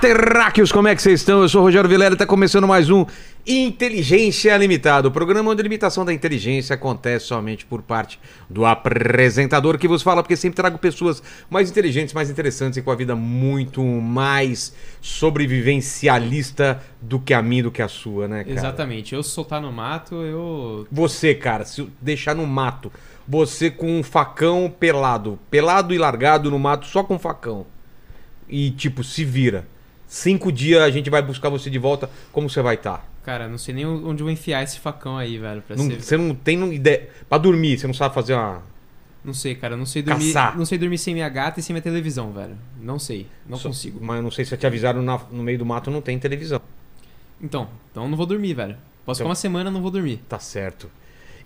terráqueos, como é que vocês estão? Eu sou o Rogério Vilela e está começando mais um Inteligência Limitada, o programa onde a limitação da inteligência acontece somente por parte do apresentador que vos fala, porque sempre trago pessoas mais inteligentes, mais interessantes e com a vida muito mais sobrevivencialista do que a minha, do que a sua, né, cara? Exatamente. Eu soltar no mato, eu. Você, cara, se deixar no mato, você com um facão pelado, pelado e largado no mato só com facão. E tipo, se vira. Cinco dias a gente vai buscar você de volta, como você vai estar? Cara, não sei nem onde eu vou enfiar esse facão aí, velho. Pra Não- ser... Você não tem não ideia. Pra dormir, você não sabe fazer uma. Não sei, cara. Não sei dormir. Caçar. Não sei dormir sem minha gata e sem minha televisão, velho. Não sei. Não consigo. Mas eu não sei se te avisaram na- no meio do mato, não tem televisão. Então, então eu não vou dormir, velho. Posso Então- ficar uma semana eu não vou dormir. Tá certo.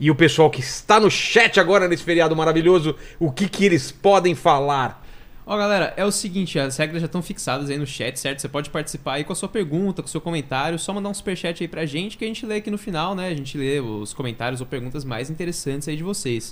E o pessoal que está no chat agora nesse feriado maravilhoso, o que que eles podem falar? Ó, galera, é o seguinte, as regras já estão fixadas aí no chat, certo? Você pode participar aí com a sua pergunta, com o seu comentário, só mandar um superchat aí pra gente que a gente lê aqui no final, né? A gente lê os comentários ou perguntas mais interessantes aí de vocês.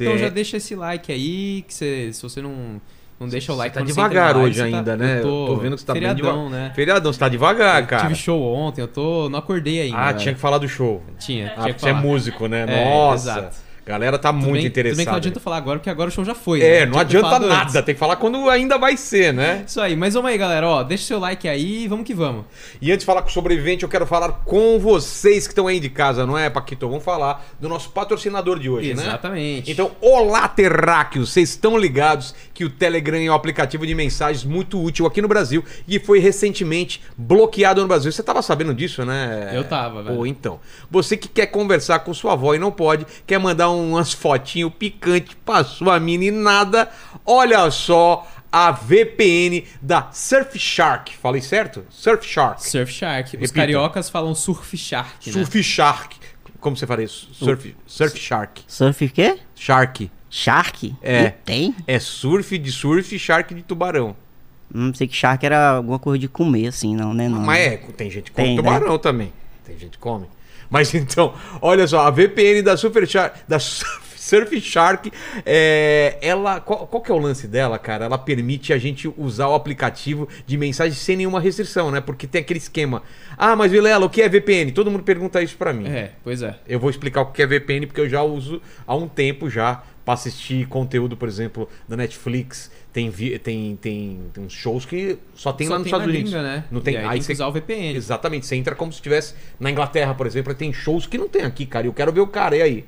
Então Cê- já deixa esse like aí, que cê- se você não, não deixa o cê like... tá quando você devagar entra na hoje live, cê ainda, tá- né? eu Eu tô vendo que você tá bem feriadão, devagar. né? Feriadão, você tá devagar, cara. Tive show ontem, eu tô... não acordei ainda. Ah, velho. tinha que falar do show. Tinha, Ah, tinha porque que você é falar. músico, né? É, Nossa. exato. Galera tá Tudo muito bem- Tudo bem que não interessada. adianta falar agora, porque agora o show já É, foi. né? não Tinha que ter adianta falado antes. nada. Tem que falar quando ainda vai ser, né? Isso aí, mas vamos aí, galera, ó, deixa seu like aí e vamos que vamos. E antes de falar com o sobrevivente, eu quero falar com vocês que estão aí de casa, não é, Paquito? Vamos falar do nosso patrocinador de hoje, né? Exatamente. Então, olá, terráqueos! Vocês estão ligados que o Telegram é um aplicativo de mensagens muito útil aqui no Brasil e foi recentemente bloqueado no Brasil. Você estava sabendo disso, né? Eu tava, velho. Pô, então. Você que quer conversar com sua avó e não pode, quer mandar umas fotinho picante pra sua mina e nada, olha só a VPN da Surfshark. Falei certo? Surfshark. Surfshark. Os Repita. cariocas falam Surf Shark, né? Surfshark. Como você faria? isso? Surf, Surfshark. Surf o quê? Shark. Shark? É. Não tem? É surf de surf e shark de tubarão. Não sei Hum, que shark era alguma coisa de comer, assim, não, né? Não. Mas é, tem gente que come Tem, né? tubarão também. Tem gente que come. Mas então, olha só, a VPN da Super Shark, da Surf Surf Shark, é, ela, qual, qual que é o lance dela, cara? Ela permite a gente usar o aplicativo de mensagem sem nenhuma restrição, né? Porque tem aquele esquema. Ah, mas Vilela, o que é VPN? Todo mundo pergunta isso pra mim. É, pois é. Eu vou explicar o que é VPN porque eu já uso há um tempo já para assistir conteúdo, por exemplo, da Netflix. Tem, vi- tem, tem, tem uns shows que só tem Só lá nos tem Estados na Unidos. gringa, né? Não tem. E aí tem que você- usar o VPN. Exatamente. Você entra como se estivesse na Inglaterra, por exemplo, e tem shows que não tem aqui, cara. E eu quero ver o cara, e aí?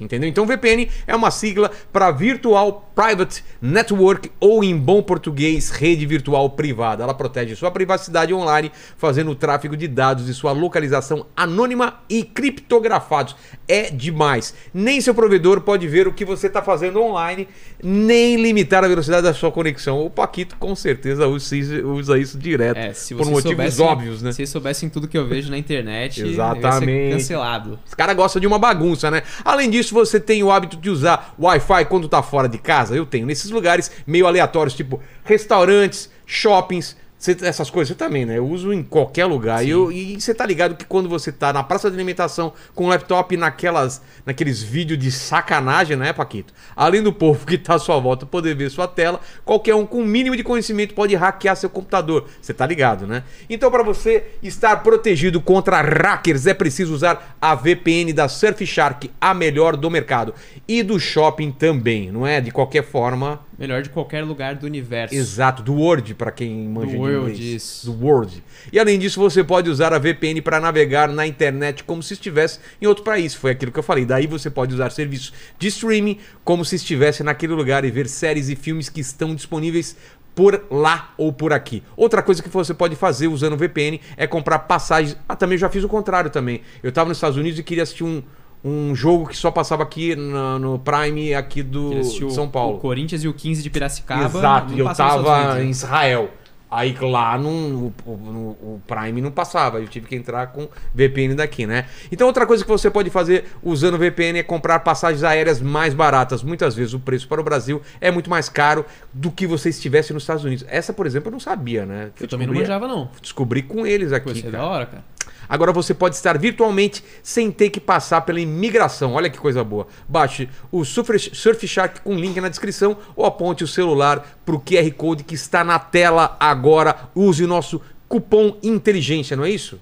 Entendeu? Então, VPN é uma sigla para Virtual Private Network ou, em bom português, rede virtual privada. Ela protege sua privacidade online, fazendo o tráfego de dados de sua localização anônima e criptografados. É demais. Nem seu provedor pode ver o que você está fazendo online, nem limitar a velocidade da sua conexão. O Paquito, com certeza, usa isso- usa isso direto, É, se por vocês motivos soubessem- óbvios, né? Se vocês soubessem tudo que eu vejo na internet, Exatamente. eu ia ser cancelado. Os caras gostam de uma bagunça, né? Além disso, você tem o hábito de usar Wi-Fi quando tá fora de casa? Eu tenho. Nesses lugares meio aleatórios, tipo restaurantes, shoppings, cê- essas coisas. Eu também, né? Eu uso em qualquer lugar. E eu- E você tá ligado que quando você tá na praça de alimentação com o laptop naquelas, naqueles vídeos de sacanagem, né, Paquito? Além do povo que tá à sua volta poder ver sua tela, qualquer um com o mínimo de conhecimento pode hackear seu computador. Você tá ligado, né? Então, para você estar protegido contra hackers, é preciso usar a VPN da Surfshark, a melhor do mercado. E do shopping também, não é? De qualquer forma. Melhor de qualquer lugar do universo. Exato, do Word, para quem manja de World, inglês. isso. Do Word. E além disso, você pode usar a VPN para navegar na internet como se estivesse em outro país. Foi aquilo que eu falei. Daí você pode usar serviços de streaming como se estivesse naquele lugar e ver séries e filmes que estão disponíveis por lá ou por aqui. Outra coisa que você pode fazer usando o VPN é comprar passagens. Ah, também eu já fiz o contrário também. Eu estava nos Estados Unidos e queria assistir um, um jogo que só passava aqui na- no, Prime aqui do Ele assistiu de São Paulo. O Corinthians e o 15 de Piracicaba. Exato, não e eu passaram nos Estados tava em Unidos, Israel. Aí lá não- o, o- o Prime não passava, eu tive que entrar com VPN daqui, né? Então outra coisa que você pode fazer usando VPN é comprar passagens aéreas mais baratas. Muitas vezes o preço para o Brasil é muito mais caro do que você estivesse nos Estados Unidos. Essa, por exemplo, eu não sabia, né? Eu também não descobri- manjava, não. Descobri com eles Pô, aqui. isso é cara. da hora, cara. Agora você pode estar virtualmente sem ter que passar pela imigração. Olha que coisa boa. Baixe o Surf- Surfshark com link na descrição ou aponte o celular para o QR Code que está na tela agora. Use o nosso cupom inteligência, não é isso?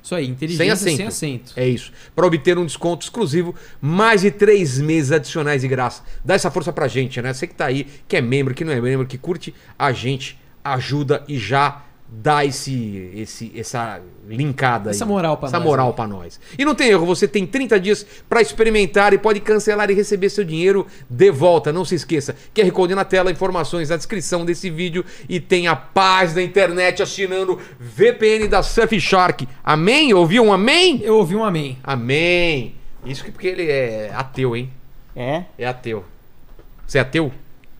Isso aí, Sem inteligência acento. sem acento. É isso. Para obter um desconto exclusivo, mais de três meses adicionais de graça. Dá essa força pra gente, né? Você que tá aí, que é membro, que não é membro, que curte a gente, ajuda e já dá esse, esse, essa linkada aí. Essa moral pra essa nós, moral né? pra nós. E não tem erro, você tem 30 dias pra experimentar e pode cancelar e receber seu dinheiro de volta. Não se esqueça, QR Code na tela, informações na descrição desse vídeo e tem a paz da internet assinando VPN da Surfshark. Amém? Ouviu um amém? Eu ouvi um amém. Amém. Isso que porque ele é ateu, hein? É? É ateu. Você é ateu?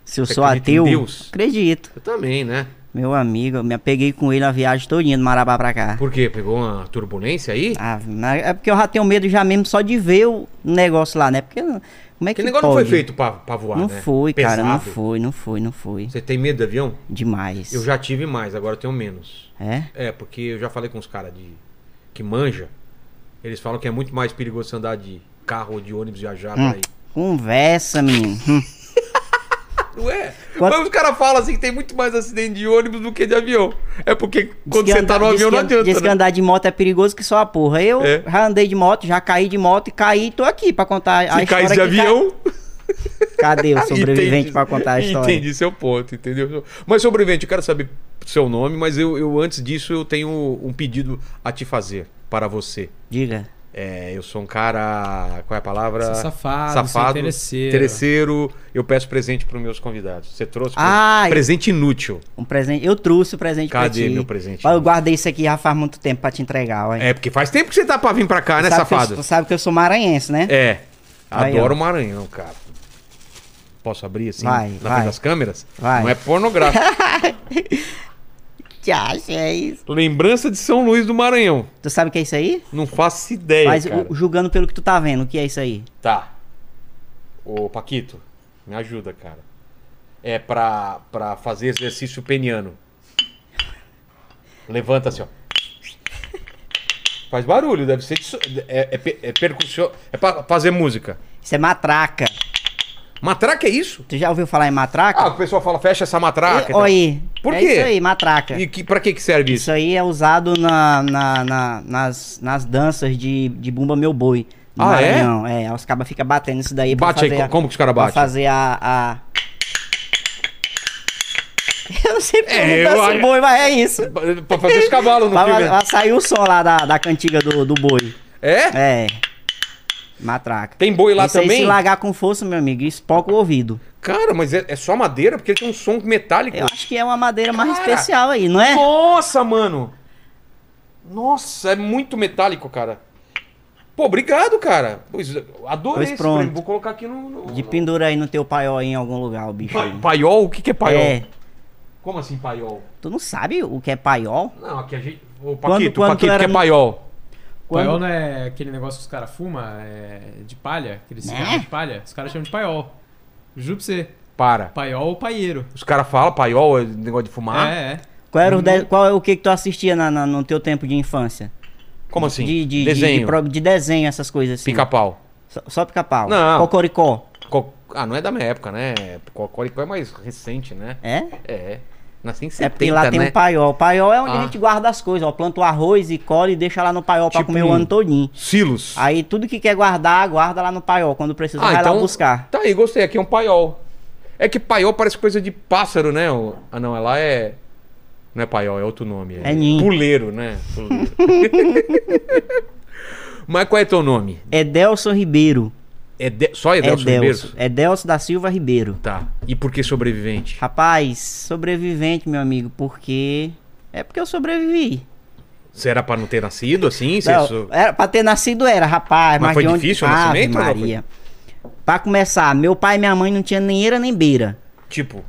Se eu Você sou acredita em ateu, Deus? acredito. Eu também, né? Meu amigo, eu me apeguei com ele na viagem todinha do Marabá pra cá. Por quê? Pegou uma turbulência aí? Ah, na- é porque eu já tenho medo já mesmo só de ver o negócio lá, né? Porque como é que Aquele negócio não pode? foi feito pra, pra voar, Não né? foi, cara, não Pesado. foi, não foi, não foi. Você tem medo de avião? Demais. Eu já tive mais, agora eu tenho menos. É? É, porque eu já falei com os caras de que manja. Eles falam que é muito mais perigoso você andar de carro ou de ônibus viajar Hum. por aí. Conversa, menino. Hum. Ué, Quanto- mas os caras falam assim que tem muito mais acidente de ônibus do que de avião. É porque Diz quando que você tá andar- no diz avião que não an- adianta. Diz que né? andar de moto é perigoso que só a porra. Eu É. já andei de moto, já caí de moto e caí, tô aqui pra contar a Se história. caísse de que ca- avião. Cadê o um sobrevivente Ah, Entendi. pra contar a história? Entendi seu ponto, entendeu? Mas sobrevivente, eu quero saber seu nome, mas eu, eu, antes disso eu tenho um pedido a te fazer para você. Diga. É, eu sou um cara, qual é a palavra? Sou safado, sou interesseiro. interesseiro. Eu peço presente para os meus convidados. Você trouxe pre- Ah, Ai. presente inútil. Um presente. Eu trouxe o presente pra ti. Cadê meu presente? Ó, Eu guardei isso aqui já faz muito tempo pra te entregar, ué. É porque faz tempo que você tá para vir para cá, né, sabe safado? Que eu, tu sabe que eu sou maranhense, né? É. Aí, Adoro ó. o Maranhão, cara. Posso abrir assim? Vai, na vai. frente das câmeras? Vai. Não é pornográfico. Te acha, é isso. Lembrança de São Luís do Maranhão. Tu sabe o que é isso aí? Não faço ideia, Mas cara. o- julgando pelo que tu tá vendo, o que é isso aí? Tá. Ô, Paquito, me ajuda, cara. É pra, pra fazer exercício peniano. Levanta assim, ó. Faz barulho, deve ser... de so- É, é, pe- é percussão... É pra fazer música. Isso é matraca. Matraca é isso? Tu já ouviu falar em Ah, matraca? o pessoal fala, fecha essa matraca. e E- tal. Ó aí. Por é quê? isso aí, matraca. E que, pra que que serve isso? Isso aí é usado na, na- na- nas, nas danças de, de Bumba Meu Boi. no Ah, é? Maranhão. é? os cabas ficam batendo isso daí Bate aí, fazer a- como que os caras pra batem? fazer a... a- Eu não sei porque É, eu não eu danço acho- boi, mas é isso. Pra- Pra fazer os cavalos no Pra- filme. pra- Saiu o som lá da, da cantiga do, do boi. É? É. Matraca. Tem boi lá Isso aí, também? se largar com força, meu amigo, espoca o ouvido. Cara, mas é, é só madeira? Porque ele tem um som metálico. Eu acho que é uma madeira mais Cara, especial aí, não é? Nossa, mano! Nossa, é muito metálico, cara. Pô, obrigado, cara. Pois, adorei Pois esse pronto. prêmio. Vou colocar aqui no. no- De pendura aí no teu paiol aí em algum lugar, o bicho. Pa- aí. Paiol? O que, que é paiol? É. Como assim paiol? Tu não sabe o que é paiol? Não, aqui a gente. Ô, Paquito, quando Paquito, o que era é no- paiol? Paiol Quando- não é aquele negócio que os caras fumam é de palha? Aquele cigarro Né? de palha? Os caras chamam de paiol. Juro pra você. Para. Paiol ou paieiro. Os caras falam paiol, é negócio de fumar. É, é. Qual era o, de- qual é o que, que tu assistia na, na- no teu tempo de infância? Como assim? De, de- de- Desenho. De, pro- de desenho, essas coisas assim. Pica-pau. Só, só pica-pau. Não. Cocoricó. Co- Ah, não é da minha época, né? Cocoricó é mais recente, né? É? É. Nasci em 70, É porque lá tem né? um paiol. Paiol é onde Ah. a gente guarda as coisas, ó. Planta o arroz e colhe e deixa lá no paiol pra Tipo comer um- o ano todinho. Silos. Aí tudo que quer guardar, guarda lá no paiol. Quando precisa, vai lá buscar. Ah, Tá aí, gostei. Aqui é um paiol. É que paiol parece coisa de pássaro, né? O- Ah, não, ela é. Não é paiol, é outro nome. É ninho. Puleiro, né? Puleiro. Mas qual é teu nome? Edelson Ribeiro. É de... Só Edelson Edelson. Ribeiro? Edelson da Silva Ribeiro. Tá. E por que sobrevivente? Rapaz, sobrevivente, meu amigo, porque. É porque eu sobrevivi. Será pra não ter nascido assim? Você Não, so- era, pra ter nascido era, rapaz. Mas foi de onde- difícil o Ave nascimento ou não foi? Maria. Pra começar, meu pai e minha mãe não tinham nem eira nem beira. Tipo,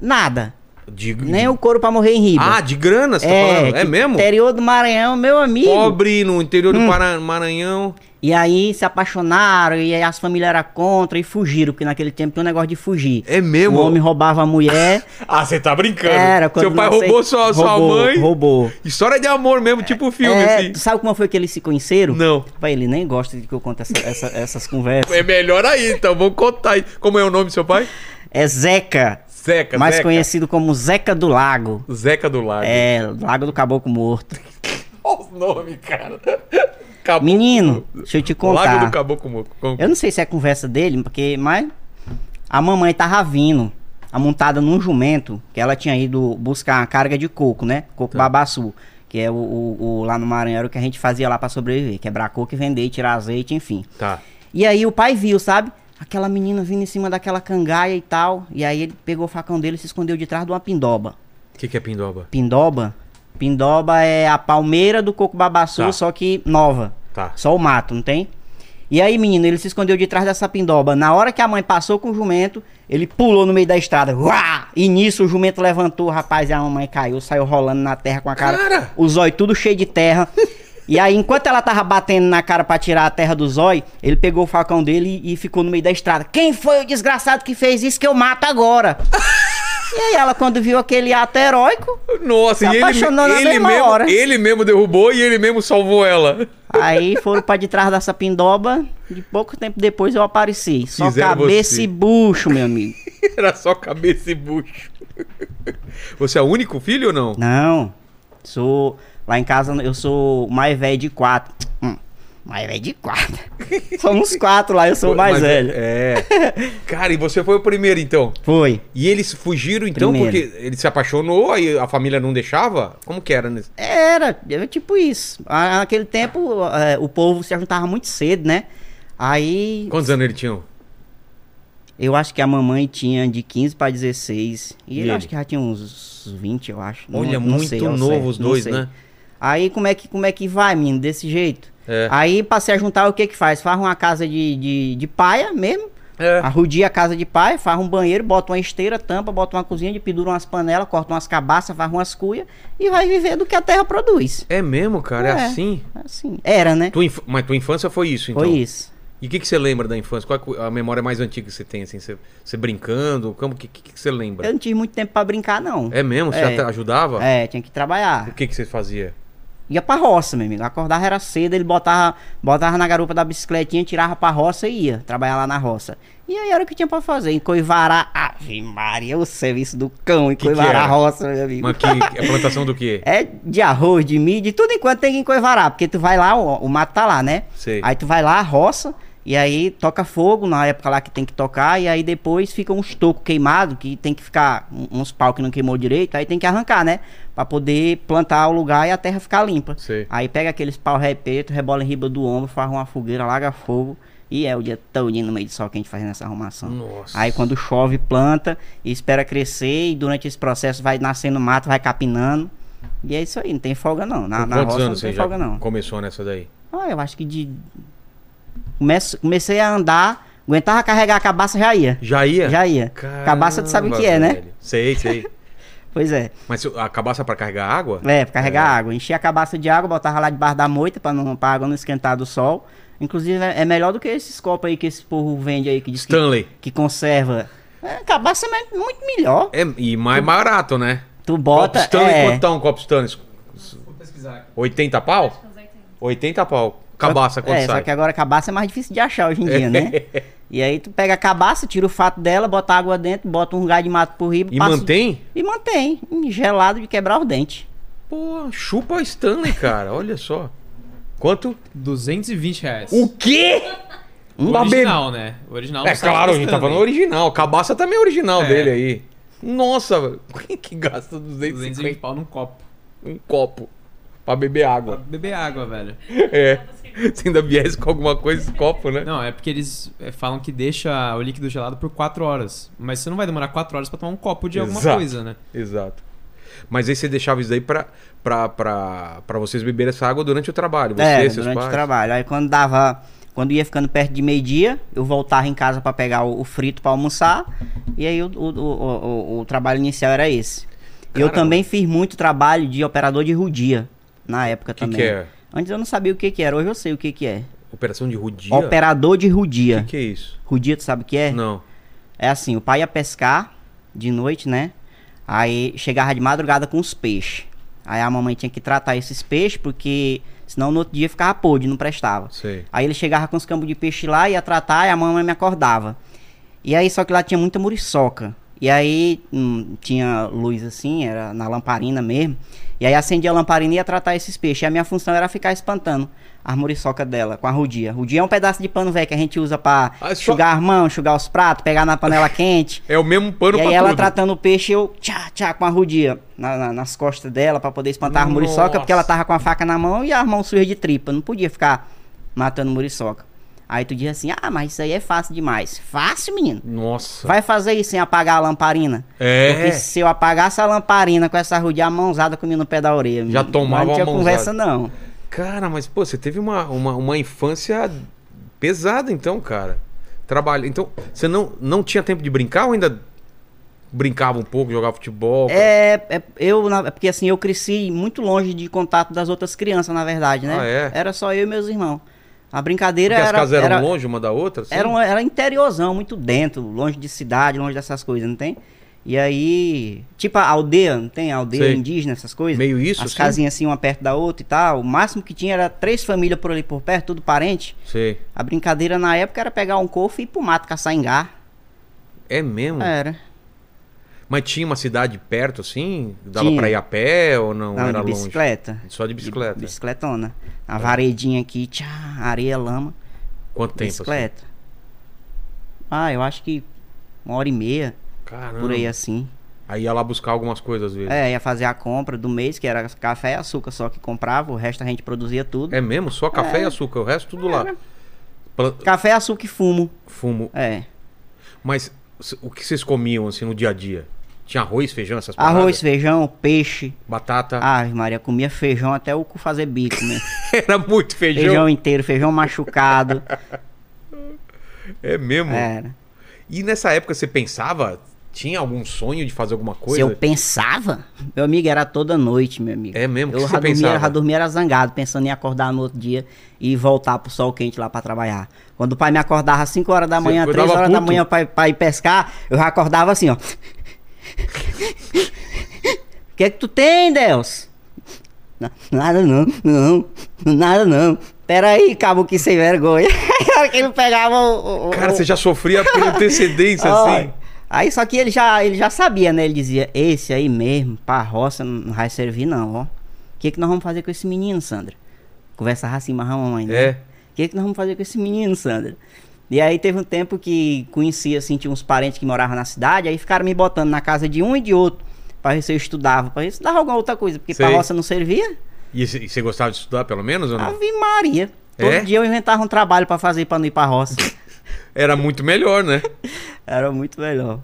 Nada. de. Nem o couro pra morrer em riba. Ah, de grana, você tá falando? É tipo, mesmo? Interior do Maranhão, meu amigo. Pobre no interior Hum. do Para- Maranhão. E aí se apaixonaram, e aí as famílias eram contra e fugiram, porque naquele tempo tinha um negócio de fugir. É mesmo? O homem roubava a mulher. Ah, você tá brincando. Era, quando Seu pai não acei- roubou sua, sua roubou, mãe. Roubou. História de amor mesmo, tipo filme, É, assim. tu sabe como foi que eles se conheceram? Não. Pai, ele nem gosta de que eu conte essa- essa- essas conversas. É melhor aí, então. Vou contar aí. Como é o nome do seu pai? É Zeca. Zeca, mais Zeca. conhecido como Zeca do Lago. Zeca do Lago. É, Lago do Caboclo Morto. Olha os nomes, cara. Caboclo. Menino, deixa eu te contar. Lago do Caboclo Moco. Com- Eu não sei se é conversa dele, porque mas a mamãe tava vindo, amontada num jumento, que ela tinha ido buscar uma carga de coco, né? Tá. Coco babaçu, que é o, o- o- lá no Maranhão era o que a gente fazia lá pra sobreviver, quebrar coco e vender, tirar azeite, enfim. Tá. E aí o pai viu, sabe? Aquela menina vindo em cima daquela cangaia e tal, e aí ele pegou o facão dele e se escondeu de trás de uma pindoba. O que, que é pindoba? Pindoba? Pindoba é a palmeira do coco babaçu, Tá. só que nova. Tá. Só o mato, não tem? E aí, menino, ele se escondeu de trás dessa pindoba. Na hora que a mãe passou com o jumento, ele pulou no meio da estrada. Uá! E nisso o jumento levantou, rapaz, e a mamãe caiu, saiu rolando na terra com a cara. Cara! Os olhos tudo cheio de terra. E aí, enquanto ela tava batendo na cara pra tirar a terra dos olhos, ele pegou o facão dele e, e ficou no meio da estrada. Quem foi o desgraçado que fez isso que eu mato agora? e aí ela, quando viu aquele ato heróico, Nossa, Se e ele, apaixonou na ele mesma mesmo, hora. ele mesmo derrubou e ele mesmo salvou ela. Aí foram pra de trás dessa pindoba. De pouco tempo depois eu apareci. Só Fizeram cabeça você. e bucho, meu amigo. Era só cabeça e bucho. Você é o único filho ou não? Não. Sou. Lá em casa eu sou o mais velho de quatro. Hum, mais velho de quatro. Somos quatro lá, eu sou o mais Mas- velho. É. Cara, e você foi o primeiro então? Foi. E eles fugiram então Primeiro. porque ele se apaixonou, aí a família não deixava? Como que era? nesse- Era, era tipo isso. Ah, Naquele tempo eh, o povo se juntava muito cedo, né? Aí Quantos anos ele tinha? eu acho que a mamãe tinha de 15 pra 16. E, E ele ele? acho que já tinha uns 20, eu acho. Não- Olha, não muito sei ao novo certo, os não dois, sei. né? Aí como é que, como é que vai, menino, desse jeito? É. Aí pra se juntar, o que que faz? Faz uma casa de, de, de paia mesmo, É. arrudia a casa de paia, faz um banheiro, bota uma esteira, tampa, bota uma cozinha, de pendura umas panelas, corta umas cabaças, faz umas cuias e vai viver do que a terra produz. É mesmo, cara? É, É. assim? Assim, era, né? Tua inf- Mas tua infância foi isso, então? Foi isso. E o que, que você lembra da infância? Qual é co- a memória mais antiga que você tem, assim? Você, você brincando? O que, que, que você lembra? Eu não tive muito tempo pra brincar, não. É mesmo? Você É. já te- ajudava? É, tinha que O trabalhar. que, que você fazia? Ia pra roça, meu amigo. Acordava era cedo, ele botava, botava na garupa da bicicletinha, tirava pra roça e ia trabalhar lá na roça. E aí era o que tinha pra fazer. Em Coivará, ave Maria, o serviço do cão em Que que Coivará, era? roça, meu amigo. Mas que, é plantação do quê? É de arroz, de milho, de tudo enquanto tem que encoivará, porque tu vai lá, o, o mato tá lá, né? Sei. Aí tu vai lá, roça, e aí toca fogo na época lá que tem que tocar, e aí depois fica uns tocos queimados, que tem que ficar um- uns pau que não queimou direito, aí tem que arrancar, né? Pra poder plantar o lugar e a terra ficar limpa. Sei. Aí pega aqueles pau repeto, rebola em riba do ombro, faz uma fogueira, larga fogo, e é o dia todinho no meio do sol que a gente faz nessa arrumação. Nossa. Ah. Aí quando chove, planta e espera crescer e durante esse processo vai nascendo mato, vai capinando. E é isso aí, não tem folga não. Na, Com na quantos roça não anos tem você já folga não. começou nessa daí? Ah, eu acho que de. Começo, comecei a andar, aguentava carregar a cabaça, já ia. Já ia? Já ia. cabaça tu sabe o que é, né? velho. Sei, sei. Pois é. Mas se- a cabaça é pra carregar água? É, pra carregar água. Enchia a cabaça de água, botava lá debaixo da moita pra, não, pra água não esquentar do sol. Inclusive, é é melhor do que esses copos aí que esse povo vende aí, que diz que, Stanley. que conserva. É, cabaça é me- muito melhor. É, e mais barato, né? Tu Copo bota. Stanley, é, quanto tá um copo Stanley? Vou pesquisar aqui. 80 pau? 80 pau. Cabaça, quanto é, sai? É. só que agora cabaça é mais difícil de achar hoje em dia, né? E aí tu pega a cabaça, tira o fato dela, bota água dentro, bota um lugar de mato por riba, E passa- mantém? E mantém, hum, gelado de quebrar o dente. Pô, chupa Stanley, cara. Olha só. Quanto? 220 reais. quê? Um Uma original, né? Original. É não sai claro, a gente tá custando, falando hein? original. Cabaça também é original É. dele aí. Nossa, velho. Quem que gasta 220 250 pau num copo. um copo pra beber Pra água? beber água, velho. É. Se ainda viesse com alguma coisa esse copo, né? Não, é porque eles é, falam que deixa o líquido gelado por 4 horas. Mas você não vai demorar 4 horas pra tomar um copo de alguma Exato. coisa, né? Exato. Mas aí você deixava isso daí pra, pra, pra, pra vocês beberem essa água durante o trabalho. Você, é, seus durante pais. o trabalho. Aí quando dava. Quando ia ficando perto de meio-dia, eu voltava em casa pra pegar o, o frito pra almoçar. E aí o, o- o- o- o trabalho inicial era esse. eu Caramba. também fiz muito trabalho de operador de rudia na época que também. que é? Antes eu não sabia o que, que era, hoje eu sei o que, que é. Operação de rodia? Operador de rudia. O que, que é isso? Rudia, tu sabe o que é? Não. É assim, o pai ia pescar de noite, né? Aí chegava de madrugada com os peixes. Aí a mamãe tinha que tratar esses peixes, porque senão no outro dia ficava podre, não prestava. Sei. Aí ele chegava com os cambos de peixe lá, ia tratar, e a mamãe me acordava. E aí, só que lá tinha muita muriçoca. E aí hum, tinha luz assim, era na lamparina mesmo. E aí acendia a lamparina e ia tratar esses peixes. E a minha função era ficar espantando a muriçoca dela com a rudia. Rudia é um pedaço de pano velho que a gente usa pra Ah, só- enxugar as mãos, enxugar os pratos, pegar na panela quente. É o mesmo pano E pra aí ela tudo. tratando o peixe, eu tchá, tchá, com a rudia na- na- nas costas dela pra poder espantar a muriçoca, porque ela Nossa. tava com a faca na mão e a mão suja de tripa. Não podia ficar matando muriçoca. Aí tu diz assim, ah, mas isso aí é fácil demais. Fácil, menino? Nossa. Vai fazer isso sem apagar a lamparina? É. Porque se eu apagasse a lamparina com essa rudia, a mãozada comia no pé da orelha. Já menino. tomava Não tinha uma conversa, não. Cara, mas pô, você teve uma, uma, uma infância pesada então, cara. Trabalho. Então, você não, não tinha tempo de brincar ou ainda brincava um pouco, jogava futebol? É, é- eu, na- é porque assim, eu cresci muito longe de contato das outras crianças, na verdade, né? Ah, é? Era só eu e meus irmãos. A brincadeira Porque as era. casas eram era- longe uma da outra? assim? Era, um- era interiorzão, muito dentro, longe de cidade, longe dessas coisas, não tem? E aí, tipo a aldeia, não tem? A aldeia Sei. indígena, essas coisas. Meio isso, As assim? casinhas assim, uma perto da outra e tal. O máximo que tinha era três famílias por ali por perto, tudo parente. Sei. A brincadeira na época era pegar um cofre e ir pro mato caçar engar. É mesmo? Era. Mas tinha uma cidade perto, assim? Dava Tinha. pra ir a pé ou não? Não, era de longe? bicicleta. Só de bicicleta. De bicicletona. A varedinha aqui, tchá, areia, lama. Quanto tempo? Assim? bicicleta. Ah, eu acho que uma hora e meia, Caramba. por aí assim. Aí ia lá buscar algumas coisas às vezes. É, ia fazer a compra do mês, que era café e açúcar só que comprava, o resto a gente produzia tudo. É mesmo? Só café e açúcar, o resto tudo É. lá. Pla- Café, açúcar e fumo. Fumo. É. Mas c- o que vocês comiam assim no dia a dia? Tinha arroz, feijão, essas paradas? Arroz, Ah. feijão, peixe. Batata. Ave Maria, comia feijão até o cu fazer bico, né? Era muito feijão. Feijão inteiro, feijão machucado. É mesmo? Era. E nessa época você pensava? Tinha algum sonho de fazer alguma Se coisa? eu pensava, meu amigo, era toda noite, meu amigo. É mesmo? O que Eu você já dormia, pensava? já dormia era zangado, pensando em acordar no outro dia e voltar pro sol quente lá pra trabalhar. Quando o pai me acordava às 5 horas da Você manhã, 3 acordava horas da puto? manhã pra, pra ir pescar, eu já acordava assim, ó. O que é que tu tem, Deus? "Na- Nada não, não, nada não. Pera aí, cabo que sem vergonha. Era que ele pegava o... o- Cara, o- você já sofria por antecedência assim? Olha, Aí só que ele já, ele já sabia, né? Ele dizia, esse aí mesmo, pra roça, não vai servir não, ó. O que que nós vamos fazer com esse menino, Sandra? Conversava assim, mas a mamãe, né? É. O que que nós vamos fazer com esse menino, Sandra? E aí teve um tempo que conhecia, assim, tinha uns parentes que moravam na cidade, aí ficaram me botando na casa de um e de outro, pra ver se eu estudava, pra ver se dava alguma outra coisa, porque Sei. pra roça não servia. E c- e você gostava de estudar pelo menos ou não? Ave Maria. Todo É? dia eu inventava um trabalho pra fazer pra não ir pra roça. Era muito melhor, né? Era muito melhor.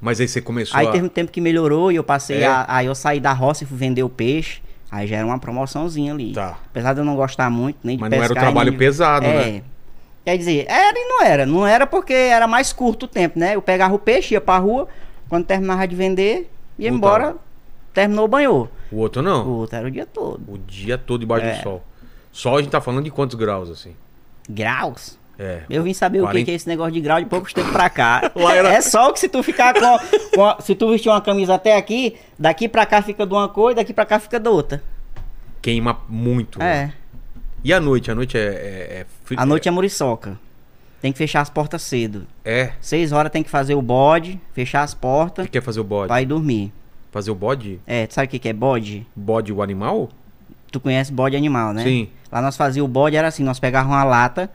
Mas aí você começou Aí a... teve um tempo que melhorou e eu passei É? a, aí eu saí da roça e fui vender o peixe. Aí já era uma promoçãozinha ali. Tá. Apesar de eu não gostar muito, nem de Mas não era o pescar, trabalho nem de- pesado, é. né? Quer dizer, era e não era. Não era porque era mais curto o tempo, né? Eu pegava o peixe, ia pra rua, quando terminava de vender, ia Voltava. embora, terminou, banhou. O outro É. O É. não. outro era o dia todo. O dia todo debaixo do sol. Sol a gente tá falando de quantos graus, assim? Graus. É. Eu vim saber o que Quarenta- que, é esse negócio de grau de poucos tempos pra cá. Lá era- É só que se tu ficar com, com a- Se tu vestir uma camisa até aqui, daqui pra cá fica de uma cor e daqui pra cá fica da outra. Queima muito. né? É. E a noite? A noite é... é, é fri- A noite é muriçoca. Tem que fechar as portas cedo. É. Seis horas tem que fazer o bode, fechar as O portas, que quer fazer o bode? vai dormir. Fazer o bode? É, tu sabe o que que é bode? Bode o animal? Tu conhece bode animal, né? Sim. Lá nós fazia o bode, era assim, nós pegávamos uma lata,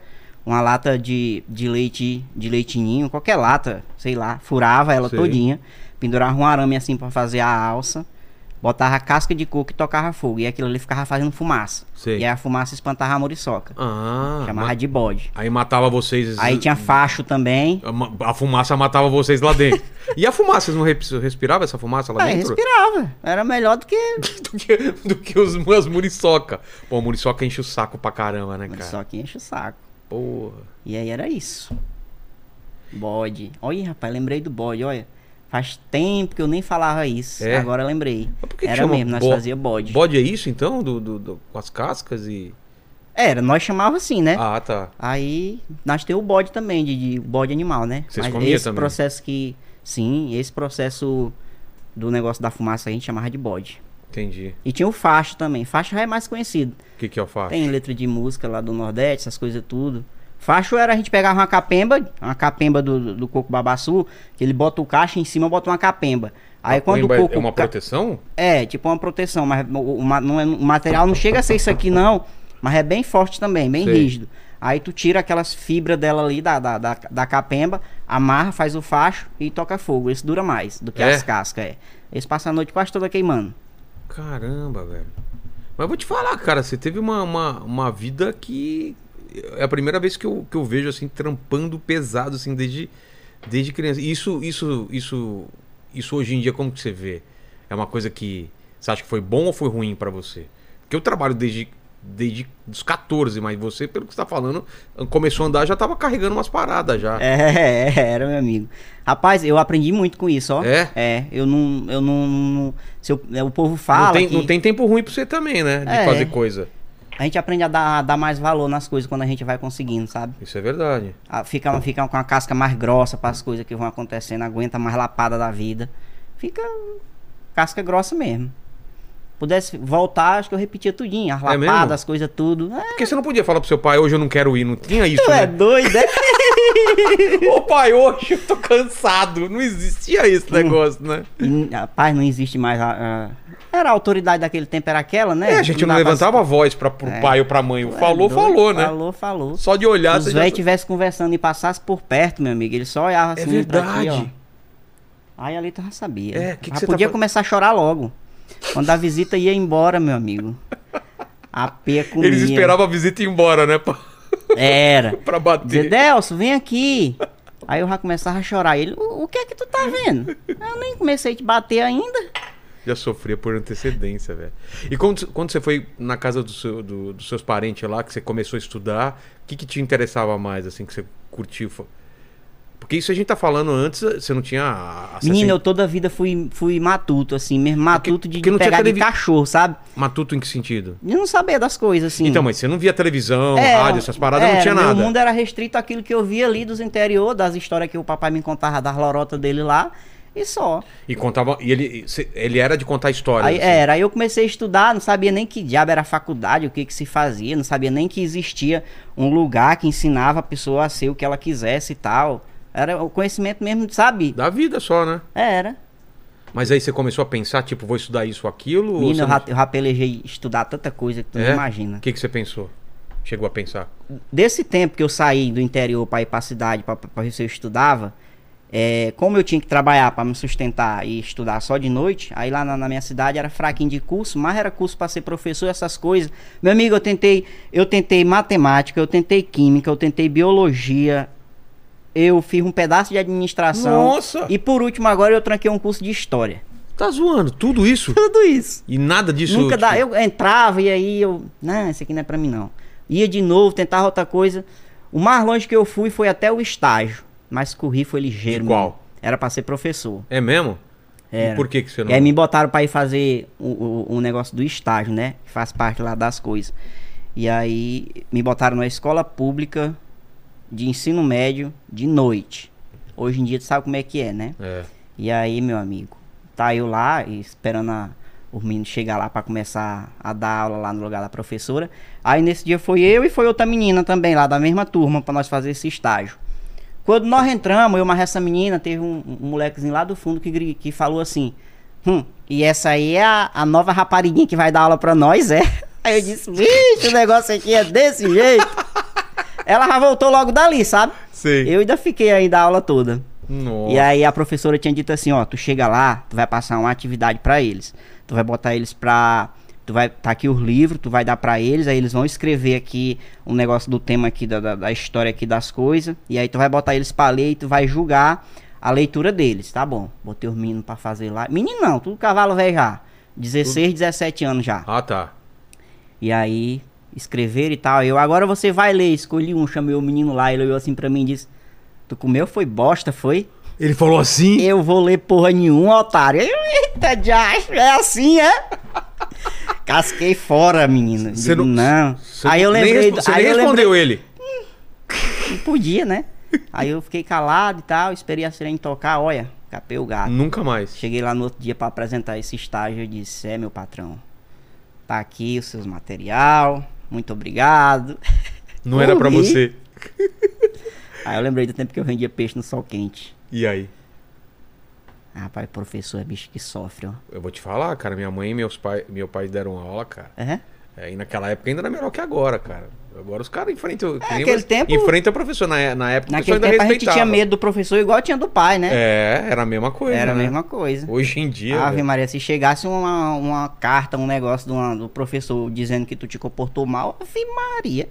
uma lata de, de leite, de leitinho, qualquer lata, sei lá, furava ela Sei. todinha, pendurava um arame assim pra fazer a alça, botava casca de coco e tocava fogo, e aquilo ali ficava fazendo fumaça. Sei. E aí a fumaça espantava a muriçoca, Ah. chamava ma- de bode. Aí matava vocês. Aí tinha facho também, A ma- A fumaça matava vocês lá dentro. e a fumaça? Vocês não re- respiravam essa fumaça lá Ah, dentro? respirava. Era melhor do que. Do que, do que os, as muriçoca. Pô, a muriçoca enche o saco pra caramba, né, cara? Só que enche o saco. Porra. E aí era isso. Bode. Olha, rapaz, lembrei do bode, olha. Faz tempo que eu nem falava isso. É? Agora eu lembrei. Mas por que que era chama mesmo, né, nós bo- fazia bode. Bode é isso, então? Do, do- do- com as cascas e... Era, nós chamava assim, né? Ah, tá. Aí nós tem o bode também, de, de bode animal, né? Vocês comiam esse também? processo que. Sim, esse processo do negócio da fumaça a gente chamava de bode. Entendi. E tinha o facho também. Facho já é mais conhecido. O que que é o facho? Tem letra de música lá do Nordeste, essas coisas tudo. Facho era a gente pegava uma capemba, uma capemba do, do, do coco babaçu, que ele bota o caixa em cima, bota uma capemba. Aí quando o Coimba coco é uma ca- proteção? é, tipo uma proteção, mas o, o ma- não é- o material não chega a ser isso aqui, não. Mas é bem forte também, bem Sei. rígido. Aí tu tira aquelas fibras dela ali da, da, da, da capemba, amarra, faz o facho e toca fogo. Esse dura mais do que É? as cascas, é. Esse passa a noite quase toda queimando. Caramba, velho. Mas vou te falar, cara, você teve uma, uma, uma vida que. É a primeira vez que eu, que eu vejo, assim, trampando pesado, assim, desde, desde criança. Isso, isso, isso. Isso hoje em dia, como que você vê? É uma coisa que. Você acha que foi bom ou foi ruim pra você? Porque eu trabalho desde. Desde os 14, mas você, pelo que você tá falando, começou a andar, já tava carregando umas paradas já. É, era, meu amigo. Rapaz, eu aprendi muito com isso, ó. É? eu não. Eu não. não- se eu- é, o povo fala. não, tem, que não tem tempo ruim pra você também, né? De É. fazer coisa. A gente aprende a dar, a dar mais valor nas coisas quando a gente vai conseguindo, sabe? Isso é verdade. Ah, Fica, fica com a casca mais grossa para as coisas que vão acontecendo, aguenta mais lapada da vida. Fica casca grossa mesmo. Pudesse voltar, acho que eu repetia tudinho, as É mesmo? lapadas, as coisas tudo. É, Porque você não podia falar pro seu pai, hoje eu não quero ir, não tinha isso, tu é né? doido, é? Ô pai, hoje eu tô cansado. Não existia esse Hum. negócio, né? E, Rapaz, não existe mais. a- a- Era a autoridade daquele tempo, era aquela, né? É, a gente não, dá pra- levantava a voz pra, pro pai ou pra mãe. Tu é falou, doido, falou, né? Falou, falou. Se Só de olhar, os você já- velhos estivessem conversando e passasse por perto, meu amigo, ele só olhava É assim pra ti, ó. verdade. Aí ali tu já sabia. É, que que já você tá podia fal- começar a chorar logo. Quando a visita ia embora, meu amigo. A peia comia. Eles esperavam a visita ir embora, né? Pra, Era. pra bater. Dizer, né? Delcio, vem aqui. Aí eu já começava a chorar. Ele, o, o que é que tu tá vendo? Eu nem comecei a te bater ainda. Já sofria por antecedência, velho. E quando, quando você foi na casa do seu- do- dos seus parentes lá, que você começou a estudar, o que, que te interessava mais, assim, que você curtiu? Fo- Porque isso a gente tá falando antes, você não tinha assim, acesso Menino, em- eu toda a vida fui, fui matuto, assim, mesmo matuto de, porque de É não tinha pegar de televi- cachorro, sabe? matuto em que sentido? De não saber das coisas, assim. Então, mas você não via televisão, É, rádio, essas paradas, não era, tinha meu nada. mundo era restrito àquilo que eu via ali dos interior, das histórias que o papai me contava, das lorotas dele lá, e só. E contava. E ele, e cê- ele era de contar histórias. é Aí, assim. era, aí eu comecei a estudar, não sabia nem que diabo era a faculdade, o que que se fazia, não sabia nem que existia um lugar que ensinava a pessoa a ser o que ela quisesse e tal. Era o conhecimento mesmo, sabe? Da vida só, né? Era. Mas aí você começou a pensar, tipo, vou estudar isso ou aquilo? ou Menino, você eu, não- ra- eu rapelejei estudar tanta coisa que tu não É? imagina. O que, que você pensou? Chegou a pensar. desse tempo que eu saí do interior para ir para a cidade, para ver se eu estudava, é, como eu tinha que trabalhar para me sustentar e estudar só de noite, aí lá na, na minha cidade era fraquinho de curso, mas era curso para ser professor, essas coisas. Meu amigo, eu tentei, eu tentei matemática, eu tentei química, eu tentei biologia, eu fiz um pedaço de administração Nossa! e por último agora eu tranquei um curso de história. Tá zoando, tudo isso? Tudo isso. E nada disso. Nunca dá. tipo, Eu entrava e aí eu. Não, isso aqui não é pra mim, não. Ia de novo, tentava outra coisa. O mais longe que eu fui foi até o estágio. Mas corri foi ligeiro. De qual? mano. Era pra ser professor. É mesmo? E Era. por que, que você não. E aí me botaram pra ir fazer o, o- o negócio do estágio, né? Que faz parte lá das coisas. E aí me botaram na escola pública de ensino médio de noite. Hoje em dia tu sabe como é que é, né? É. E aí, meu amigo, tá eu lá e esperando a, os meninos chegar lá pra começar a dar aula lá no lugar da professora. Aí nesse dia foi eu e foi outra menina também lá da mesma turma pra nós fazer esse estágio. Quando nós entramos, eu mais essa menina, teve um, um molequezinho lá do fundo que, gri- que falou assim: Hum, e essa aí é a, a nova rapariguinha que vai dar aula pra nós, é? Aí eu disse: Vixe, o negócio aqui é desse jeito. Ela já voltou logo dali, sabe? Sei. Eu ainda fiquei aí da aula toda. Nossa. E aí a professora tinha dito assim, ó, tu chega lá, tu vai passar uma atividade pra eles. Tu vai botar eles pra tu vai tá aqui os livros, tu vai dar pra eles, aí eles vão escrever aqui um negócio do tema aqui da, da, da história aqui das coisas, e aí tu vai botar eles pra ler e tu vai julgar a leitura deles, tá bom? Botei os meninos pra fazer lá. Menino não, tudo cavalo velho já. 16, 17 anos já. Ah, tá. E aí, escreveram e tal. Eu, agora você vai ler. Escolhi um, chamei o menino lá. Ele olhou assim pra mim e disse: Tu comeu? Foi bosta, foi? Ele falou assim. Eu vou ler porra nenhuma, otário. Eu, Eita, Josh, é assim, é? Casquei fora, menina. Você Digo, não- não. Você Aí eu nem lembrei. respo- do- Você aí nem eu lembrei respondeu ele. que podia, né? Aí eu fiquei calado e tal, esperei a sirene tocar, olha, capei o gato. Nunca mais. Ah. Cheguei lá no outro dia pra apresentar esse estágio e disse: É, meu patrão, tá aqui os seus material, muito obrigado. Não era pra Corri. você. Caraca. Aí eu lembrei do tempo que eu vendia peixe no sol quente. E aí? Ah, Rapaz, professor é bicho que sofre, ó. Eu vou te falar, cara. Minha mãe e meus pai, meu pai deram aula, cara. É? É, e naquela época ainda era melhor que agora, cara. Agora os caras enfrentam. que nem É, aquele você- tempo- Enfrenta o professor. Na, na época o pessoal Naquele ainda tempo a gente respeitava. tinha medo do professor igual tinha do pai, né? É, era a mesma coisa. Era a né? mesma coisa. Ah, Hoje em dia. Ave velho. Maria, se chegasse uma, uma carta, um negócio de uma- do professor dizendo que tu te comportou mal, Ave Maria.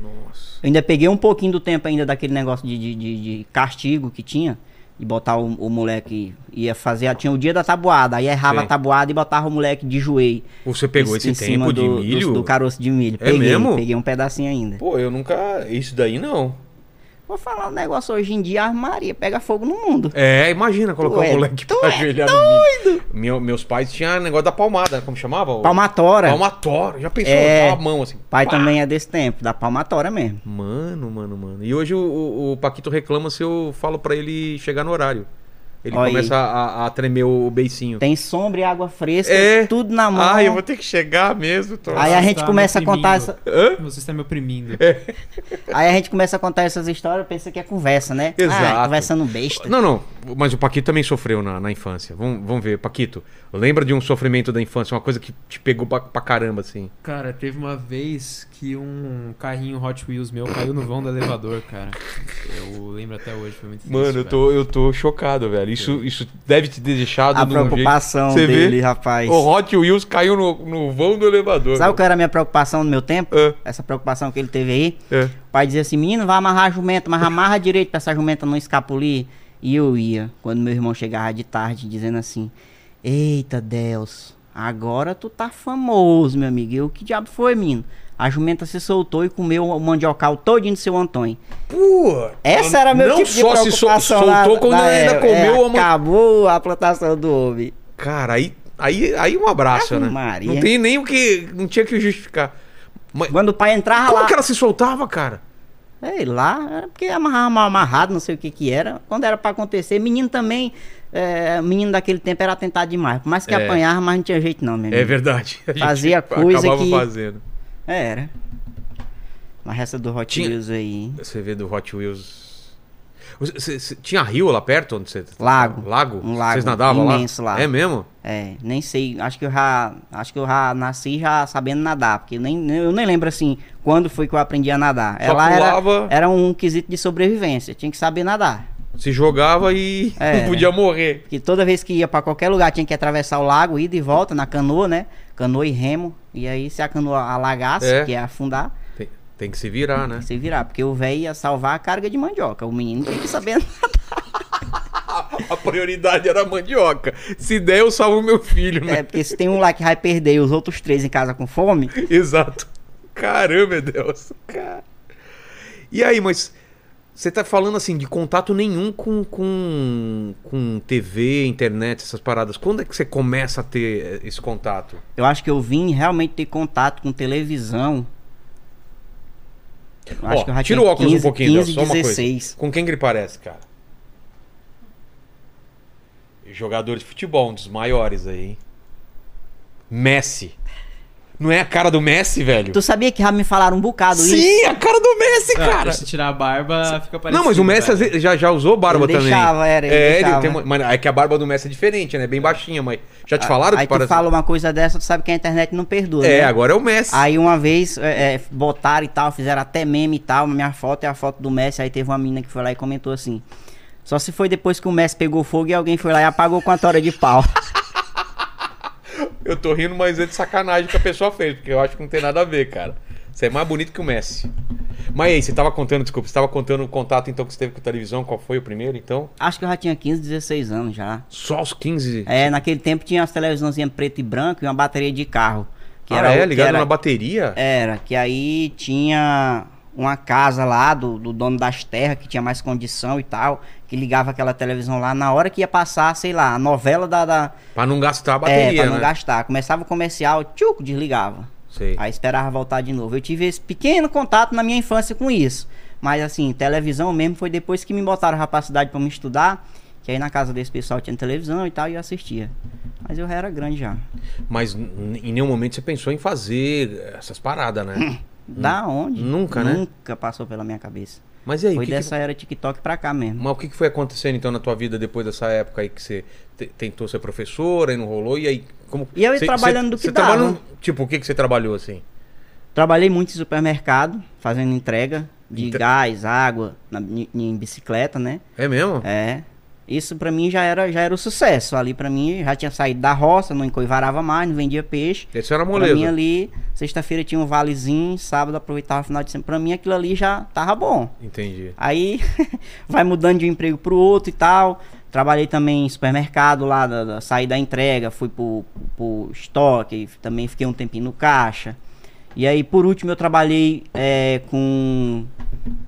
Nossa. Eu ainda peguei um pouquinho do tempo ainda daquele negócio de, de, de- de castigo que tinha. De botar o, o moleque. Ia fazer. Tinha o dia da tabuada. Aí errava Sim. a tabuada e botava o moleque de joelho. Você pegou em- esse em tempo cima de do, milho? Do, do caroço de milho. É Peguei, mesmo? peguei um pedacinho ainda. Pô, eu nunca. Isso daí não. Vou falar um negócio hoje em dia, a Maria pega fogo no mundo. É, imagina colocar Tu o é- moleque tu pra é ajoelhar no milho. Meu- meus pais tinham negócio da palmada, como chamava? O- Palmatória. Palmatória. Já pensou? É. Só a mão assim. Pai pá. também é desse tempo, da palmatória mesmo. Mano, mano, mano. E hoje o, o- o Paquito reclama se eu falo pra ele chegar no horário. Ele Olha aí. começa a, a tremer o beicinho. Tem sombra e água fresca, É. tudo na mão. Ah, eu vou ter que chegar mesmo. Tô... Aí a gente Tá começa a me oprimindo. contar essa- Hã? Você está me oprimindo. É. Aí a gente começa a contar essas histórias, pensa que é conversa, né? Exato. Ah, conversando besta. Não, não. Mas o Paquito também sofreu na, na infância. Vamos, vamos ver. Paquito, lembra de um sofrimento da infância? Uma coisa que te pegou pra, pra caramba, assim. Cara, teve uma vez que um carrinho Hot Wheels meu caiu no vão do elevador, cara. Eu lembro até hoje, foi muito triste, Mano, eu velho. tô, eu tô chocado, velho. Isso, isso deve te ter deixado A de um jeito- preocupação Você vê? dele, rapaz. O Hot Wheels caiu no, no vão do elevador. Sabe o que era a minha preocupação no meu tempo? É. Essa preocupação que ele teve aí. É. O pai dizia assim, menino, vai amarrar a jumenta, mas amarra direito pra essa jumenta não escapulir. E eu ia, quando meu irmão chegava de tarde, dizendo assim, eita Deus, agora tu tá famoso, meu amigo. E eu, que diabo foi, menino? A jumenta se soltou e comeu o mandiocal todinho do seu Antônio. Pô! Essa era meu Não tipo de só se sol- preocupação soltou lá- quando lá- ainda é, comeu é, a man- Acabou a plantação do homem. Cara, aí, aí, aí um abraço, Ave né? Maria. Não tem nem o que. Não tinha que justificar. Mas Quando o pai entrava como Ah lá... que ela se soltava, cara? Sei lá, era porque amarrava mal amarrado, não sei o que que era. Quando era pra acontecer, menino também, é, menino daquele tempo era atentado demais. Por mais que É. apanhava, mas não tinha jeito não, meu É amigo. verdade. A gente Fazia coisa acabava que- fazendo. É, era. Mas essa do Hot Tinha- Wheels aí, Você vê do Hot Wheels. Você- você- você- tinha rio lá perto onde você. Lago. Lago? Um lago Vocês nadavam lá? imenso lá. É mesmo? é, nem sei, acho que eu já, acho que eu já nasci já sabendo nadar, porque nem, eu nem lembro assim, quando foi que eu aprendi a nadar. Só Ela pulava. era, era um quesito de sobrevivência, tinha que saber nadar. Se jogava e É, não podia morrer. Porque toda vez que ia pra qualquer lugar tinha que atravessar o lago, ida e volta na canoa, né? Canoa e remo. E aí se a canoa alagasse, É. que é afundar, Tem, tem que se virar, né? você virar. Porque o velho ia salvar a carga de mandioca. O menino tem que saber. A prioridade era a mandioca. Se der, eu salvo meu filho, né? é, porque se tem um lá que vai perder e os outros três em casa com fome, Exato. Caramba, meu Deus. Cara. E aí, mas você tá falando assim de contato nenhum com, com, com TV, internet, essas paradas. Quando é que você começa a ter eh, esse contato? eu acho que eu vim realmente ter contato com televisão. Eu Ó, tira o óculos um pouquinho, Deus, só uma coisa. 16. Com quem que ele parece, cara? Jogador de futebol, um dos maiores aí, hein? Messi. Não é a cara do Messi, velho? Tu sabia que já me falaram um bocado isso? É, Sim, a cara do Messi, Ah, cara. Se tirar a barba, fica parecendo. Não, mas o Messi às vezes, já, já usou barba Ele também. deixava, era, ele né? é, deixava. tem uma- mas é que a barba do Messi é diferente, né? Bem baixinha, mas já te falaram Ah, Aí que parece. tu fala uma coisa dessa, tu sabe que a internet não perdoa, É, né? agora é o Messi. Aí uma vez é, é, botaram e tal, fizeram até meme e tal, minha foto é a foto do Messi, aí teve uma menina que foi lá e comentou assim. Só se foi depois que o Messi pegou fogo e alguém foi lá e apagou com a tora de pau. Eu tô rindo, mas é de sacanagem que a pessoa fez, porque eu acho que não tem nada a ver, cara. Você é mais bonito que o Messi. Mas aí, você tava contando, desculpa, você tava contando o contato então que você teve com a televisão, qual foi o primeiro, então? Acho que eu já tinha 15, 16 anos já. Só os 15. É, naquele tempo tinha as televisãozinhas preto e branco e uma bateria de carro. Que ah, era, é? que Ligado era- É. na bateria? Era, que aí tinha uma casa lá do, do dono das terras, que tinha mais condição e tal, que ligava aquela televisão lá na hora que ia passar, sei lá, a novela da- da, Pra não gastar a É, bateria, pra não né? gastar. Começava o comercial, tchuc, desligava. Sei. Aí esperava voltar de novo. Eu tive esse pequeno contato na minha infância com isso. Mas assim, televisão mesmo foi depois que me botaram rapacidade pra me estudar. Que aí na casa desse pessoal tinha televisão e tal, e eu assistia. Mas eu já era grande já. Hum. Mas n- em nenhum momento você pensou em fazer essas paradas, né? Da onde? Nunca, né? Nunca passou pela minha cabeça. Mas e aí, o Foi que que- dessa era TikTok pra cá mesmo. mas o que que foi acontecendo então na tua vida depois dessa época aí que você te- tentou ser professora e não rolou? E aí, como. E eu ia trabalhando do que dava. trabalhou- Tipo, o que, que você trabalhou assim? Trabalhei muito em supermercado, fazendo entrega de Entre- gás, água, na- em, em bicicleta, né? É mesmo? É. Isso pra mim já era, já era o sucesso. Ali pra mim já tinha saído da roça, não encoivarava mais, não vendia peixe. Esse era Pra mim moleza. ali, sexta-feira tinha um valezinho, sábado aproveitava o final de semana. Pra mim aquilo ali já tava bom. Entendi. Aí vai mudando de um emprego pro outro e tal. Trabalhei também em supermercado lá, da, da- saí da entrega, fui pro, pro estoque, também fiquei um tempinho no caixa. E aí, por último, eu trabalhei é, com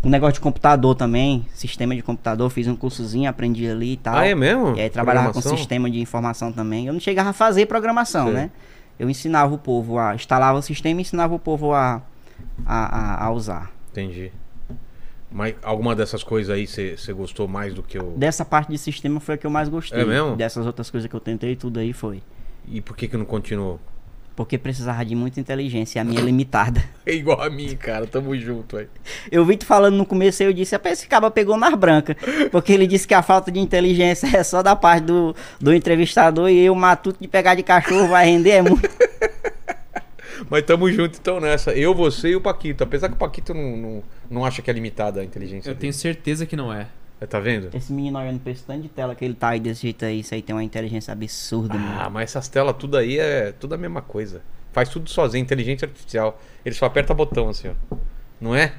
um negócio de computador também, sistema de computador, fiz um cursozinho, aprendi ali e tal. Ah, é mesmo? E aí trabalhava com Programação? sistema de informação também. Eu não chegava a fazer programação, Sei. né? Eu ensinava o povo a. instalava o sistema e ensinava o povo a, a, a- a usar. Entendi. Mas alguma dessas coisas aí você você gostou mais do que o. Dessa parte de sistema foi a que eu mais gostei. É mesmo? Dessas outras coisas que eu tentei, tudo aí foi. E por que que não continuou? Porque precisava de muita inteligência, e a minha é limitada. É igual a mim, cara. Tamo junto aí. Eu vi tu falando no começo e eu disse, rapaz, esse cara pegou nas brancas. Porque ele disse que a falta de inteligência é só da parte do, do entrevistador e eu matuto de pegar de cachorro vai render é muito. Mas tamo junto então nessa. Eu, você e o Paquito. Apesar que o Paquito não, não, não acha que é limitada a inteligência Eu dele. tenho certeza que não é. É, Tá vendo? Esse menino olhando pra esse tanto de tela que ele tá aí desse jeito aí, isso aí tem uma inteligência absurda, mano. Ah, mas essas telas tudo aí é tudo a mesma coisa. Faz tudo sozinho, inteligência artificial. Ele só aperta botão assim, ó. Não é?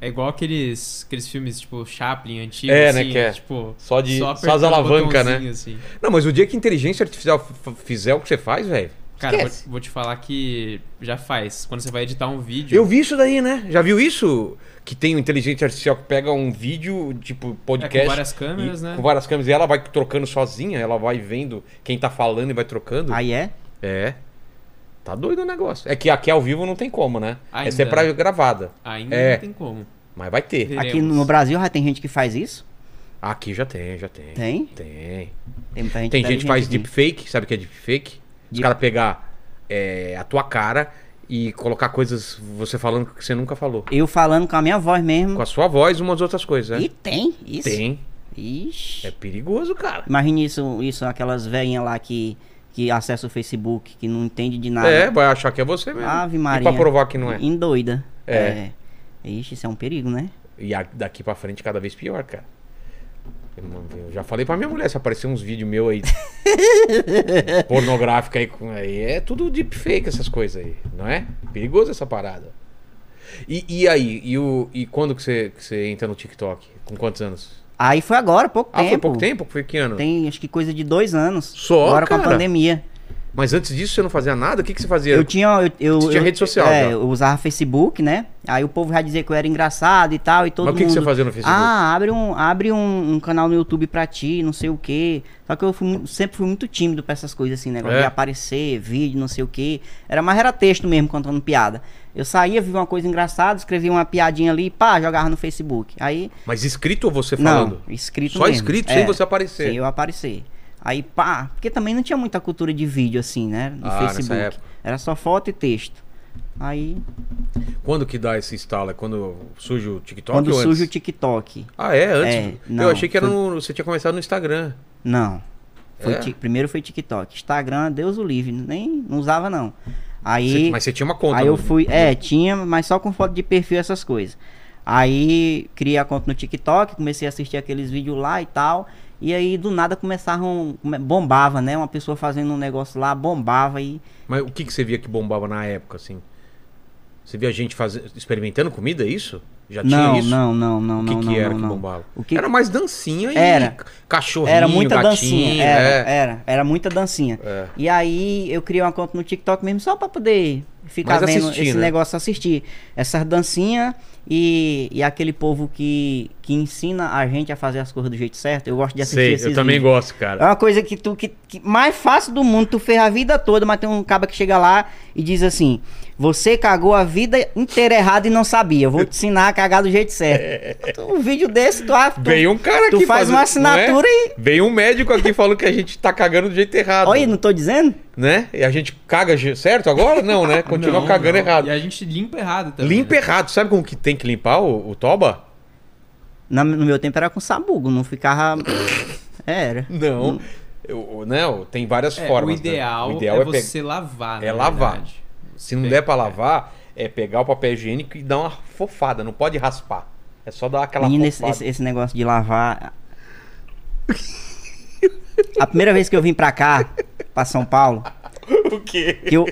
É igual aqueles, aqueles filmes, tipo, Chaplin antigos, É, né, assim, que é tipo... só de- só as apertando o alavanca, né? botãozinho, assim. Não, mas o dia que inteligência artificial f- f- fizer o que você faz, velho. Cara, vou, esquece. vou te falar que já faz. Quando você vai editar um vídeo... Eu vi isso daí, né? Já viu isso? Que tem uma inteligência artificial que pega um vídeo, tipo, podcast. É, com várias câmeras, e- né? Com várias câmeras. E ela vai trocando sozinha, ela vai vendo quem tá falando e vai trocando. Aí é? É. Tá doido o negócio. É que aqui ao vivo não tem como, né? Ainda. Essa é pra gravada. Ainda É. não tem como. Mas vai ter. Teremos. Aqui no Brasil já tem gente que faz isso? Aqui já tem, já tem. Tem? Tem. Tem muita gente Tem gente que faz inteligente aqui. deepfake, sabe o que é deepfake? Os Deep- caras pegar é, a tua cara e colocar coisas, você falando que você nunca falou. Eu falando com a minha voz mesmo. Com a sua voz e umas outras coisas, né? E tem isso? Tem. Ixi. É perigoso, cara. Imagine isso, isso aquelas velhinhas lá que, que acessa o Facebook, que não entende de nada. Ah, É, vai achar que é você mesmo. Ave E Maria. pra provar que não é. Endoida. É. É. Ixi, isso é um perigo, né? E a- daqui pra frente cada vez pior, cara. Eu já falei pra minha mulher, se aparecer uns vídeos meus aí pornográfico aí, com- aí é tudo deepfake essas coisas aí, não é? Perigoso essa parada. E, e aí, e, o, e quando que você, que você entra no TikTok? Com quantos anos? Aí foi agora, pouco Ah, tempo. foi pouco tempo? Foi que ano? Tem acho que coisa de dois anos. Só, Agora com cara? a pandemia. Mas antes disso você não fazia nada? O que, que você fazia? Eu tinha. Eu, eu, Você tinha eu- rede social já. É, eu usava Facebook, né? Aí o povo já dizia que eu era engraçado e tal, e todo Mas o que, que mundo. você fazia no Facebook? Ah, abre, um, abre um, um canal no YouTube pra ti, não sei o quê. Só que eu fui mu- sempre fui muito tímido pra essas coisas, assim, negócio É? de aparecer, vídeo, não sei o quê. Era mais era texto mesmo, contando piada. Eu saía, via uma coisa engraçada, escrevia uma piadinha ali, pá, jogava no Facebook. Aí, Mas escrito ou você falando? não, escrito Só mesmo. escrito, É, sem você aparecer. Sem eu aparecer. Aí, pá, porque também não tinha muita cultura de vídeo, assim, né? No Ah, nessa Facebook. época. Era só foto e texto. Aí, Quando que dá esse instala? Quando surge o TikTok quando ou antes? surge o TikTok. Ah, é? Antes? É, não, eu achei que era foi- no- você tinha começado no Instagram. Não. Foi É? ti- Primeiro foi TikTok. Instagram, Deus o livre. Nem não usava, não. Você- Aí, mas você tinha uma conta. né? aí eu no- fui. É, tinha, mas só com foto de perfil essas coisas. Aí criei a conta no TikTok, comecei a assistir aqueles vídeos lá e tal. E aí do nada começaram. come- Bombava, né? Uma pessoa fazendo um negócio lá, bombava e. Mas o que, que você via que bombava na época, assim? Você via gente faze- experimentando comida, é isso? Já Não, tinha isso? não, não, não, O que, não, que não, era não, que não. bombava? O que- Era mais dancinha e Era. cachorrinho, Era muita gatinho. né? dancinha. Era, era, era muita dancinha. É. E aí eu criei uma conta no TikTok mesmo só pra poder ficar Mas vendo assistir, esse né? negócio assistir. Essas dancinhas e, e aquele povo que, que ensina a gente a fazer as coisas do jeito certo. Eu gosto de assistir Sei, esses eu também vídeos. gosto, É cara. uma coisa que tu que, que mais fácil do mundo, tu fez a vida toda, mas tem um cara que chega lá e diz assim: Você cagou a vida inteira errado e não sabia. Eu vou te ensinar a cagar do jeito certo. Um vídeo desse, tu, ah, tu Veio um cara tu aqui faz fazer- uma não é? assinatura e. Veio um médico aqui falando que a gente tá cagando do jeito errado. Olha, não tô dizendo? Né? E a gente caga ge- certo agora? Não, né? Continua Não, cagando não. errado. E a gente limpa errado também. né? Limpa errado. Sabe como que tem que limpar o, o toba? Na- no meu tempo era com sabugo, não ficava. É, Era. Não. Eu- eu- né? eu- Tem várias Hum. É, formas. o né? ideal, O ideal é, é, pegar. você lavar, é na lavar. verdade. Se não Pe- der pra lavar, é pegar o papel higiênico e dar uma fofada. Não pode raspar. É só dar aquela Menino, esse, fofada. esse- esse negócio de lavar. A primeira vez que eu vim pra cá, pra São Paulo, O quê? que eu,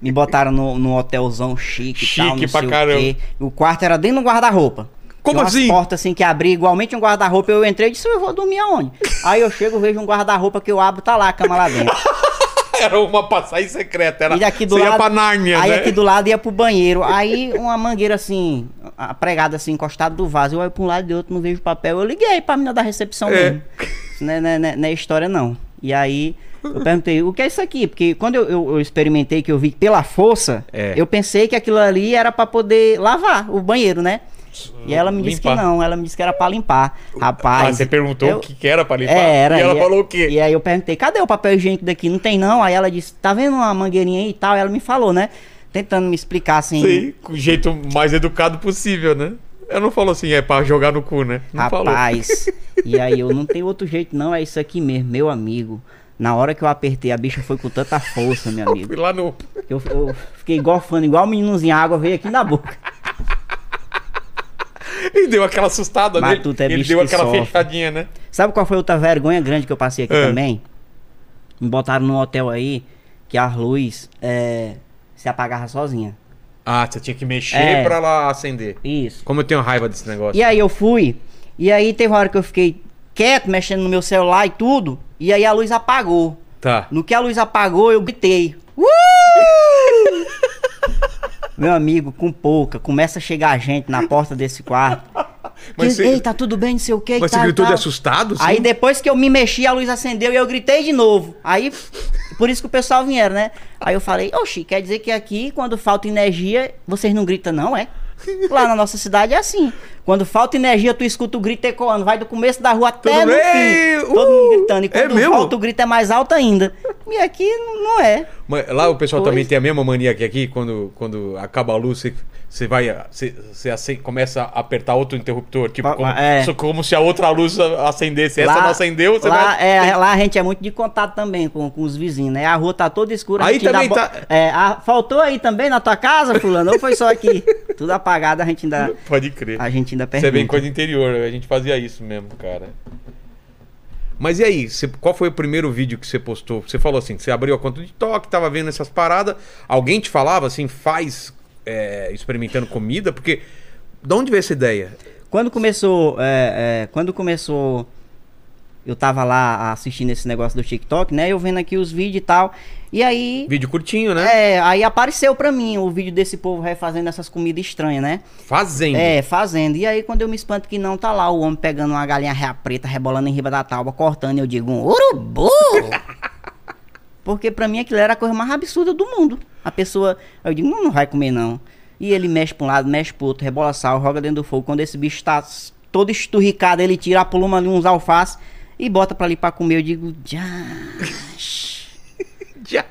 me botaram no- num hotelzão chique, e tal, Chique não pra sei o caramba. quê. O quarto era dentro de um guarda-roupa. Como Tinha umas assim? portas assim que abria igualmente um guarda-roupa. Eu entrei e disse, eu vou dormir aonde? Aí eu chego, vejo um guarda-roupa que eu abro, tá lá a cama lá dentro. Era uma passagem secreta. Era... E aqui do você lado, ia pra Nárnia, aí né? aqui do lado ia pro banheiro. Aí uma mangueira assim, a- pregada assim, encostada do vaso. Eu olho pra um lado e outro, não vejo papel. Eu liguei pra menina da recepção É. mesmo. Isso não é, não é- não é- não é história, não. E aí eu perguntei, o que é isso aqui? Porque quando eu, eu- eu experimentei, que eu vi pela força, É. eu pensei que aquilo ali era pra poder lavar o banheiro, né? E ela me disse que Limpar. não, ela me disse que era pra limpar. Rapaz. Ah, você perguntou eu- o que que era pra limpar? é, era, e ela e- falou o quê? E aí eu perguntei, cadê o papel higiênico daqui? Não tem não? Aí ela disse, tá vendo uma mangueirinha aí e tal? Ela me falou, né? Tentando me explicar assim. Sim, com o jeito mais educado possível, né? Ela não falou assim, é pra jogar no cu, né? Não falou. Rapaz. e aí eu não tem outro jeito não, é isso aqui mesmo, meu amigo. Na hora que eu apertei, a bicha foi com tanta força, meu amigo. Fui lá no. que Eu, eu fiquei golfando igual um meninozinho, a água veio aqui na boca. E deu aquela assustada Mas nele. tu é Ele bicho deu que aquela sofre. fechadinha, né? Sabe qual foi outra vergonha grande que eu passei aqui É. também? Me botaram num hotel aí que as luzes é, se apagavam sozinha. Ah, você tinha que mexer É. pra ela acender. Isso. Como eu tenho raiva desse negócio. E aí eu fui, e aí teve uma hora que eu fiquei quieto, mexendo no meu celular e tudo, e aí a luz apagou. Tá. No que a luz apagou, eu gritei. Uh! meu amigo, com pouca, começa a chegar gente na porta desse quarto. Mas Que, você- Ei, tá tudo bem, não sei o que. Mas você gritou de assustado? assim? Aí depois que eu me mexi, a luz acendeu e eu gritei de novo. Aí, por isso que o pessoal vieram, né? Aí eu falei, oxi, quer dizer que aqui, quando falta energia, vocês não gritam não, é? Lá na nossa cidade é assim. Quando falta energia, tu escuta o grito ecoando. Vai do começo da rua até Todo no mundo, "Ei, fim. Todo uh!" mundo gritando. E É quando mesmo? volta, o grito é mais alto ainda. E aqui n- não é. Mas lá o pessoal Pois. também tem a mesma mania que aqui, quando, quando acaba a luz, você, você vai. Você, você acen- começa a apertar outro interruptor. Tipo, Pa- como, é. so- como se a outra luz a- acendesse. Essa Lá- não acendeu, você lá, vai. é, lá a gente é muito de contato também com, com os vizinhos, né? A rua tá toda escura. a Aí gente ainda também bo- tá- é, a- faltou aí também na tua casa, fulano? Ou foi só aqui? Tudo apagado, a gente ainda... Pode crer. A gente ainda Isso é pergunta. bem coisa do interior, a gente fazia isso mesmo, cara. Mas e aí, você- qual foi o primeiro vídeo que você postou? Você falou assim, que você abriu a conta de toque, tava vendo essas paradas, alguém te falava assim, faz é, experimentando comida? Porque, de onde veio essa ideia? Quando começou, é, é, quando começou, eu tava lá assistindo esse negócio do TikTok, né? Eu vendo aqui os vídeos e tal. E aí, Vídeo curtinho, né? é, aí apareceu pra mim o vídeo desse povo refazendo essas comidas estranhas, né? Fazendo. É, fazendo. E aí quando eu me espanto que não tá lá o homem pegando uma galinha ré preta, rebolando em riba da tábua, cortando, eu digo, um urubu! Porque pra mim aquilo era a coisa mais absurda do mundo. A pessoa, eu digo, não, não vai comer não. E ele mexe pra um lado, mexe pro outro, rebola sal, roga dentro do fogo. Quando esse bicho tá s- todo esturricado, ele tira a pluma ali, uns alfaces e bota pra ali pra comer. Eu digo, já. Já-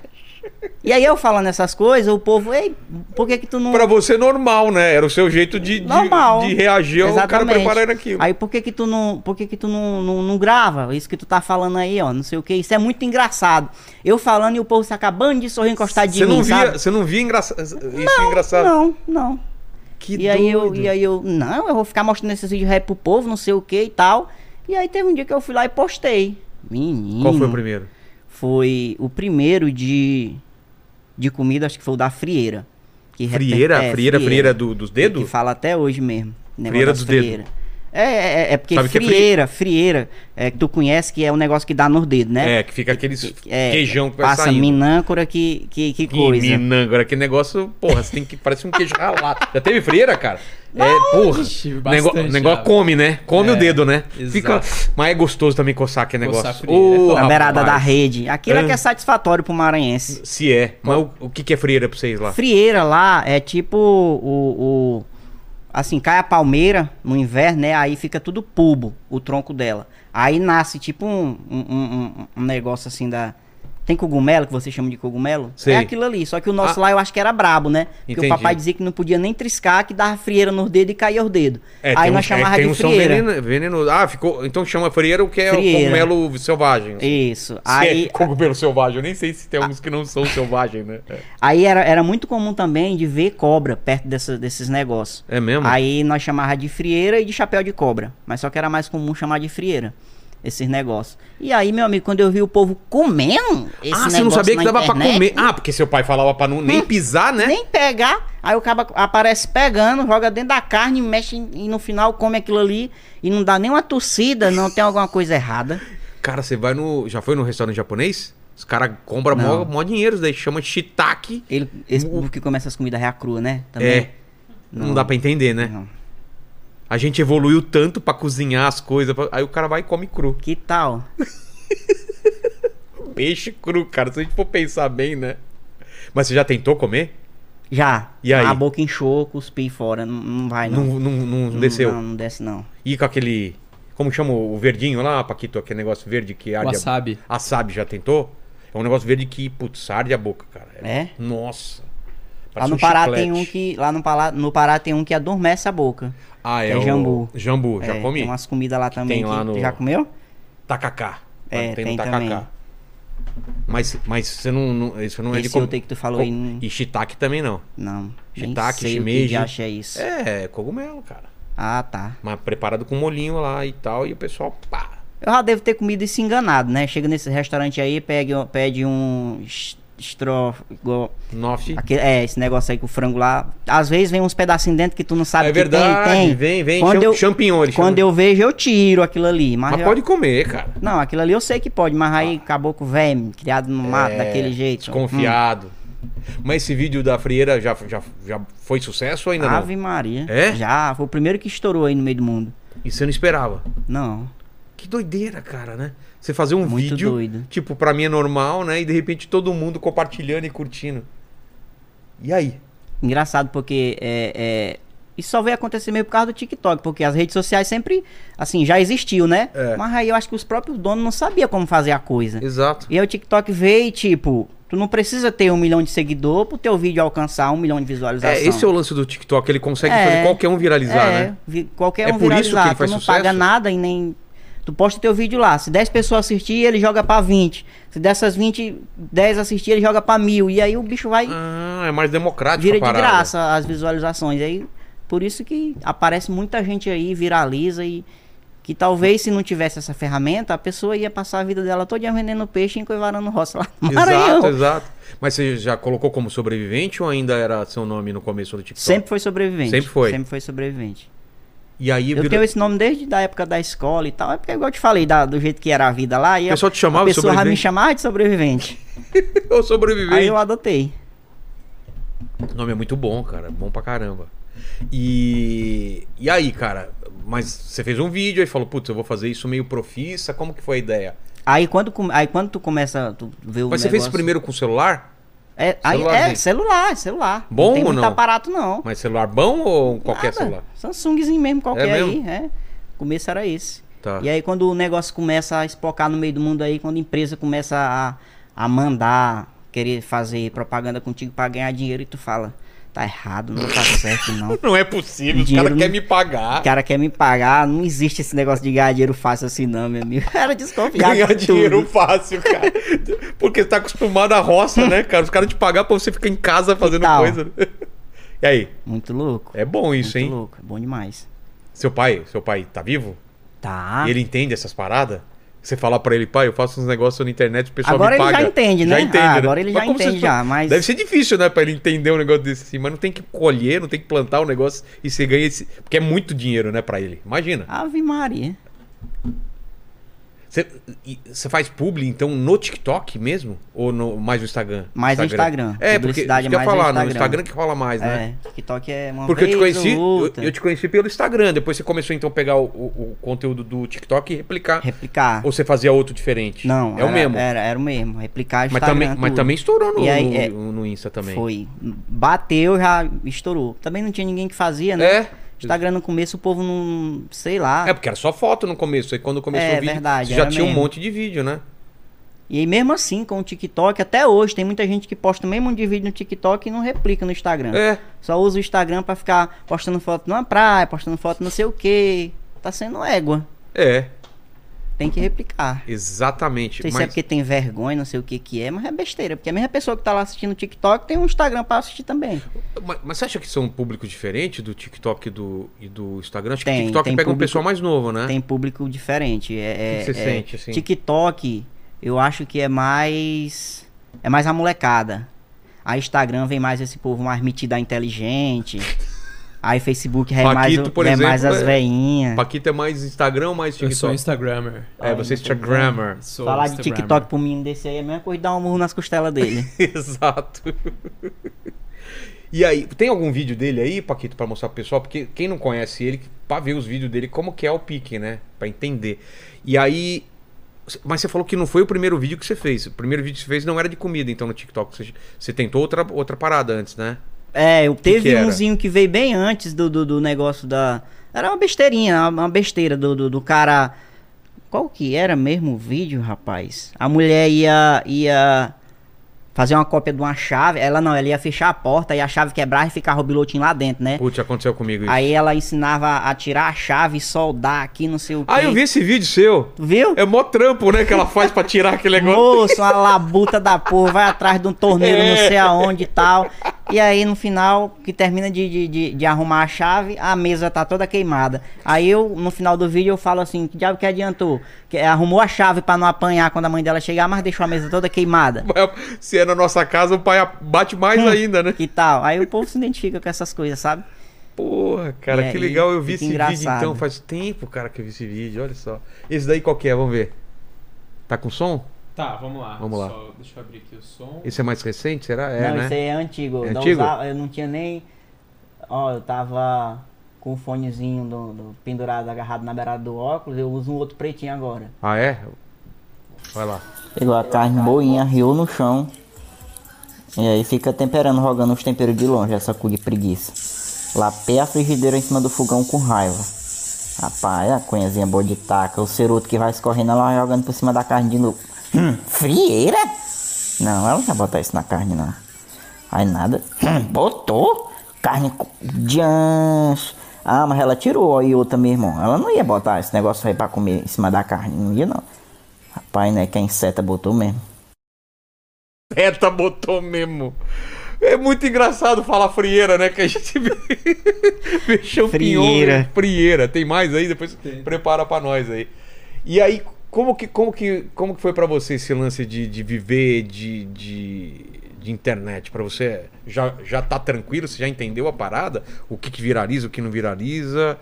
E aí eu falando essas coisas, o povo, ei, por que que tu não... Pra você, normal, né? Era o seu jeito de, de, Normal. de reagir ao cara Exatamente. preparando aquilo. Aí por que que tu não, por que que tu não, não, não grava? Isso que tu tá falando aí, ó, não sei o que. Isso é muito engraçado. Eu falando e o povo se acabando de sorrir encostado de Você mim, não via, sabe? você não via engraça... isso é engraçado? Não, não. Que e aí eu, doido. e aí eu, não, eu vou ficar mostrando esses vídeos aí pro povo, não sei o que e tal. E aí teve um dia que eu fui lá e postei. Menino. Qual foi o primeiro? Foi o primeiro de de comida, acho que foi o da frieira. Que reper- Frieira? é, frieira, frieira do- dos Que dedos? fala até hoje mesmo. negócio Frieira das dos dedos. frieiras. É, é, é porque Sabe o que é fri- frieira, frieira, é, que tu conhece que é um negócio que dá nos dedos, né? É, que fica aqueles É, queijão que vai Passa saindo. minâncora que, que, que coisa. Ih, Minan, agora que negócio, porra, você tem que. Parece um queijo ralado. Já teve frieira, cara? É, porra. Ixi, Negó- bastante, negócio já. come, né? Come o É, dedo, né? exato. Fica... Mas é gostoso também coçar aquele Coçar negócio. frieira, é Ô, Na beirada da rapaz, rede. Aquilo é que é satisfatório pro maranhense. Se é. Mas o, o que, que é frieira pra vocês lá? Frieira lá é tipo o, o- Assim, cai a palmeira no inverno, né? Aí fica tudo pubo, o tronco dela. Aí nasce tipo um, um- um- um- um negócio assim da. Tem cogumelo, que você chama de cogumelo? Sei. Ah. É aquilo ali. Só que o nosso lá eu acho que era brabo, né? Porque Entendi. o papai dizia que não podia nem triscar, que dava frieira nos dedos e caía os dedos. Aí É, tem nós uns- chamava tem de uns são frieira. veneno- venenoso. Ah, ficou. Então chama frieira o que é Frieira. o cogumelo selvagem. Isso. Se Aí, é cogumelo selvagem. Eu nem sei se tem alguns que não são selvagem, né? aí era, era muito comum também de ver cobra perto dessa- desses negócios. É mesmo? Aí nós chamava de frieira e de chapéu de cobra. Mas só que era mais comum chamar de frieira. Esses negócios. E aí, meu amigo, quando eu vi o povo comendo esse ah, você negócio não sabia na que dava pra internet, Hum. comer. Ah, porque seu pai falava pra não, nem pisar, né? Nem pegar, aí o cara aparece pegando, joga dentro da carne, mexe e no final come aquilo ali e não dá nenhuma tossida, não tem alguma coisa errada. Cara, você vai no. Já foi no restaurante japonês? Os caras compram mó, Não. mó dinheiro, isso daí chama shiitake. Ele, esse O- povo que come essas comidas já crua, né? É. Não. dá pra entender, né? Não. A gente evoluiu tanto pra cozinhar as coisas. pra- Aí o cara vai e come cru. Que tal? Peixe cru, cara. Se a gente for pensar bem, né? Mas você já tentou comer? Já. E aí? A boca inchou, cuspi fora. Não, não vai, É, não. Não, não, não desceu. Não, não desce, não. E com aquele. Como chama o verdinho lá, Paquito? Aquele negócio verde que arde. a- Wasabi. Wasabi, já tentou? É um negócio verde que, putz, arde a boca, cara. É? Nossa. Lá Parece no Pará chiclete. tem um que lá no Pará, no Pará tem um que adormece a boca. Ah, é, é o jambu. jambu. Jambu, já É, comi. Tem umas comidas lá também. tem lá que- no- tu Já comeu? Tacacá. É, no tem também. Mas, mas você não, não- Isso não é de Esse outro aí que tu falou aí, não- E shiitake também não. Não. nem Shiitake, sei o shimeji. que de acha isso. É, cogumelo, cara. Ah, tá. Mas preparado com molinho lá e tal. E o pessoal, pá. Eu já devo ter comido e se enganado, né? Chega nesse restaurante aí, pega, pede um es- estrofe. go- Nof. aquele- é, esse negócio aí com o frango lá. Às vezes vem uns pedacinhos dentro que tu não sabe É que tem, verdade. tem. Vem, vem. Quando cham- eu- champignon, eles Quando chamam. eu vejo, eu tiro aquilo ali. Mas, Mas eu- Ah, Hum. pode comer, cara. Não, aquilo ali eu sei que pode, mas aí caboclo velho, criado no mato, É, daquele jeito. Desconfiado. Mas esse vídeo da frieira já, já, já foi sucesso ou ainda não? Ave Maria. É? Já, foi o primeiro que estourou aí no meio do mundo. E você não esperava. Não. Que doideira, cara, né? Você fazer um Muito vídeo, doido. tipo, pra mim é normal, né? E de repente todo mundo compartilhando e curtindo. E aí? Engraçado porque é, é, isso só veio acontecer meio por causa do TikTok, porque as redes sociais sempre, assim, já existiu, né? É. Mas aí eu acho que os próprios donos não sabiam como fazer a coisa. Exato. E aí o TikTok veio e, tipo, tu não precisa ter um milhão de seguidor pro teu vídeo alcançar um milhão de visualizações. É, esse é o lance do TikTok, ele consegue É. fazer qualquer um viralizar, é, né? vi- qualquer É um por isso que viralizar, ele faz tu não sucesso? paga nada e nem tu posta teu vídeo lá, se 10 pessoas assistir, ele joga pra 20. Se dessas 20, 10 assistir, ele joga pra mil e aí o bicho vai Ah, é mais democrático vira a de parada. graça as visualizações. Aí por isso que aparece muita gente aí, viraliza e que talvez se não tivesse essa ferramenta, a pessoa ia passar a vida dela toda vendendo peixe e encoivarando roça lá no Maranhão. Exato, exato. Mas você já colocou como sobrevivente ou ainda era seu nome no começo do TikTok? Sempre foi sobrevivente. Sempre foi. Sempre foi sobrevivente. E aí Eu virou- tenho esse nome desde a época da escola e tal. É porque, igual eu te falei, da- do jeito que era a vida lá. E O pessoal te chamava A de pessoa já me sobrevivente? chamava de sobrevivente. eu sobrevivente. Aí eu adotei. O nome é muito bom, cara. Bom pra caramba. E, e aí, cara? Mas você fez um vídeo e falou, putz, eu vou fazer isso meio profissa. Como que foi a ideia? Aí quando, come- aí quando tu começa, tu vê o Mas você um negócio... fez primeiro com celular? É, aí- Celularzinho. é, celular, celular. Bom não tem ou muito não? aparato, não. Mas celular bom ou qualquer Nada. celular? Samsungzinho mesmo, qualquer É mesmo? aí. É. O começo era esse. Tá. E aí quando o negócio começa a espocar no meio do mundo aí, quando a empresa começa a, a mandar, querer fazer propaganda contigo pra ganhar dinheiro e tu fala, tá errado, não tá certo não. Não é possível, os Dinheiro caras querem não- me pagar. O cara quer me pagar, não existe esse negócio de ganhar dinheiro fácil assim não, meu amigo. Era desconfiado Ganhar de tudo. dinheiro fácil, cara. Porque você tá acostumado à roça, né, cara? Os caras te pagar pra você ficar em casa fazendo tal? coisa. E aí? Muito louco. É bom isso, muito hein? louco, é bom demais. Seu pai, seu pai tá vivo? Tá. E ele entende essas paradas? Você falar pra ele, pai, eu faço uns negócios na internet, o pessoal Agora me ele paga. já entende, né? Já entende, Ah, né? agora ele já como entende já, mas- Deve ser difícil, né, pra ele entender um negócio desse assim. Mas não tem que colher, não tem que plantar o negócio e você ganha esse... Porque é muito dinheiro, né, pra ele. Imagina. Ave Maria. Você, e você faz publi, então, no TikTok mesmo? Ou no, mais no Instagram? Mais no Instagram. É, porque isso Publicidade que eu ia mais no falar, no Instagram. Instagram que rola mais, né? É, TikTok é uma Porque eu te vez conheci, ou eu, outra. eu te conheci pelo Instagram, depois você começou então a pegar o, o- o conteúdo do TikTok e replicar. Replicar. Ou você fazia outro diferente? Não, É era, o mesmo. Era, era o mesmo. Replicar mas, Instagram, também, mas tudo. também estourou no, E aí, é- no, no Insta também. Foi. Bateu, já estourou. Também não tinha ninguém que fazia, né? É. Instagram no começo o povo não. Sei lá. É, porque era só foto no começo. Aí quando começou É, o vídeo, verdade, você já era tinha um mesmo. monte de vídeo, né? E aí, mesmo assim, com o TikTok, até hoje, tem muita gente que posta o mesmo de vídeo no TikTok e não replica no Instagram. É. Só usa o Instagram pra ficar postando foto numa praia, postando foto não sei o quê. Tá sendo égua. É, Tem que replicar. exatamente. Não sei se é mas porque tem vergonha, não sei o que que é, mas é besteira. Porque a mesma pessoa que tá lá assistindo o TikTok tem um Instagram pra assistir também. Mas, mas você acha que são um público diferente do TikTok e do, e do Instagram? Acho que o Tem, TikTok tem pega um público- pessoal mais novo, né? Tem público diferente. É, O que que você é- é- sente, assim? TikTok, eu acho que é mais... É mais a molecada. A Instagram vem mais esse povo mais metida inteligente. Aí Facebook já é mais, Paquito, o- por já é exemplo, mais as é- veinhas. Paquita é mais Instagram ou mais Eu sou TikTok? Instagrammer. É, você é Instagrammer. Sou Falar de Instagrammer. TikTok pro menino desse aí é a mesma coisa de dar um murro nas costelas dele. Exato. E aí, tem algum vídeo dele aí, Paquito, pra mostrar pro pessoal? Porque quem não conhece ele, pra ver os vídeos dele, como que é o pique, né? Pra entender. E aí. Mas você falou que não foi o primeiro vídeo que você fez. O primeiro vídeo que você fez não era de comida, então, no TikTok. Você, você tentou outra, outra parada antes, né? É, eu teve que era? umzinho que veio bem antes do, do, do negócio da. Era uma besteirinha, uma uma besteira do, do, do cara. Qual que era mesmo o vídeo, rapaz? A mulher ia, ia fazer uma cópia de uma chave. Ela não, ela ia fechar a porta e a chave quebrar e ficava o bilotinho lá dentro, né? Putz, aconteceu comigo isso. Aí ela ensinava a tirar a chave, soldar aqui, não sei o que. Ah, eu vi esse vídeo seu. Viu? É mó trampo, né? Que ela faz pra tirar aquele negócio. Moço, uma labuta da porra, vai atrás de um torneiro não É. sei aonde e tal. E aí, no final, que termina de, de, de- de arrumar a chave, a mesa tá toda queimada. Aí eu, no final do vídeo, eu falo assim, que diabo que adiantou? Que eh, arrumou a chave pra não apanhar quando a mãe dela chegar, mas deixou a mesa toda queimada. Mas Se é na nossa casa, o pai bate mais Hum. ainda, né? Que tal? Aí o povo se identifica com essas coisas, sabe? Porra, cara, E que aí, legal. Eu vi fica esse vídeo engraçado. então. Faz tempo, cara, que eu vi esse vídeo. Olha só. Esse daí qual que é? Vamos ver. Tá com som? Tá, vamos lá. Vamos lá. Só- deixa eu abrir aqui o som. Esse é mais recente? Será? É, não, né? isso aí é antigo. É não antigo? usava- eu não tinha nem. Ó, eu tava com o fonezinho do- do- pendurado, agarrado na beirada do óculos, eu uso um outro pretinho agora. Ah, é? Vai lá. Pegou a carne boinha, riu no chão. E aí fica temperando, rogando os temperos de longe, essa cu de preguiça. Lapé a frigideira em cima do fogão com raiva. Rapaz, a cunhazinha boa de taca, o ceruto que vai escorrendo ela vai jogando por cima da carne de novo. Hum, frieira? Não, ela não vai botar isso na carne não. Aí nada. Hum, botou? Carne co- de anjo. Ah, mas ela tirou aí outra, meu irmão. Ela não ia botar esse negócio aí pra comer em cima da carne, não ia não. Rapaz, né? Que a inseta botou mesmo. Peta botou mesmo. É muito engraçado falar frieira, né? Que a gente vê, vê champignon. Frieira. né? Frieira. Tem mais aí? Depois Tem. prepara pra nós aí. E aí, como que, como que, como que foi pra você esse lance de, de viver de, de, de internet? Pra você já, já tá tranquilo? Você já entendeu a parada? O que, que viraliza, o que não viraliza?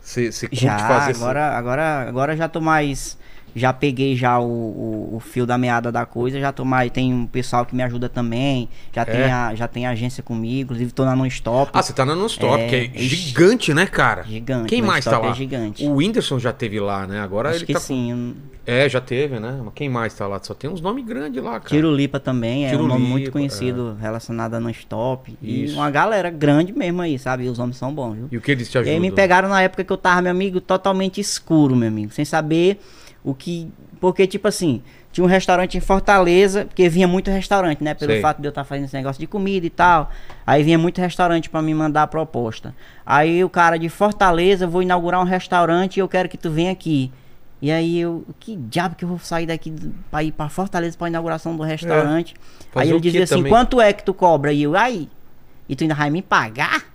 Você, você curte Já, fazer essa- agora, agora, Ah, agora já tô mais. Já peguei já o, o, o fio da meada da coisa, já tô mais. Tem um pessoal que me ajuda também. Já, É? tem, a, já tem agência comigo, inclusive tô na non-stop. Ah, você tá na Nonstop, É, que é ixi. gigante, né, cara? Gigante, Quem mais tá Nonstop lá? é gigante. O Whindersson já teve lá, né? Agora Acho ele que tá. sim. eu- um É, já teve, né? Mas quem mais tá lá? Só tem uns nomes grandes lá, cara. Tirulipa também é um nome Tirulipa, muito conhecido relacionado a non-stop. E Isso. uma galera grande mesmo aí, sabe? E os homens são bons, viu? E o que eles te E ajudam? aí me pegaram na época que eu tava, meu amigo, totalmente escuro, meu amigo, sem saber o que. Porque, tipo assim, tinha um restaurante em Fortaleza, porque vinha muito restaurante, né? Pelo Sei. fato de eu estar fazendo esse negócio de comida e tal. Aí vinha muito restaurante pra me mandar a proposta. Aí o cara de Fortaleza, eu vou inaugurar um restaurante e eu quero que tu venha aqui. E aí eu, que diabo que eu vou sair daqui do- pra ir pra Fortaleza pra inauguração do restaurante? É. Fazer Aí o ele quê dizia assim, também? quanto é que tu cobra? E eu, aí, e tu ainda vai me pagar?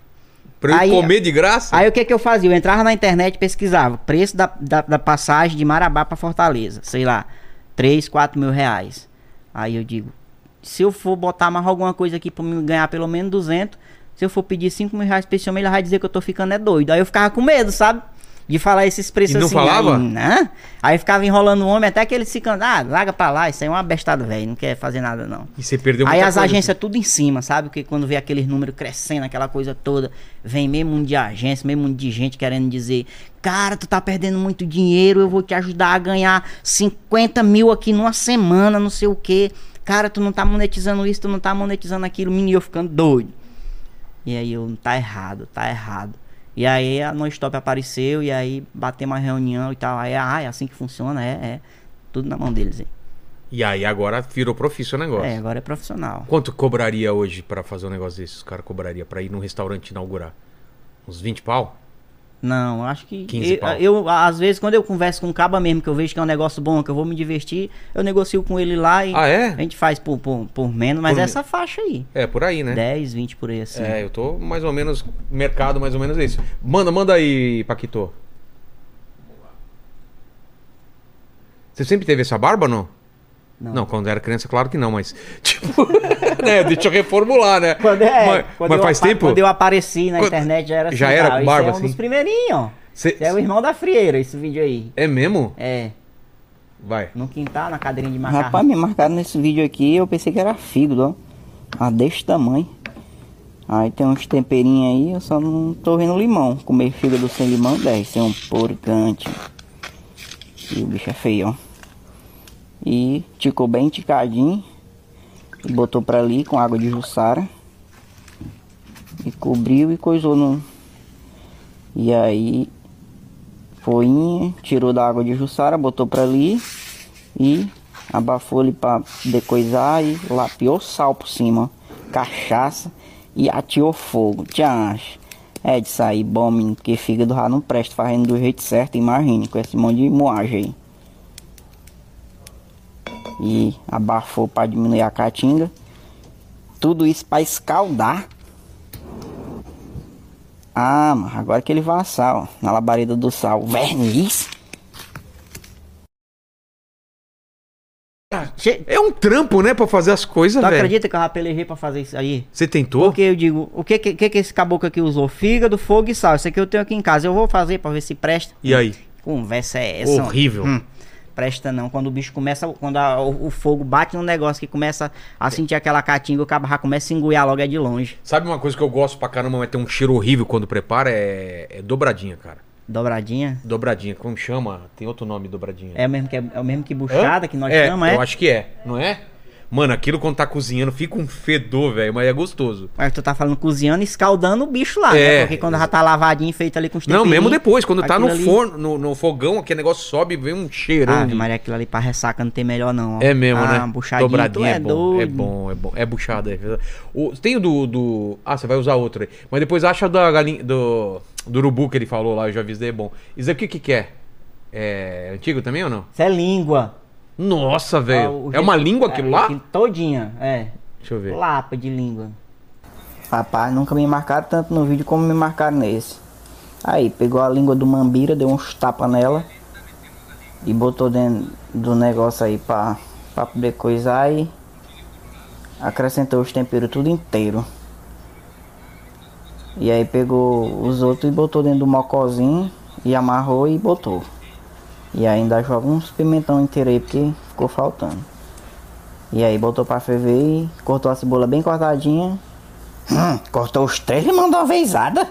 Pra eu Aí- comer de graça? Aí o que que eu fazia? Eu entrava na internet e pesquisava preço da, da, da passagem de Marabá pra Fortaleza, sei lá, 3, 4 mil reais. Aí eu digo, se eu for botar mais alguma coisa aqui pra me ganhar pelo menos 200, se eu for pedir 5 mil reais pra esse homem, ele vai dizer que eu tô ficando é doido. Aí eu ficava com medo, sabe? De falar esses preços assim, E não falava? Aí, né? aí eu ficava enrolando o homem até que ele se can... Ah, larga pra lá, isso aí é uma bestada, velho. Não quer fazer nada, não. E você perdeu Aí muita as coisa. agências tudo em cima, sabe? Porque quando vê aqueles números crescendo, aquela coisa toda, vem meio mundo de agência, meio mundo de gente querendo dizer: Cara, tu tá perdendo muito dinheiro, eu vou te ajudar a ganhar 50 mil aqui numa semana, não sei o quê. Cara, tu não tá monetizando isso, tu não tá monetizando aquilo, menino, e eu ficando doido. E aí eu, tá errado, tá errado. E aí a Nonstop apareceu, e aí batemos uma reunião e tal. Aí, ah, é assim que funciona, é, é. Tudo na mão deles, hein? assim. E aí agora virou profício o negócio. É, agora é profissional. Quanto cobraria hoje pra fazer um negócio desse? Os caras cobraria pra ir num restaurante inaugurar? Uns 20 pau? Não, acho que. 15 eu, pau. eu, às vezes, quando eu converso com um caba mesmo, que eu vejo que é um negócio bom, que eu vou me divertir, eu negocio com ele lá e Ah, é? a gente faz por, por, por menos, mas Por essa faixa aí. É, por aí, né? 10, 20 por aí assim. É, eu tô mais ou menos. Mercado, mais ou menos é isso. Manda, manda aí, Paquito. Você sempre teve essa barba não? Não. quando era criança, claro que não, mas. Tipo, né? Deixa eu reformular, né? Quando, é, mas quando mas eu faz apa- tempo? Quando eu apareci na Quando- internet já era já era cara, com barba, esse é um dos assim? primeirinhos, ó. Cê- Esse é o irmão da frieira, esse vídeo aí. É mesmo? É, Vai. no quintal, na cadeirinha de macarrão. Rapaz, me marcaram nesse vídeo aqui, eu pensei que era fígado, ó. Ah, desse tamanho. Aí tem uns temperinhos aí, eu só não tô vendo limão. Comer fígado sem limão deve ser um porcante. E o bicho é feio, ó. E ticou bem ticadinho. E botou pra ali com água de jussara. E cobriu e coisou no... E aí... Foi, tirou da água de jussara, botou pra ali e abafou ele para decoisar e lapiou sal por cima, cachaça e atiou fogo. Tchans. É de sair bom, menino, porque fígado já não presta fazendo do jeito certo, imagine, com esse monte de moagem aí. E abafou para diminuir a caatinga. Tudo isso para escaldar. Ah, mas agora que ele vai assar, ó, na labareda do sal. Verniz? Che- É um trampo, né? Pra fazer as coisas, Tu velho. acredita que eu já pelejei pra fazer isso aí? Você tentou? Porque eu digo, o que, que, que que esse caboclo aqui usou? Fígado, fogo e sal. Isso aqui eu tenho aqui em casa. Eu vou fazer pra ver se presta. E aí? Conversa é essa? Horrível. Hum, presta não. Quando o bicho começa, quando a- o, o fogo bate no negócio que começa a sentir aquela catinga, o cabo já começa a engoiar logo é de longe. Sabe uma coisa que eu gosto pra caramba, mas tem um cheiro horrível quando prepara? É, é dobradinha, cara. Dobradinha. Dobradinha, como chama? Tem outro nome, dobradinha. É o mesmo que, é, o mesmo que buchada Hã? que nós é, chamamos, Eu é? acho que é, não é? Mano, aquilo quando tá cozinhando fica um fedor, velho, mas é gostoso. Mas tu tá falando cozinhando e escaldando o bicho lá, É. né? Porque quando já tá lavadinho, feito ali com os Não, mesmo temperinhos, depois, quando tá no Tipo aquilo ali- forno, no, no fogão, aquele negócio sobe e vem um cheirão. Ah, de- Maria, aquilo ali pra ressaca não tem melhor não. ó. É mesmo, ah, né? Buchadinha, tu é, é bom, doido. é bom, é bom. É buchada. é verdade. O- tem o do, do- Ah, você vai usar outro aí. Mas depois acha da galinha. Do, do urubu que ele falou lá, eu já avisei, é bom. Isso aqui o que, que é? É antigo também ou não? Isso é língua. Nossa, Ah, o velho. É jeito- uma língua aquilo lá? Todinha, é. Deixa eu ver. Lapa de língua. Rapaz, nunca me marcaram tanto no vídeo como me marcaram nesse. Aí, pegou a língua do Mambira, deu uns tapa nela e botou dentro do negócio aí pra, pra poder coisar e acrescentou os temperos tudo inteiro. E aí pegou os outros e botou dentro do mocozinho e amarrou e botou. E ainda joga uns pimentão inteiro aí porque ficou faltando. E aí botou pra ferver e cortou a cebola bem cortadinha Hum, cortou os três e mandou uma vezada.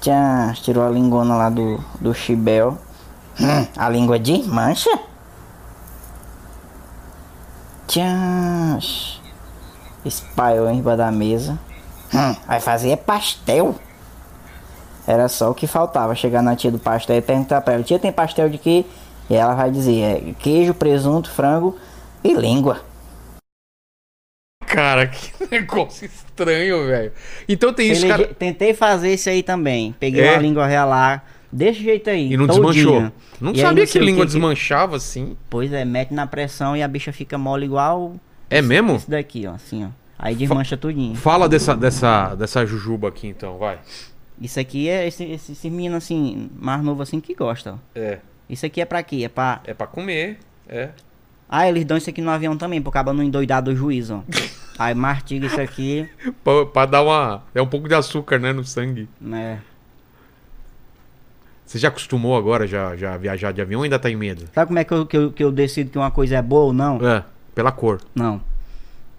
Tchan, tirou a lingona lá do, do chibel. Hum, a língua de mancha. Tchan, espalhou em cima da mesa. Hum, vai fazer é pastel. Era só o que faltava, chegar na tia do pastel e perguntar pra ela, tia tem pastel de quê? E ela vai dizer, é queijo, presunto, frango e língua. Cara, que negócio estranho, velho. Então tem isso, Peleje- cara. Tentei fazer isso aí também. Peguei É? uma língua real lá, desse jeito aí. E não todinha. desmanchou. Não E aí sabia sei que o língua desmanchava assim. Pois é, mete na pressão e a bicha fica mole igual É mesmo? isso daqui, ó, assim, ó. Aí desmancha tudinho. Fala dessa, dessa, dessa jujuba aqui então, vai. Isso aqui é esse, esse, esse menino assim, mais novo assim que gosta, ó. É. Isso aqui é pra quê? É pra. É pra comer. É. Ah, eles dão isso aqui no avião também, pro cabo não endoidar do juiz, ó. Aí martiga isso aqui, Pra, pra dar uma. É um pouco de açúcar, né? No sangue. né? Você já acostumou agora, já, já viajar de avião ou ainda tá em medo? Sabe como é que eu, que, eu, que eu decido que uma coisa é boa ou não? É. Pela cor. Não.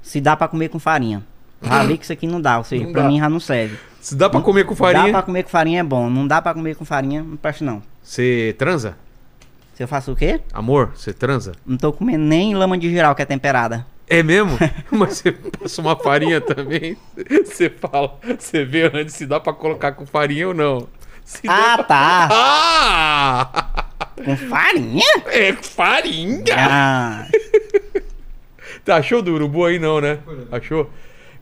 Se dá pra comer com farinha. Já vi que isso aqui não dá, ou seja, Hum. Não pra dá. mim já não serve. Se dá pra comer com Hum? Dá farinha, pra comer com farinha é bom, não dá pra comer com farinha, não presta não. você transa? Se eu faço o quê? Amor, você transa? Não tô comendo nem lama de geral que é temperada. É mesmo? Mas você passa uma farinha também, você fala, você vê antes se dá pra colocar com farinha ou não. Se Ah, dá- tá. Ah! Com farinha? É farinha! Ah, Tá, achou do urubu aí não, né? Achou?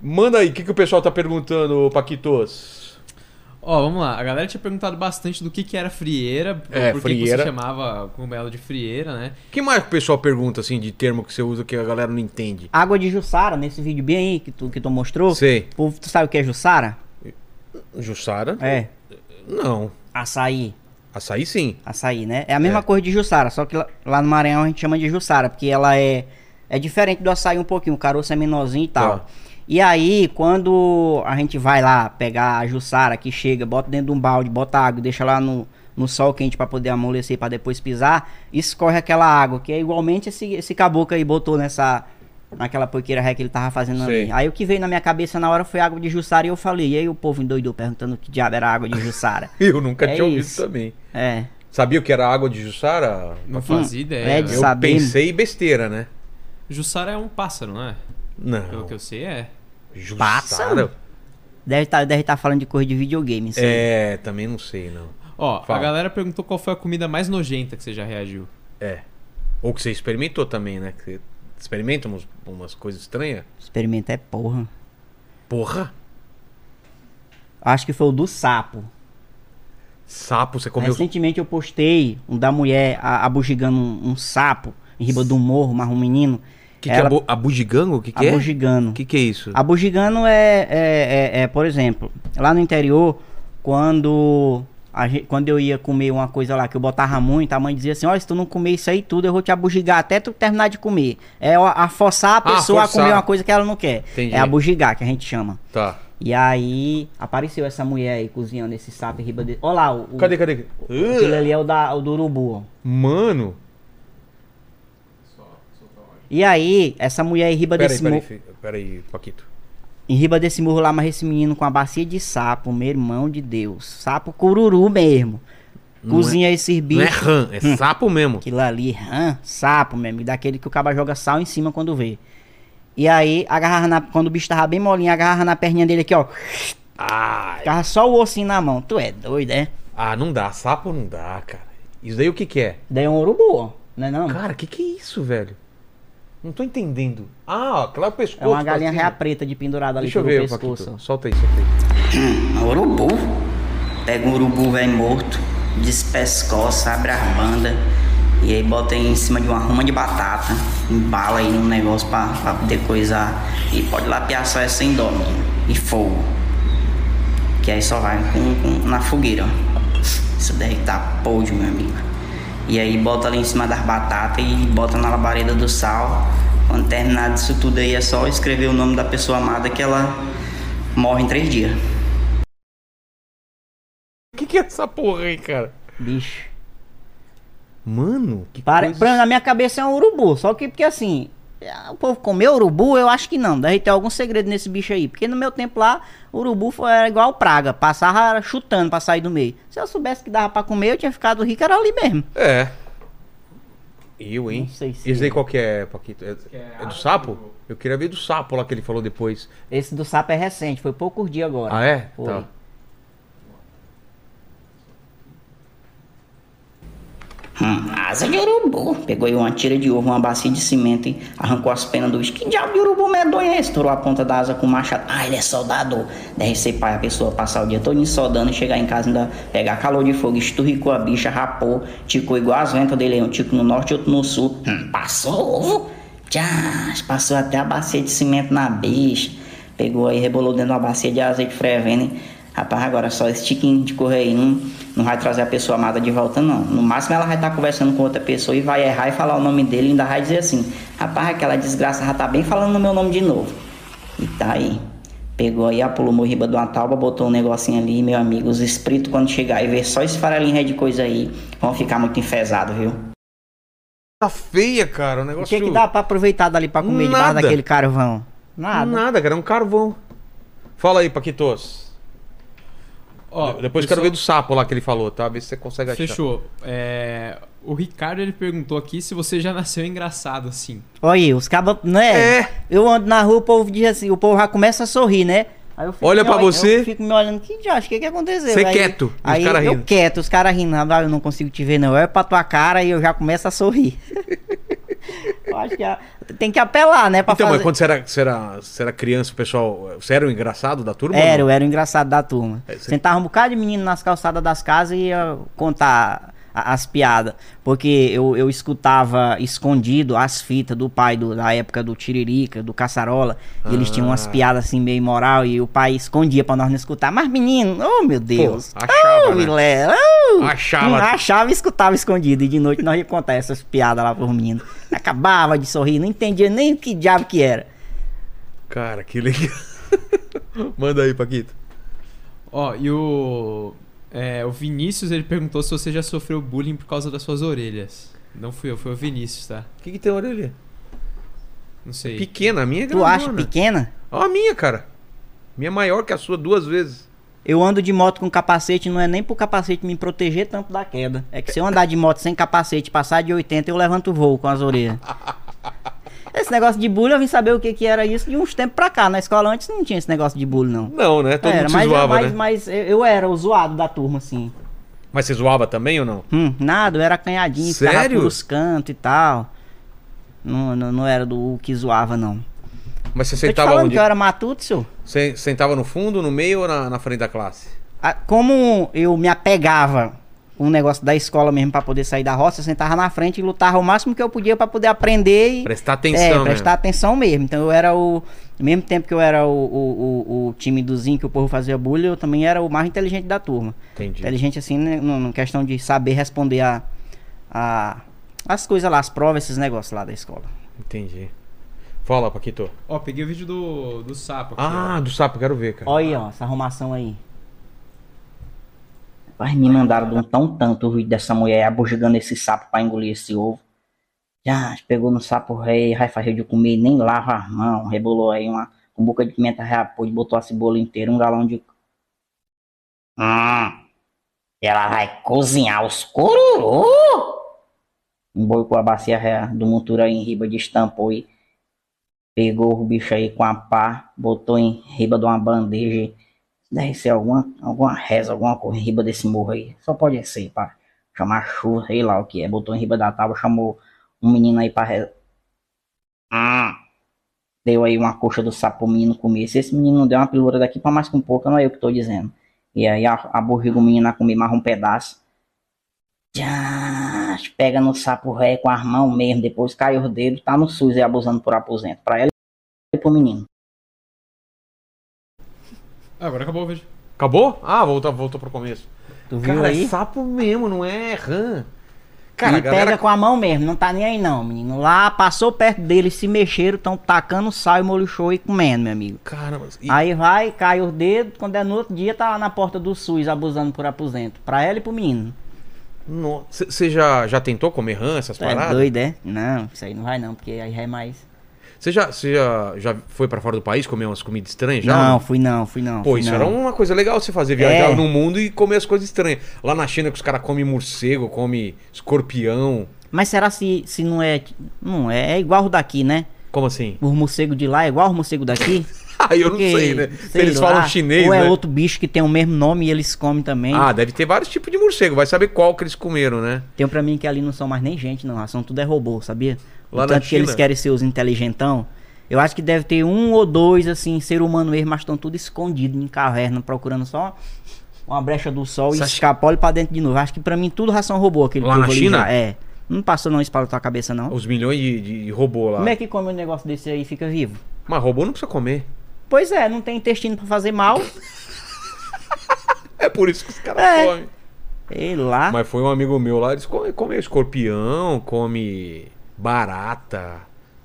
Manda aí, o que, que o pessoal tá perguntando, Paquitos? Ó, vamos lá. A galera tinha perguntado bastante do que, que era frieira, É, por que frieira. que você chamava com ela de frieira, né? O que mais o pessoal pergunta, assim, de termo que você usa que a galera não entende? água de Jussara, nesse vídeo bem aí que tu, que tu mostrou. Sei. O povo, tu sabe o que é Jussara? Jussara? É. Não. Açaí. Açaí sim. Açaí, né? É a mesma É. coisa de Jussara, só que lá, lá no Maranhão a gente chama de Jussara, porque ela é, é diferente do açaí um pouquinho, o caroço é menorzinho e tal. Tá. E aí, quando a gente vai lá pegar a Jussara, que chega, bota dentro de um balde, bota água, deixa lá no, no sol quente pra poder amolecer, pra depois pisar, escorre aquela água, que é igualmente esse, esse caboclo aí botou nessa... Naquela porqueira ré que ele tava fazendo Sei. ali. Aí o que veio na minha cabeça na hora foi água de Jussara e eu falei. E aí o povo endoidou perguntando que diabo era água de Jussara. Eu nunca É tinha ouvido isso. também. é. Sabia o que era água de Jussara? Não fazia ideia. é né? de Eu Saber. pensei besteira, né? Jussara é um pássaro, não é? Pelo Não. que eu sei, é. Jussara? Deve estar deve tá falando de coisa de videogame. isso aí. É, também não sei, não. Ó, Fala. a galera perguntou qual foi a comida mais nojenta que você já reagiu. É. Ou que você experimentou também, né? Que você experimenta umas, umas coisas estranhas? Experimenta é porra. Porra! Acho que foi o do sapo. Sapo, você comeu. Recentemente eu postei um da mulher a- abugigando um, um sapo em riba do morro, mas um menino. que, que é bu- a bugigango? O que, que é? O abugigando. que, que é isso? Abugigando é, é, é- é, por exemplo, lá no interior, quando, a gen- quando eu ia comer uma coisa lá que eu botava muito, a mãe dizia assim, olha, se tu não comer isso aí tudo, eu vou te abugigar até tu terminar de comer. É ó, a forçar a Ah, pessoa forçar. a comer uma coisa que ela não quer. Entendi. É abugigar, que a gente chama. Tá. E aí apareceu essa mulher aí cozinhando esse sapo em riba dele. Olha lá, o, o- Cadê, cadê? aquele ali é o, da, o do urubu, ó. Mano! E aí, essa mulher em riba Peraí, desse peraí, morro. fi- peraí, Paquito. Em riba desse morro lá, mas esse menino com a bacia de sapo, meu irmão de Deus. Sapo cururu mesmo. Não Cozinha esses Não é bichos. rã, é Hum. sapo mesmo. Aquilo ali, hã? sapo mesmo. e Daquele que o caba joga sal em cima quando vê. E aí, agarrava na, quando o bicho tava bem molinho, agarrava na perninha dele aqui, ó. Ah, Ficava só o ossinho na mão. Tu é doido, é? ah, não dá. Sapo não dá, cara. Isso daí o que, que é? Daí é um urubu, ó. Não é não? Cara, o que, que é isso, velho? Não tô entendendo. Ah, ó, claro, o pescoço. É uma pra galinha cima. ré preta de pendurada ali Deixa eu ver, pelo pescoço. Paquito. Solta aí, solta aí. Um urubu. Pega um urubu velho morto, despescoça, abre a banda e aí bota em cima de uma ruma de batata, embala aí num negócio pra, pra poder coisar. E pode lapiar só essa em dó, menino. E fogo. Que aí só vai com- com- na fogueira. ó. Isso daí tá podre, meu amigo. E aí bota ali em cima das batatas e bota na labareda do sal. Quando terminar disso tudo aí é só escrever o nome da pessoa amada que ela morre em três dias. O que, que é essa porra aí, cara? Bicho. Mano, que Para, coisa... pra- na minha cabeça é um urubu, só que porque assim, ah, o povo comeu urubu, eu acho que não, deve ter algum segredo nesse bicho aí, porque no meu tempo lá, urubu foi, era igual praga, passava chutando pra sair do meio. Se eu soubesse que dava pra comer, eu tinha ficado rico, era ali mesmo. É. Eu, hein? Não sei se Esse daí é. qual que é, Paquito? É, é do sapo? Eu queria ver do sapo lá que ele falou depois. Esse do sapo é recente, foi poucos dias agora. Ah, é? Foi. Tá. Hum, asa de urubu. Pegou aí uma tira de ovo, uma bacia de cimento e arrancou as penas do bicho. Que diabo de urubu medonho é esse? Estourou a ponta da asa com o machado. Ah, ele é soldador. Deve ser pai a pessoa passar o dia todo soldando, chegar em casa ainda pegar calor de fogo, esturricou a bicha, rapou, ticou igual as ventas dele, um tico no norte e outro no sul. Hum, passou ovo? Tchás, passou até a bacia de cimento na bicha. Pegou aí, rebolou dentro de uma bacia de azeite fervendo. hein? Rapaz, agora só esse tiquinho de correio não vai trazer a pessoa amada de volta, não. No máximo ela vai estar conversando com outra pessoa e vai errar e falar o nome dele e ainda vai dizer assim: Rapaz, aquela desgraça já tá bem falando no meu nome de novo. E tá aí. Pegou aí, apulou morriba de uma tábua, botou um negocinho ali, meu amigo. Os espíritos, quando chegar e ver só esse farelinho de coisa aí, vão ficar muito enfesados, viu? Tá feia, cara. O O negócio. que que dá pra aproveitar dali pra comer debaixo Nada. daquele carvão? Nada. Nada. cara. É um carvão. Fala aí, Paquitos. Ó, Depois quero pessoal- ver do sapo lá que ele falou, tá? Ver se você consegue achar. Fechou. É, o Ricardo ele perguntou aqui se você já nasceu engraçado assim. Olha aí, os cabas, né? É. Eu ando na rua, o povo diz assim, o povo já começa a sorrir, né? Aí eu fico Olha me pra olhando- você. Eu fico me olhando, que diacho, o que, que aconteceu? Você Aí- quieto, os Aí cara eu rindo. quieto, os caras rindo, ah, eu não consigo te ver não, olha pra tua cara e eu já começo a sorrir. eu acho que a- tem que apelar, né, pra Então, mas fazer... quando você era, você, era, você era criança, o pessoal. Você era o engraçado da turma? Era, eu ou não? era o engraçado da turma. É, cê- Sentava um bocado de menino nas calçadas das casas e ia contar a- as piadas. Porque eu, eu escutava escondido as fitas do pai do- da época do Tiririca, do Caçarola. E eles tinham Ah. umas piadas assim meio imoral e o pai escondia pra nós não escutar. Mas menino, oh meu Deus. achava, né? oh, Vilela, oh. Achava. Não achava e escutava escondido. E de noite nós ia contar essas piadas lá pros meninos. Acabava de sorrir, não entendia nem o que diabo que era. Cara, que legal. Manda aí, Paquito. Ó, e o. é, o Vinícius ele perguntou se você já sofreu bullying por causa das suas orelhas. Não fui eu, foi o Vinícius, tá? O que, que tem a orelha? Não sei. Pequena, a minha é Tu acha grandona. pequena? Ó, a minha, cara. Minha é maior que a sua duas vezes. Eu ando de moto com capacete, não é nem pro capacete me proteger tanto da queda. É que se eu andar de moto sem capacete, passar de 80, eu levanto o voo com as orelhas. Esse negócio de bullying, eu vim saber o que, que era isso de uns tempos pra cá. Na escola antes não tinha esse negócio de bullying, não. Não, né? Todo mundo era, se É, mas, zoava, mas, né? mas eu- eu era o zoado da turma, assim. Mas você zoava também ou não? Hum, nada, eu era canhadinho, Sério? pelos cantos e tal. Não, não, não era do que zoava, não. Mas você Tô te sentava falando onde? que eu era matuto, senhor. Você sentava no fundo, no meio ou na, na frente da classe? Ah, como eu me apegava com o negócio da escola mesmo pra poder sair da roça, eu sentava na frente e lutava o máximo que eu podia pra poder aprender e Prestar atenção, né? é, prestar atenção mesmo. Então eu era o. Ao mesmo tempo que eu era o, o, o, o timidozinho que o povo fazia bullying, eu também era o mais inteligente da turma. Entendi. Inteligente assim, né, no- no questão de saber responder a, a- as coisas lá, as provas, esses negócios lá da escola. Entendi. Fala, Paquito. Ó, peguei o vídeo do, do sapo aqui. Ah, ó. do sapo, quero ver, cara. Olha aí, ó, essa arrumação aí. Mas me mandaram de um tão tanto o vídeo dessa mulher abugigando esse sapo pra engolir esse ovo. Já pegou no sapo rei, vai fazer de comer, nem lava as mãos, rebolou aí uma com boca de pimenta reapôs, botou a cebola inteira, um galão de. Hum, ela vai cozinhar os coruru! Embolcou a bacia ré do montura aí em riba de estampou e pegou o bicho aí com a pá, botou em riba de uma bandeja e Deve ser alguma, alguma reza, alguma coisa em riba desse morro aí. Só pode ser, pá. Chamar chuva, sei lá o que é. Botou em riba da tábua, chamou um menino aí pra reza. Ah. Deu aí uma coxa do sapo pro menino comer. Se esse menino não der uma pilura daqui pra mais com pouca, não é eu que tô dizendo. E aí a, a borriga o menino a comer mais um pedaço. Já, pega no sapo ré com as mãos mesmo, depois cai os dedos, tá no é SUS e abusando por aposento. Pra ela e pro menino. Ah, agora acabou o vídeo. Acabou? Ah, voltou, voltou pro começo. Tu viu Cara, é aí? sapo mesmo, não é rã. Ele Cara, a pega galera... com a mão mesmo, não tá nem aí não, menino. Lá passou perto dele, se mexeram, tão tacando sal e molho show e comendo, meu amigo. Caramba, e- Aí vai, cai os dedos, quando é no outro dia tá lá na porta do SUS abusando por aposento. Pra ela e pro menino. Nossa, você já, já tentou comer rã, essas Tu é paradas? doido, é? Não, isso aí não vai não, porque aí já é mais. Você já, você já, já foi pra fora do país comer umas comidas estranhas? Já? não, fui não, fui não. Pô, fui isso não. era um- uma coisa legal você fazer, viajar É. no mundo e comer as coisas estranhas. Lá na China que os caras comem morcego, comem escorpião. Mas será se, se não é. Não é, é igual o daqui, né? Como assim? O morcego de lá é igual o morcego daqui? Ah, eu não Porque, sei, né? Se sei eles lá, falam chinês, Ou é né? outro bicho que tem o mesmo nome e eles comem também. Ah, deve ter vários tipos de morcego, vai saber qual que eles comeram, né? Tem um pra mim que ali não são mais nem gente, não. São tudo é robô, sabia? Lá O na tanto que eles China. querem ser os inteligentão. Eu acho que deve ter um ou dois, assim, ser humano mesmo, mas estão tudo escondido em caverna, procurando só uma brecha do sol Você e acha- escapole pra dentro de novo. Acho que pra mim tudo ração robô aquele Lá povo na ali China? já. É. Não passou não isso pra tua cabeça, não. é Os milhões de, de robô lá. Como é que come um negócio desse aí e fica vivo? Mas robô não precisa comer. Pois é, não tem intestino pra fazer mal. É por isso que os caras É. Ah. comem. Sei lá. Mas foi um amigo meu lá, eles comem, comem escorpião, come barata,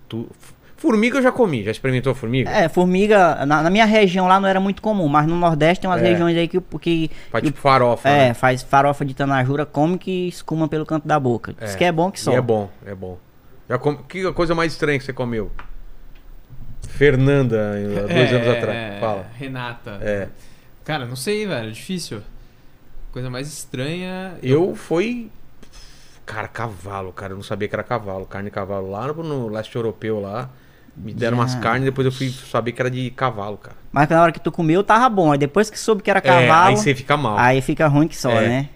tu- f- formiga eu já comi, já experimentou formiga? É, formiga, na, na minha região lá não era muito comum, mas no Nordeste tem umas É. regiões aí que, o- que, Faz que tipo farofa, é, né? faz farofa de tanajura, come que escuma pelo canto da boca. Diz que é bom que só. E é bom, é bom. Já come... Que a coisa mais estranha que você comeu? Fernanda, há dois É, anos atrás, fala. Renata. É. Cara, não sei, velho. Difícil. Coisa mais estranha. Eu fui... Cara, cavalo, cara, eu não sabia que era cavalo, carne de cavalo. Lá no, no leste europeu, lá, me deram umas Já. carnes, depois eu fui saber que era de cavalo, cara. Mas na hora que tu comeu, tava bom. Aí depois que soube que era É, cavalo, aí você fica mal. aí fica ruim que só, É. né?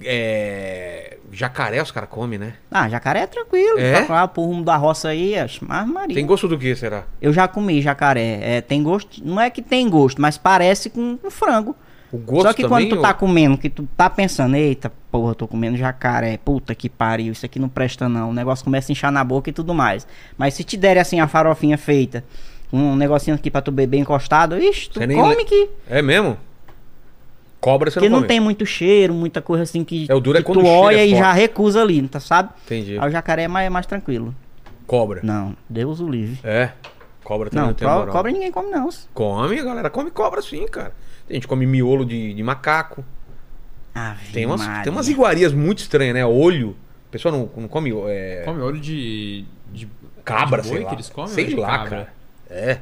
É... Jacaré os caras comem, né? Ah, Ah, jacaré é tranquilo. É? Tá lá pro rumo da roça aí, acho, mas Maria. Tem gosto do que, será? Eu já comi jacaré. É, tem gosto. Não é que tem gosto, mas parece com, com frango. O gosto Só que também? quando tu tá comendo, que tu tá pensando, eita porra, tô comendo jacaré, puta que pariu, isso aqui não presta não. O negócio começa a inchar na boca e tudo mais. Mas se te derem assim a farofinha feita, um negocinho aqui pra tu beber encostado, ixi, tu Você nem come le- que. É mesmo? Cobra você Porque não não, come. tem muito cheiro, muita coisa assim que, É, o duro é que quando tu o cheiro olha é e forte. já recusa ali, tá, sabe? Entendi. Aí o jacaré é mais, mais tranquilo. Cobra. Não, Deus o livre. É. Cobra também não, Não, tem co- moral. cobra ninguém come não. Come, a galera come cobra sim, cara. Tem gente que come miolo de, de macaco. Ave Tem umas, tem umas Maria. iguarias muito estranhas, né? Olho. O pessoal não, não come é, Come olho de. de cabra, de sei boi lá. que eles comem? olho sei de lá, cabra? cara. É.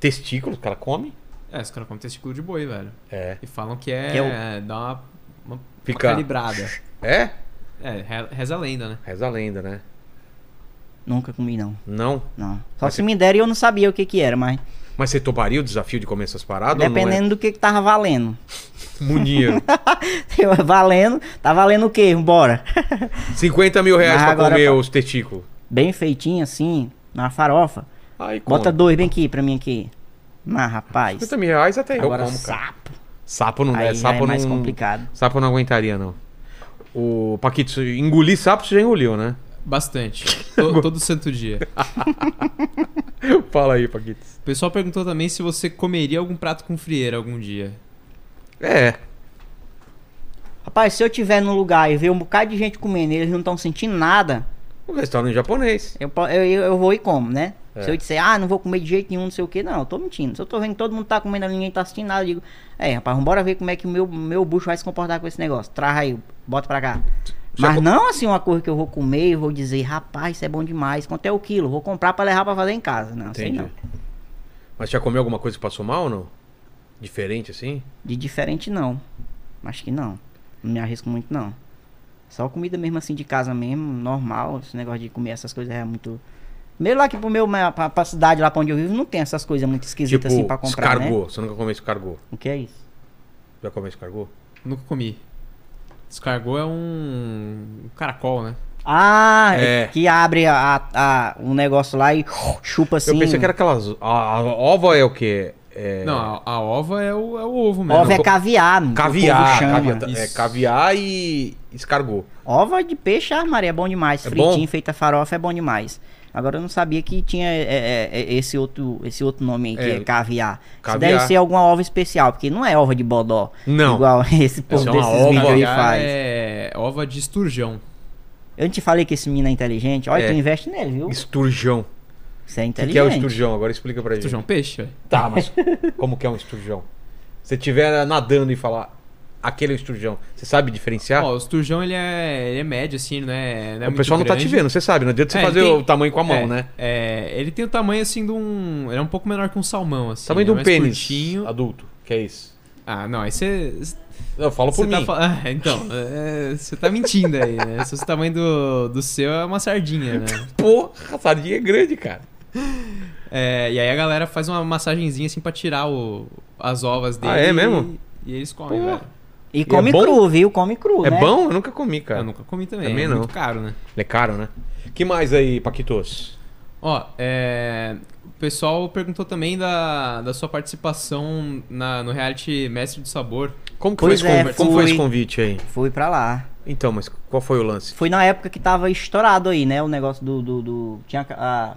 Testículos, o cara come. É, os caras comem testículo de boi, velho. É. E falam que é. Que é dá uma. uma Fica- uma calibrada. É? É, re- reza a lenda, né? Reza a lenda, né? Nunca comi não. Não. Não. Só se me derem eu não sabia o que que era, mas Mas você toparia o desafio de comer essas paradas? ou não é? dependendo do que que tava valendo. Muito dinheiro. Eu, valendo, tá valendo o quê? Bora. 50 mil reais Mas pra agora comer pra- os testículos. bem feitinho assim, na farofa. Aí, como? Bota dois bem aqui pra mim aqui. Ah, rapaz. 50 mil reais até eu Agora como, cara. sapo. Sapo não Aí é, já sapo é mais não. complicado. Sapo eu não aguentaria, não. O Paquito, você- engolir sapo você já engoliu, né? Bastante. To- todo santo dia. Fala aí, Paquito. O pessoal perguntou também se você comeria algum prato com frieira algum dia. É. Rapaz, se eu tiver num lugar e ver um bocado de gente comendo e eles não estão sentindo nada, Um restaurante japonês. eu, po- eu, eu, eu vou e como, né? É. Se eu disser, ah, não vou comer de jeito nenhum, não sei o que, não, eu tô mentindo. Se eu tô vendo que todo mundo tá comendo ali, ninguém tá assistindo nada, eu digo, é, rapaz, bora ver como é que o meu, meu bucho vai se comportar com esse negócio. Traz aí, bota pra cá. Já Mas co- não assim uma coisa que eu vou comer e vou dizer, rapaz, isso é bom demais, quanto é o quilo? Vou comprar pra levar pra fazer em casa. Não, sei Entendi. não. Mas já comeu alguma coisa que passou mal ou não? Diferente assim? De diferente não. Acho que não. Não me arrisco muito não. Só comida mesmo assim de casa mesmo, normal. Esse negócio de comer essas coisas é muito. Primeiro lá que pro meu, ma- pra, pra cidade lá pra onde eu vivo, não tem essas coisas muito esquisitas assim pra comprar, Tipo, né? escargot. Você nunca comeu escargot? O que é isso? Já comeu escargot? Nunca comi. Escargot é um. um caracol, né? Ah, É. que abre a, a- um negócio lá e chupa assim. Eu pensei que era aquelas. A, a ova é o quê? É... Não, a, a ova é o, é o ovo mesmo. Ovo é caviar, que o povo Caviar, chama. caviar, é, Isso. caviar e escargot. Ova de peixe, ah, Maria, é bom demais. É Fritinho, bom? feita farofa, é bom demais. Agora eu não sabia que tinha é, é, é, esse, outro, esse outro nome aí, que É, é, caviar. Isso caviar. deve ser alguma ova especial, porque não é ova de bodó. Não. Igual esse povo é uma desses ova. vídeos aí Caviar faz. é ova de esturjão. Eu não te falei que esse menino é inteligente. Olha, É. tu investe nele, viu? Esturjão. Você é O que, que é o inteligente. esturjão? Agora explica pra gente. Esturjão é um peixe, velho. Tá, mas como que é um esturjão? Se tiver nadando e falar aquele é o esturjão, você sabe diferenciar? Ó, o esturjão ele é, ele é médio, assim, né? Ah. o pessoal não tá te vendo, você sabe, não adianta você É, fazer ele tem- o tamanho com a mão, é, né? É, ele tem o tamanho assim de um. Ele é um pouco menor que um salmão, assim. Tamanho né? de um Mais pênis curtinho. adulto, que é isso. Ah, não, aí você. Eu falo por Você tá mim. fal- Ah, então, é, você tá mentindo aí, né? Se o tamanho do, do seu é uma sardinha, né? Porra, a sardinha é grande, cara. É, e aí a galera faz uma massagenzinha assim pra tirar o, as ovas dele. Ah, é mesmo? E, e eles comem, Pô. velho. E come é bom? cru, viu? Come cru, É né? bom? Eu nunca comi, cara. Eu nunca comi também. Também é não. muito caro, né? Ele é caro, né? que mais aí, Paquitos? Ó, é, o pessoal perguntou também da, da sua participação na, no reality Mestre do Sabor. Como que Pois foi, esse é, convite? Como foi fui. esse convite aí? Fui pra lá. Então, mas qual foi o lance? Foi na época que tava estourado aí, né? O negócio do. do, do- tinha a- a-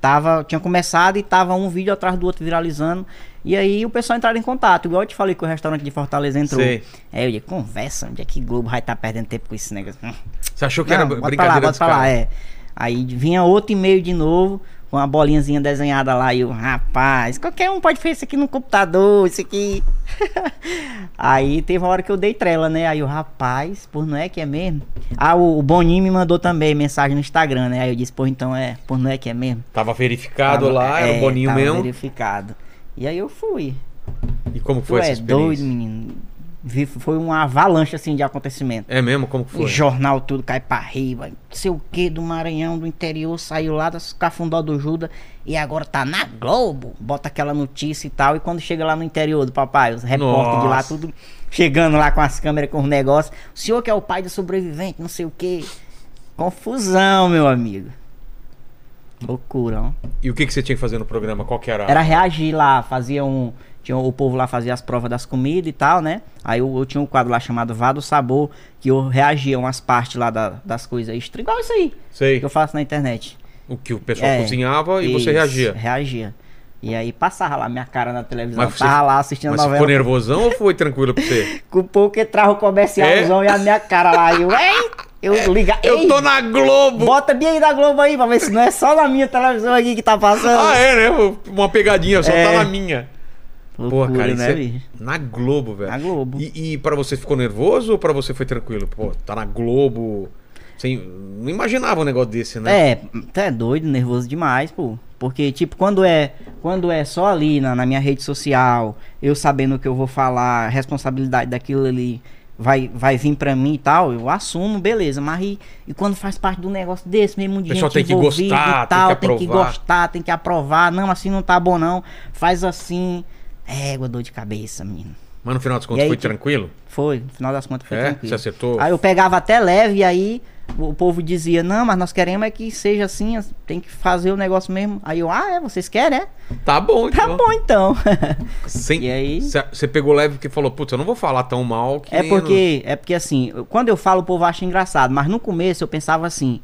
Tava, tinha começado e tava um vídeo atrás do outro viralizando. E aí o pessoal entraram em contato. Igual eu te falei que o restaurante de Fortaleza entrou. Sei. Aí eu disse, conversa, onde é que Globo vai estar perdendo tempo com esse negócio? Hum. Você achou que Não, era bota pra brincadeira lá, bota dos pra lá, caras? é. Aí vinha outro e-mail de novo, com uma bolinhazinha desenhada lá, e eu, rapaz, qualquer um pode fazer isso aqui no computador, isso aqui. aí teve uma hora que eu dei trela, né? Aí o rapaz, pô, não é que é mesmo? Ah, o, o Boninho me mandou também mensagem no Instagram, né? Aí eu disse, pô, então é, pô, não é que é mesmo? Tava verificado Tava- lá, era é, o Boninho tava mesmo. verificado. E aí eu fui. E como Tu foi essa é doido, experiência? menino. Vi- Foi uma avalanche, assim, de acontecimento. é mesmo? Como que O foi? jornal tudo cai pra riba. Não sei o que do Maranhão, do interior, saiu lá das Cafundó do Judas e agora tá na Globo. Bota aquela notícia e tal. E quando chega lá no interior do papai, os repórteres de lá, Nossa. tudo chegando lá com as câmeras, com os negócios. O senhor que é o pai do sobrevivente, não sei o que. Confusão, meu amigo. Loucura, ó. E o que, que você tinha que fazer no programa? Qual que era? Era reagir lá, fazia um. Tinha, o povo lá fazia as provas das comidas e tal, né? Aí eu, eu tinha um quadro lá chamado Vá do Sabor, que eu reagia umas partes lá da- das coisas extra, igual isso aí, Sei. que eu faço na internet. O que o pessoal É, cozinhava e você Isso, reagia. Reagia. E aí passava lá minha cara na televisão, Mas você- tava lá assistindo a Mas você ficou novela. nervosão ou foi tranquilo pra você? Com o povo que trava o comercialzão e a minha cara lá. E eu, ei! Eu liga, É? Eu ei, tô na Globo! Bota bem aí da Globo aí pra ver se não é só na minha televisão aqui que tá passando. Ah, é, né? Uma pegadinha, só tá É. na minha. Loucura, Pô, cara, isso né, é- bicho? na Globo, velho. Na Globo. E, e pra você ficou nervoso ou pra você foi tranquilo? Pô, tá na Globo. Sem, não imaginava um negócio desse, né? É, tu é doido, nervoso demais, pô. Porque, tipo, quando é, quando é só ali na, na minha rede social, eu sabendo o que eu vou falar, a responsabilidade daquilo ali vai, vai vir pra mim e tal, eu assumo, beleza. Mas e, e quando faz parte do negócio desse, meio muito de Pessoal gente tem que envolvida gostar, e tal, tem que aprovar. gostar, tem que aprovar. Não, assim não tá bom não, faz assim. Égua, dor de cabeça, menino. Mas no final das E contas aí, foi tipo, tranquilo? Foi, no final das contas foi É? tranquilo. Você acertou? Aí eu pegava até leve, aí o povo dizia, não, mas nós queremos é que seja assim, as- tem que fazer o negócio mesmo. Aí eu, ah, é, vocês querem, é? Tá bom, Tá bom então. Sem, E aí? Você pegou leve porque falou, putz, eu não vou falar tão mal que é nem porque, é porque assim, eu- quando eu falo o povo acha engraçado, mas no começo eu pensava assim,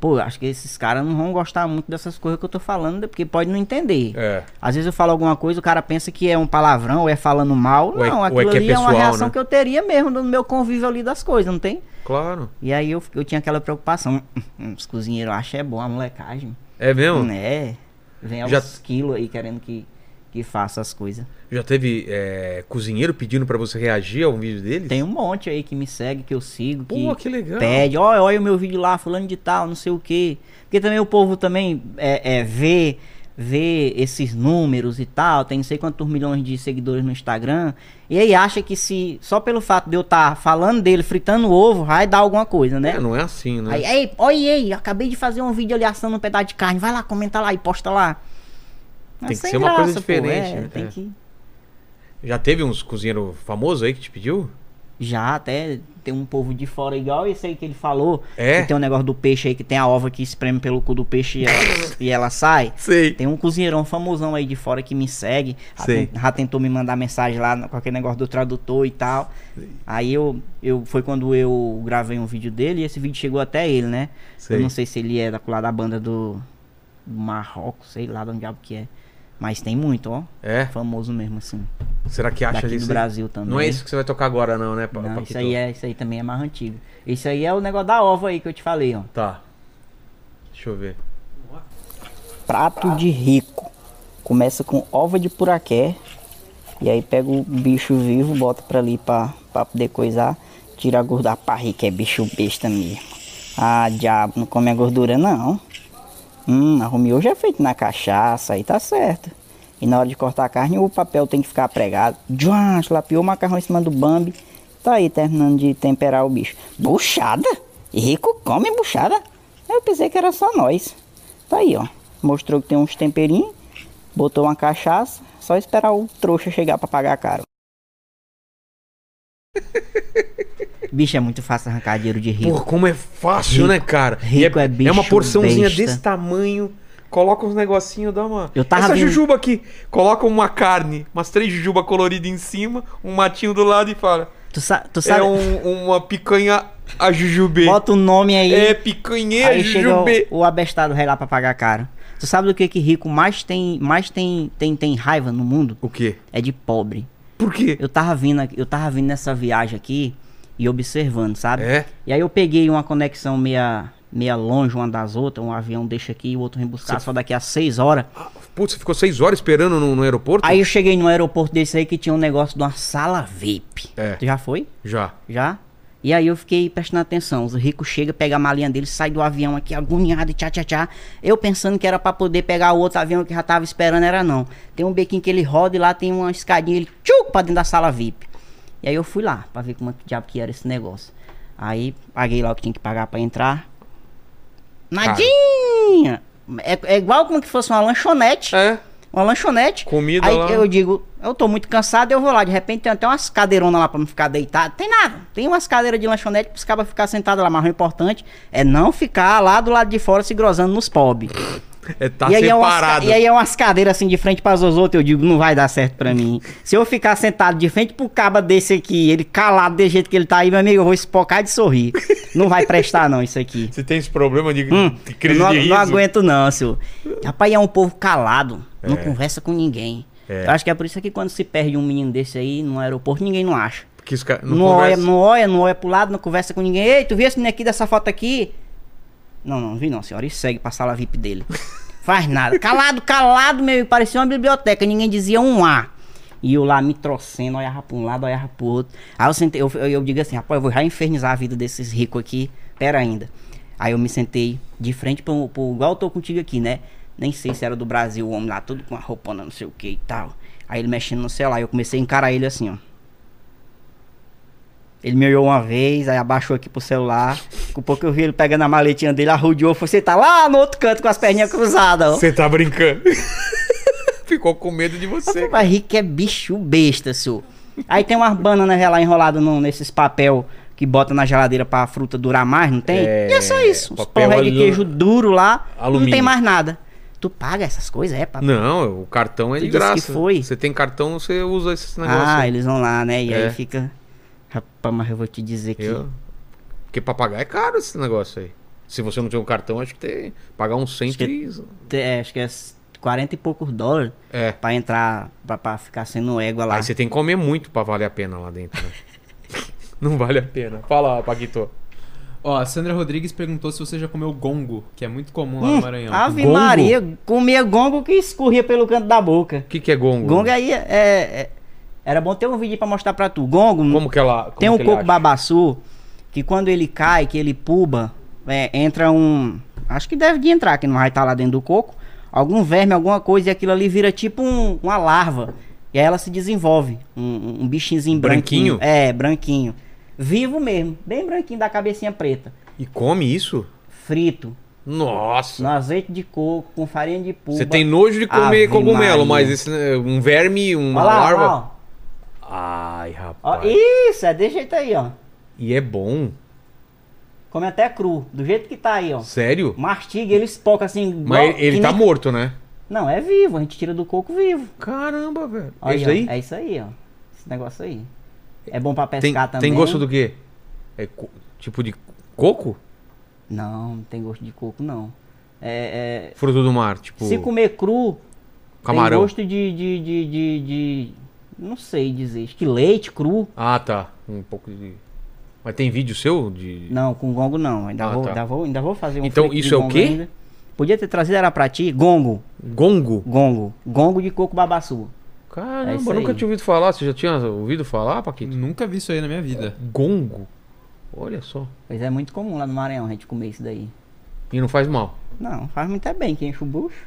pô, acho que esses caras não vão gostar muito dessas coisas que eu tô falando, porque pode não entender. eu não- É. Às vezes eu falo alguma coisa, o cara pensa que é um palavrão, ou é falando mal. Ou é- não, ou é aquilo que é ali é pessoal, uma reação né? que eu teria mesmo no meu convívio ali das coisas, não tem? Claro. E aí eu, eu tinha aquela preocupação. Hum, Os cozinheiros acham é bom a molecagem. É mesmo? Né? Vem Já- alguns quilos aí querendo que, que faça as coisas. Já teve é, cozinheiro pedindo pra você reagir a um vídeo deles? Tem um monte aí que me segue, que eu sigo, Pô, que que legal. pede, olha, olha o meu vídeo lá, fulano de tal, não sei o quê. Porque também o povo também é, é, vê, vê esses números e tal, tem não sei quantos milhões de seguidores no Instagram, e aí acha que se só pelo fato de eu estar falando dele, fritando ovo, vai dar alguma coisa, né? É, não é assim, né? Aí, aí, olha aí, eu acabei de fazer um vídeo ali assando um pedaço de carne. Vai lá, comenta lá e posta lá. Mas Tem que sem ser uma coisa pô, diferente, é, né? tem É. que- Já teve uns cozinheiros famosos aí que te pediu? Já até tem um povo de fora igual esse aí que ele falou. É? Que tem um negócio do peixe aí que tem a ova que espreme pelo cu do peixe e ela, e ela sai. Sei. Tem um cozinheirão famosão aí de fora que me segue. Já Sei. ten- Já tentou me mandar mensagem lá no- com aquele negócio do tradutor e tal. Aí eu, eu. Foi quando eu gravei um vídeo dele e esse vídeo chegou até ele, né? Sei. Eu não sei se ele é da, lá da banda do, do Marrocos, sei lá de onde diabo que é. Mas tem muito, ó. É? Famoso mesmo, assim. Será que acha Daqui isso do aí? Brasil também. Não é isso que você vai tocar agora, não, né, Pa- Não, Paquito? isso aí, é, isso aí também é mais antigo. Isso aí é o negócio da ova aí que eu te falei, ó. Tá. Deixa eu ver. Prato de rico. Começa com ova de puraqué. E aí pega o bicho vivo, bota pra ali pra, pra poder coisar. Tira a gordura. Ah, pá, rico é bicho besta mesmo. Ah, diabo, não come a gordura não. Hum, arrume hoje é feito na cachaça, aí tá certo. E na hora de cortar a carne, o papel tem que ficar pregado. Juan, lapiou o macarrão em cima do bambi. Tá aí terminando de temperar o bicho. Buchada? Rico come buchada? Eu pensei que era só nós. Tá aí, ó. Mostrou que tem uns temperinhos, botou uma cachaça, só esperar o trouxa chegar pra pagar caro. Bicho, é muito fácil arrancar dinheiro de rico. Porra, como é fácil, Rico- né, cara? E rico é bicho É uma porçãozinha besta. desse tamanho. Coloca uns negocinhos, dá uma. Eu tava Essa vendo- jujuba aqui. Coloca uma carne, umas três jujubas coloridas em cima, um matinho do lado e fala. Tu, sa tu É sabe. um- uma picanha a jujube. Bota o nome aí. É picanha a aí chega o, jujube. o abestado rei lá pra pagar caro. Tu sabe do que que rico mais tem, mais tem, tem, tem raiva no mundo? O quê? É de pobre. Por quê? Eu tava vindo, aqui- eu tava vindo nessa viagem aqui e observando, sabe? É? E aí eu peguei uma conexão meia, meia longe uma das outras, um avião deixa aqui e o outro vem buscar só daqui a seis horas. Putz, você ficou seis horas esperando no, no aeroporto? Aí eu cheguei num aeroporto desse aí que tinha um negócio de uma sala VIP. É. Tu já foi? Já. Já? E aí eu fiquei prestando atenção. Os ricos chegam, pegam a malinha dele, sai do avião aqui agoniado e tchá, tchá, tchá. Eu pensando que era pra poder pegar o outro avião que já tava esperando, era não. Tem um bequinho que ele roda e lá tem uma escadinha, ele tchuc pra dentro da sala VIP. E aí eu fui lá pra ver como é que diabo que era esse negócio. Aí paguei lá o que tinha que pagar pra entrar. Nadinha! É, é igual como que fosse uma lanchonete. É. Uma lanchonete. Comida Aí lá. eu digo, eu tô muito cansado, eu vou lá. De repente tem até umas cadeironas lá pra me ficar deitado. Tem nada. Tem umas cadeiras de lanchonete pros cabas ficar sentado lá. Mas o importante é não ficar lá do lado de fora se grosando nos pobres. É, tá e, aí é umas ca- separado. e aí é umas cadeiras assim de frente pras os outras. Eu digo, não vai dar certo pra mim. Se eu ficar sentado de frente pro caba desse aqui, ele calado do jeito que ele tá aí, meu amigo, eu vou espocar de sorrir. não vai prestar não isso aqui. Você tem esse problema de, de Eu crise Hum, não, de não riso? aguento não, senhor. Rapaz, é um povo calado, não conversa com ninguém. É. Eu acho que é por isso que quando se perde um menino desse aí no aeroporto, ninguém não acha. Porque os caras Não, olha, não olha, não olha pro lado, não conversa com ninguém. Ei, tu viu esse menino aqui dessa foto aqui? Não, não, vi não, senhora. E segue pra sala VIP dele. Faz nada. Calado, calado, meu. amigo, Parecia uma biblioteca, ninguém dizia um A. E eu lá me trocendo, olhava pra um lado, olhava pro outro. Aí eu sentei, eu, eu, eu digo assim, rapaz, eu vou já infernizar a vida desses ricos aqui. Pera ainda. Aí eu me sentei de frente pro, pro igual eu tô contigo aqui, né? Nem sei se era do Brasil, o homem lá, todo com a roupona, não sei o que e tal. Aí ele mexendo no celular, eu comecei a encarar ele assim, ó. Ele me olhou uma vez, aí abaixou aqui pro celular. Com pouco eu vi ele pegando a maletinha dele, arrudeou, falou, você tá lá no outro canto com as perninhas cruzadas. ó." Você tá brincando. Ficou com medo de você. Mas rico é bicho besta, senhor. Aí tem umas bananas lá enroladas num- nesses papel que bota na geladeira pra fruta durar mais, não tem? É, e é só isso. Os papel pão de alu- queijo duro lá, alumínio. não tem mais nada. Tu paga essas coisas, é, papai? Não, o cartão é Tu de disse que graça. foi. Você tem cartão, você usa esse negócio. ah, aí. eles vão lá, né? E assim. É. aí fica... Rapaz, mas eu vou te dizer que... Eu... Porque pra pagar é caro esse negócio aí. Se você não tiver um cartão, acho que tem. Pagar uns 100 Acho que- e- te- é, acho que é 40 e poucos dólares É. pra entrar, pra, pra ficar sendo égua lá. Aí você tem que comer muito pra valer a pena lá dentro. né? não vale a pena. Fala, Paquito. Ó, a Sandra Rodrigues perguntou se você já comeu gongo, que é muito comum Uh, lá no Maranhão. Ave um Gongo? Maria, comia gongo que escorria pelo canto da boca. O que, que é gongo? Gongo aí é, é- Era bom ter um vídeo pra mostrar pra tu. Gongo Como que ela. Como tem um que ele coco acha? babaçu que quando ele cai, que ele puba, é, entra um. Acho que deve de entrar, que não vai estar lá dentro do coco. Algum verme, alguma coisa, e aquilo ali vira tipo um- uma larva. E aí ela se desenvolve. Um, um bichinhozinho Branquinho? branquinho. É, branquinho. Vivo mesmo, bem branquinho da cabecinha preta. E come isso? Frito, Nossa. no azeite de coco, com farinha de puba. Você tem nojo de comer Ave cogumelo, Maria. mas esse, né, um verme, uma Olha lá, larva. ó, ó. Ai, Ó, rapaz. e... isso, é desse jeito aí, ó. é bom? Come até cru, do jeito que tá aí, ó. Sério? Mastiga, ele espoca assim. Mas igual- ele que tá nem- morto, né? Não, é vivo, a gente tira do coco vivo. Caramba, velho. Olha é isso aí? Ó, é isso aí, ó. Esse negócio aí. É bom pra pescar tem, tem também. gosto do quê? É co- tipo de coco? Não, não tem gosto de coco, não. É. é- Fruto do mar, tipo Se comer cru, tem camarão. gosto de. de, de, de, de- Não sei dizer. Acho que leite cru. Ah, tá. Um pouco de... Mas tem vídeo seu de... Não, com gongo não. Ainda, Ah, vou, tá. ainda, vou, ainda vou fazer um Então, flake de isso é o gongo quê? ainda. Podia ter trazido, era pra ti? Gongo. Gongo? Gongo. Gongo de coco babaçu. É Caramba, isso nunca aí. tinha ouvido falar. Você já tinha ouvido falar, Paquito? Nunca vi isso aí na minha vida. Gongo? Olha só. Pois é muito comum lá no Maranhão a gente comer isso daí. E não faz mal. Não, faz muito é bem que enche o bucho.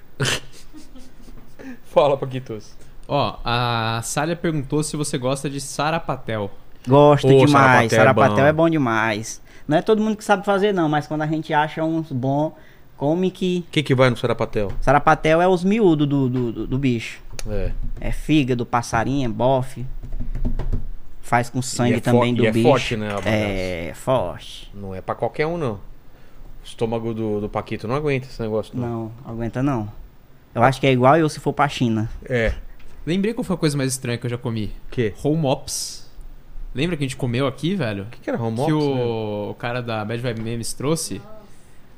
Fala, Paquitos. Ó, a Sália perguntou se você gosta de sarapatel. Gosto Ô, demais, sarapatel é sarapatel bom. é bom demais. Não é todo mundo que sabe fazer não, mas quando a gente acha uns bom, come que... O que que vai no sarapatel? Sarapatel é os miúdos do, do, do- do bicho. É. É fígado, passarinho, é bofe. Faz com E sangue é também fo- do e é bicho. forte, né, a bagaça? É, forte. Não é pra qualquer um, não. O estômago do, do Paquito não aguenta esse negócio, não. Não, aguenta não. Eu acho que é igual eu se for pra China. É. Lembrei qual foi a coisa mais estranha que eu já comi. O quê? Home Ops. Lembra que a gente comeu aqui, velho? O que, que era home que office, né? o, o cara da Bad Vibe Memes trouxe.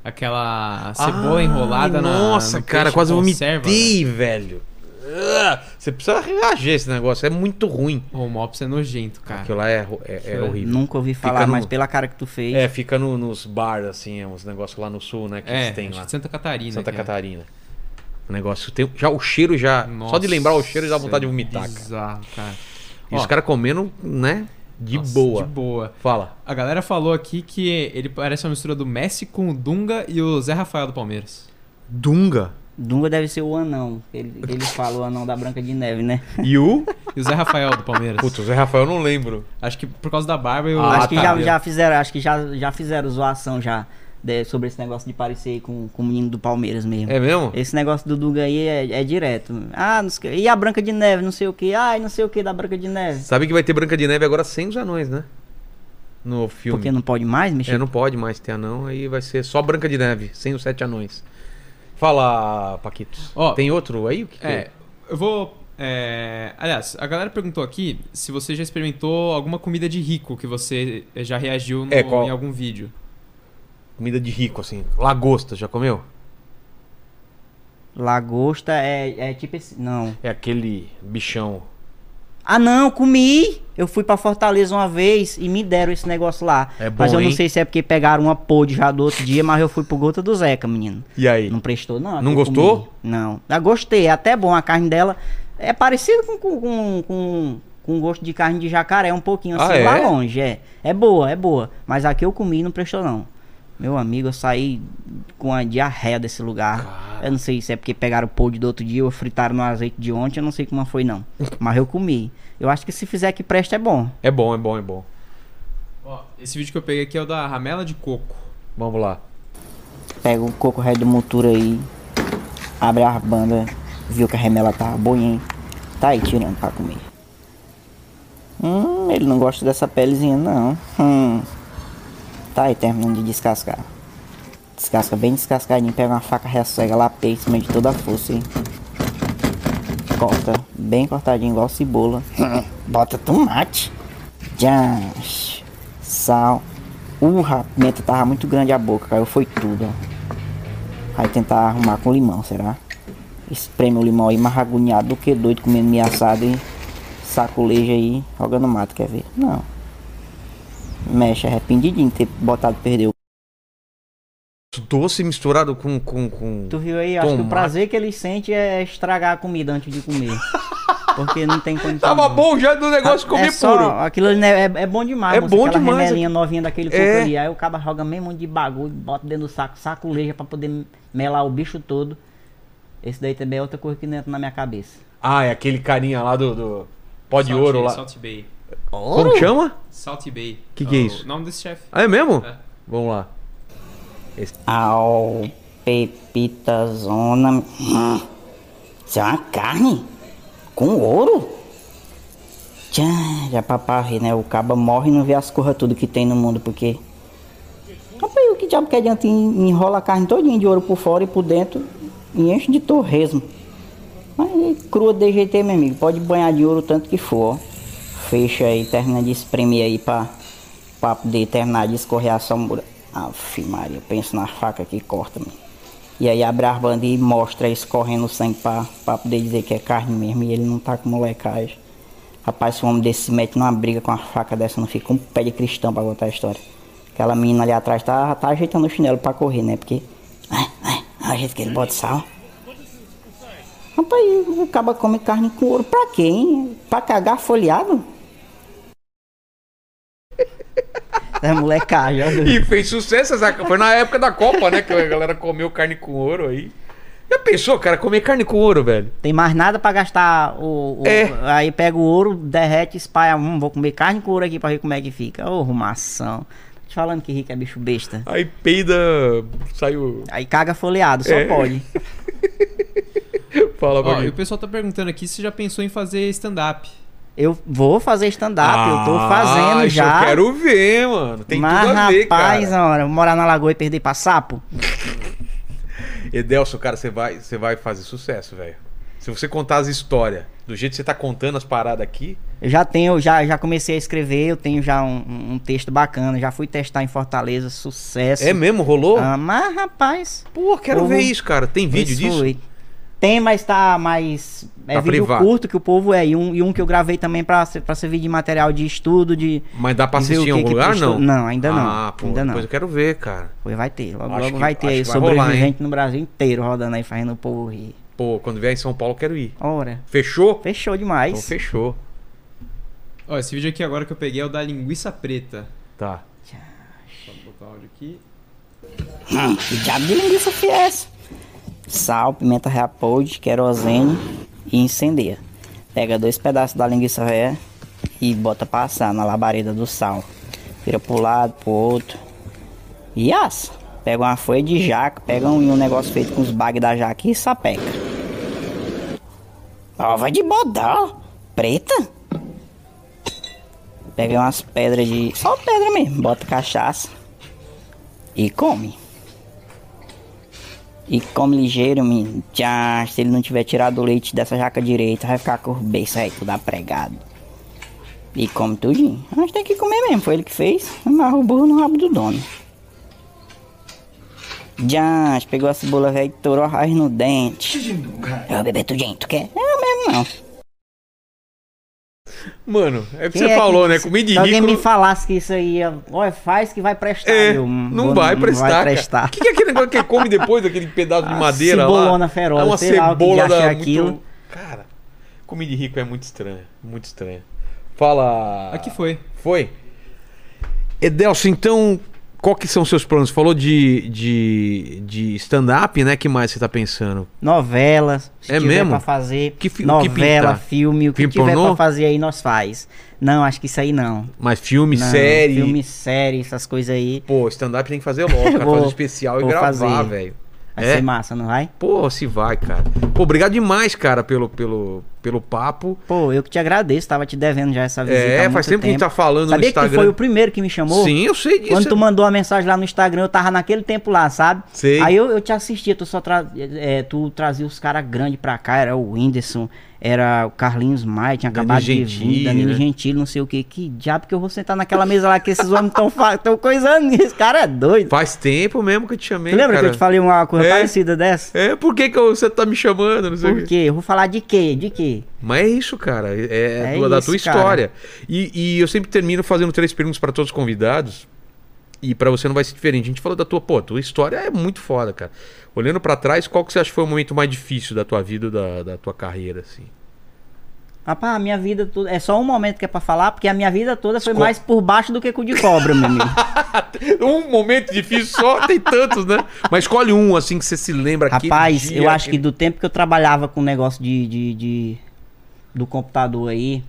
aquela cebola enrolada na. Ah, Nossa, no cara, peixe, quase conserva, velho. vomitei, velho. Ah, Você precisa reagir esse negócio, é muito ruim. O Mops é nojento, cara. Aquilo lá é, ro- é- é Aquilo é horrível. Nunca ouvi Fica falar, no- mas pela cara que tu fez. É, fica no- nos bars, assim, é uns negócios lá no sul, né? Que É, eles têm acho lá. que Santa Catarina. Santa que é. Catarina. O negócio tem. Já o cheiro já. só de lembrar o cheiro já dá vontade de vomitar, Nossa, cara. é Bizarro, cara. E os Ó, caras comendo, né? De nossa, boa. De boa. Fala. A galera falou aqui que ele parece uma mistura do Messi com o Dunga e o Zé Rafael do Palmeiras. Dunga. Dunga deve ser o anão. Ele, ele fala o anão da Branca de Neve, né? E o. E o Zé Rafael do Palmeiras. Putz, o Zé Rafael eu não lembro. Acho que por causa da barba eu. Ah, acho que tá. já, já fizeram, acho que já, já fizeram zoação já de- sobre esse negócio de parecer com, com o menino do Palmeiras mesmo. É mesmo? Esse negócio do Dunga aí é, é direto. Ah, não sei, o quê. e a Branca de Neve, não sei o que. Ah, e não sei o que da Branca de Neve. Sabe que vai ter Branca de Neve agora sem os anões, né? No filme. Porque não pode mais mexer. É, não pode mais ter anão, aí vai ser só Branca de Neve, sem os sete anões. Fala, Paquitos. Ó, Tem outro aí? O que que É, eu vou. é, aliás, a galera perguntou aqui se você já experimentou alguma comida de rico que você eh, já reagiu no- É, qual? em algum vídeo. Comida de rico, assim. Lagosta, já comeu? Lagosta é, é tipo esse. Não. É aquele bichão. Ah, não, comi! Eu fui pra Fortaleza uma vez e me deram esse negócio lá. É bom, mas eu hein? não sei se é porque pegaram uma podre já do outro dia, mas eu fui pro Gota do Zeca, menino. E aí? Não prestou, não. Não Eu gostou? comi. Não. Eu gostei, é até bom. A carne dela é parecida com, com, com, com, com gosto de carne de jacaré, um pouquinho Ah, assim, lá é? longe. É. é boa, é boa. Mas aqui eu comi e não prestou, não. Meu amigo, eu saí com a diarreia desse lugar. Eu não sei se é porque pegaram o podre do outro dia ou fritaram no azeite de ontem, eu não sei como foi, não. Mas eu comi. Eu acho que se fizer que presta é bom. É bom, é bom, é bom. Ó, esse vídeo que eu peguei aqui é o da ramela de coco. Vamos lá. Pega o coco Red Motura aí, abre as bandas, viu que a remela tá boinha, hein? Tá aí tirando pra comer. Hum, ele não gosta dessa pelezinha não. Hum. Tá aí terminando de descascar. Descasca bem descascadinho, pega uma faca ressega, lapeia em cima de toda a força, hein? Corta bem cortadinho, igual cebola. Hum, Bota tomate. Jans. Sal. Urra, a pimenta tava muito grande a boca, caiu foi tudo, ó. Vai tentar arrumar com limão, será? Espreme o limão aí, mais agoniado do que doido, comendo minha assada e sacoleja aí, jogando mato, quer ver? Não. Mexe arrependidinho de ter botado perder o Doce misturado com. com, com... Tu viu aí? Acho que Tomate. o prazer que eles sentem é estragar a comida antes de comer. Porque não tem condição. Tava não. bom já do negócio Ah, comer é só- puro. Aquilo ali, né, é, é bom demais. É moça, bom aquela demais, remelinha novinha daquele coco É. ali. Aí o cara joga meio monte de bagulho, bota dentro do saco, sacoleja pra poder melar o bicho todo. Esse daí também é outra coisa que não entra na minha cabeça. Ah, é aquele carinha lá do. do pó de Salt- ouro lá. Salt Bay. Como chama? Salt Bay. Que que é o isso? nome desse chefe. Ah, é mesmo? É. Vamos lá. Au, Pepita Zona. Hum, Isso é uma carne? Com ouro? Tchan, já paparri, né? O caba morre e não vê as corras tudo que tem no mundo, porque. Rapaz, o que diabo que adianta en- enrola a carne todinha de ouro por fora e por dentro e enche de torresmo. Mas é crua de jeito aí, meu amigo. Pode banhar de ouro o tanto que for, ó. Fecha aí, termina de espremer aí pra, pra poder terminar de escorrer a sombra. Aff, Maria, pensa na faca que corta, meu. E aí abre as bandas e mostra escorrendo o sangue pra, pra poder dizer que é carne mesmo. E ele não tá com molecagem. Rapaz, se um homem desse se mete numa briga com uma faca dessa, não fica um pé de cristão pra contar a história. Aquela menina ali atrás tá, tá ajeitando o chinelo pra correr, né? Porque. Ai, ai, ai, o jeito que ele bota sal. Rapaz, o caba come carne com ouro pra quê, hein? Pra cagar folheado? É molecagem, ó. E fez sucesso essa. Foi na época da Copa, né? Que a galera comeu carne com ouro aí. Já pensou, cara, comer carne com ouro, velho? Tem mais nada pra gastar o. o- É. Aí pega o ouro, derrete, espalha. Hum, vou comer carne com ouro aqui pra ver como é que fica. Ô, rumação. Tô te falando que rico é bicho besta. Aí peida. Saiu. Aí caga folheado, só É. pode. Fala, Ó, e o Paquito. pessoal tá perguntando aqui se já pensou em fazer stand-up. Eu vou fazer stand-up, eu tô fazendo Ah, isso já. Eu quero ver, mano. Tem Mas, tudo a ver, rapaz, cara. hora, morar na lagoa e perder pra sapo? Edelso, cara, você vai, você vai fazer sucesso, velho. Se você contar as histórias do jeito que você tá contando as paradas aqui, Eu já tenho, já, já comecei a escrever, eu tenho já um, um- um texto bacana, já fui testar em Fortaleza, sucesso. É mesmo? Rolou? Ah, mas, rapaz, Pô, quero Povo- ver isso, cara. Tem vídeo isso disso? foi. Tem, mas tá mais. É Tá vídeo privado. curto que o povo é. E um, e um que eu gravei também pra, ser- pra servir de material de estudo, de. Mas dá pra de ver assistir em o que algum que lugar, postou. não? Não, ainda não. Ah, pô, ainda não. depois eu quero ver, cara. Pois vai ter. Logo, Acho logo que- vai ter acho aí. que vai rolar, hein? Sobrevivente no Brasil inteiro rodando aí, fazendo o povo rir. Pô, quando vier em São Paulo, eu quero ir. Ora, Fechou? fechou Então demais. fechou. Ó, esse vídeo aqui agora que eu peguei é o da linguiça preta. Tá. Só botar o áudio aqui. Hum, que diabo de linguiça que é essa? Sal, pimenta reapolde, querosene e incendeia. Pega dois pedaços da linguiça ré e bota passar na labareda do sal. Vira pro lado, pro outro. E assa. Pega uma folha de jaca, pega um, um negócio feito com os bags da jaca e sapeca. Prova de bodó. Preta? Pega umas pedras de. Só pedra mesmo. Bota cachaça e come. E come ligeiro, menino. Tchá, se ele não tiver tirado o leite dessa jaca direita, vai ficar com o beiço aí, tudo apregado. E come tudinho. Mas tem que comer mesmo, foi ele que fez. Amarra o burro no rabo do dono. Já, pegou a cebola velha e torou a raiz no dente. Eu vou beber tudinho, tu quer? Não, mesmo não. Mano, é o que Quem você é que- falou, né? Comida Se de alguém rico. me falasse que isso aí, ia- olha, faz que vai prestar. É, eu, não, vou- vai prestar. cara. prestar. O que, que é aquele negócio que come depois daquele pedaço de Ah, madeira lá? cebolona feroz, É uma sei lá o que cebola de achar da, Muito... aquilo. Cara, comida de rico é muito estranha. Muito estranha. Fala. Aqui foi. Foi. Edelso, então, qual que são os seus planos? Você falou de, de, de stand-up, né? que mais você tá pensando? Novelas, se É tiver mesmo? pra fazer. Que fi- o que novela, pintar? filme, o que Filme tiver pornô? pra fazer aí, nós faz. Não, acho que isso aí não. Mais filme, Não, série. Filme, série, essas coisas aí. Pô, stand-up tem que fazer logo, cara. Vou- fazer um especial e vou gravar, fazer. velho. Vai É? ser massa, não vai? Pô, se vai, cara. Pô, obrigado demais, cara, pelo, pelo, pelo papo. Pô, eu que te agradeço, tava te devendo já essa visita. É, há faz muito tempo que a gente tá falando Sabia no que tu foi Instagram. o primeiro que me chamou? Sim, eu sei disso. Quando tu mandou a mensagem lá no Instagram, eu tava naquele tempo lá, sabe? Sei. Aí eu, eu te assistia, tu só tra... é, tu trazia os caras grandes pra cá, era o Whindersson, era o Carlinhos Maia, tinha Danilo acabado de Gentili, vir, Danilo né? Gentili, não sei o que. Que diabo que eu vou sentar naquela mesa lá que esses homens tão, fa... tão coisando, esse cara é doido. Faz tempo mesmo que eu te chamei, tu lembra cara. que eu te falei uma coisa É? parecida dessa? É, por que, que eu- você tá me chamando, não sei o Por quê. quê? Eu vou falar de quê? De quê? Mas é isso, cara. É, É do- da isso, tua história. E, e eu sempre termino fazendo três perguntas pra todos os convidados. E pra você não vai ser diferente. A gente falou da tua, pô, tua história é muito foda, cara. Olhando pra trás, qual que você acha que foi o momento mais difícil da tua vida, da, da tua carreira, assim? Rapaz, a minha vida toda. É só um momento que é pra falar, porque a minha vida toda foi Esco- mais por baixo do que com de cobra, meu amigo. Um momento difícil só, tem tantos, né? Mas escolhe um, assim, que você se lembra. aquele Rapaz, dia, eu acho que aquele- do tempo que eu trabalhava com o negócio de, de, de- do computador aí,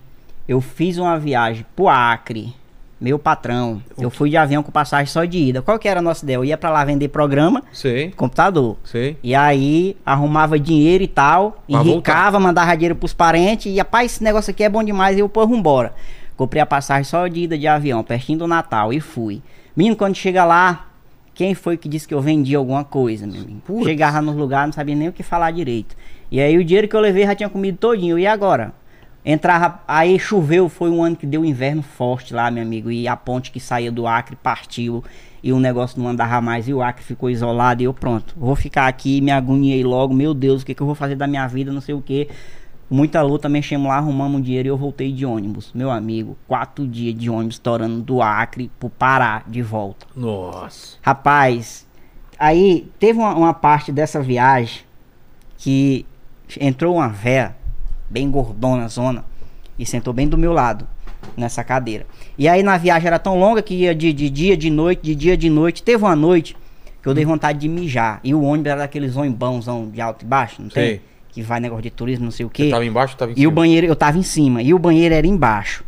eu fiz uma viagem pro Acre, meu patrão. Eu fui de avião com passagem só de ida. Qual que era a nossa ideia? Eu ia pra lá vender programa, Sei, computador. sei. E aí arrumava dinheiro e tal, Pra enricava, mandava dinheiro pros parentes, e rapaz, esse negócio aqui é bom demais, e eu pô, vambora. Comprei a passagem só de ida de avião, pertinho do Natal, e fui. Menino, quando chega lá, quem foi que disse que eu vendi alguma coisa, meu amigo? Putz. Chegava nos lugares, não sabia nem o que falar direito. E aí o dinheiro que eu levei já tinha comido todinho, e agora? Entrava, aí choveu, foi um ano que deu inverno forte lá, meu amigo, e a ponte que saía do Acre partiu, e o negócio não andava mais, e o Acre ficou isolado, e eu pronto, vou ficar aqui, me agoniei logo, meu Deus, o que, que eu vou fazer da minha vida, não sei o que. Muita luta, mexemos lá, arrumamos um dinheiro e eu voltei de ônibus, meu amigo, quatro dias de ônibus torando do Acre pro Pará, de volta. Nossa. Rapaz, aí teve uma, uma parte dessa viagem que entrou uma véia, bem gordona, zona, e sentou bem do meu lado, nessa cadeira. E aí na viagem era tão longa que ia de, de dia, de noite, de dia, de noite. Teve uma noite que eu dei vontade de mijar. E o ônibus era daqueles ônibãozão de alto e baixo, não Sei. tem? Que vai negócio de turismo, não sei o quê. Você tava embaixo ou tava em E cima? o banheiro, eu tava em cima, e o banheiro era embaixo.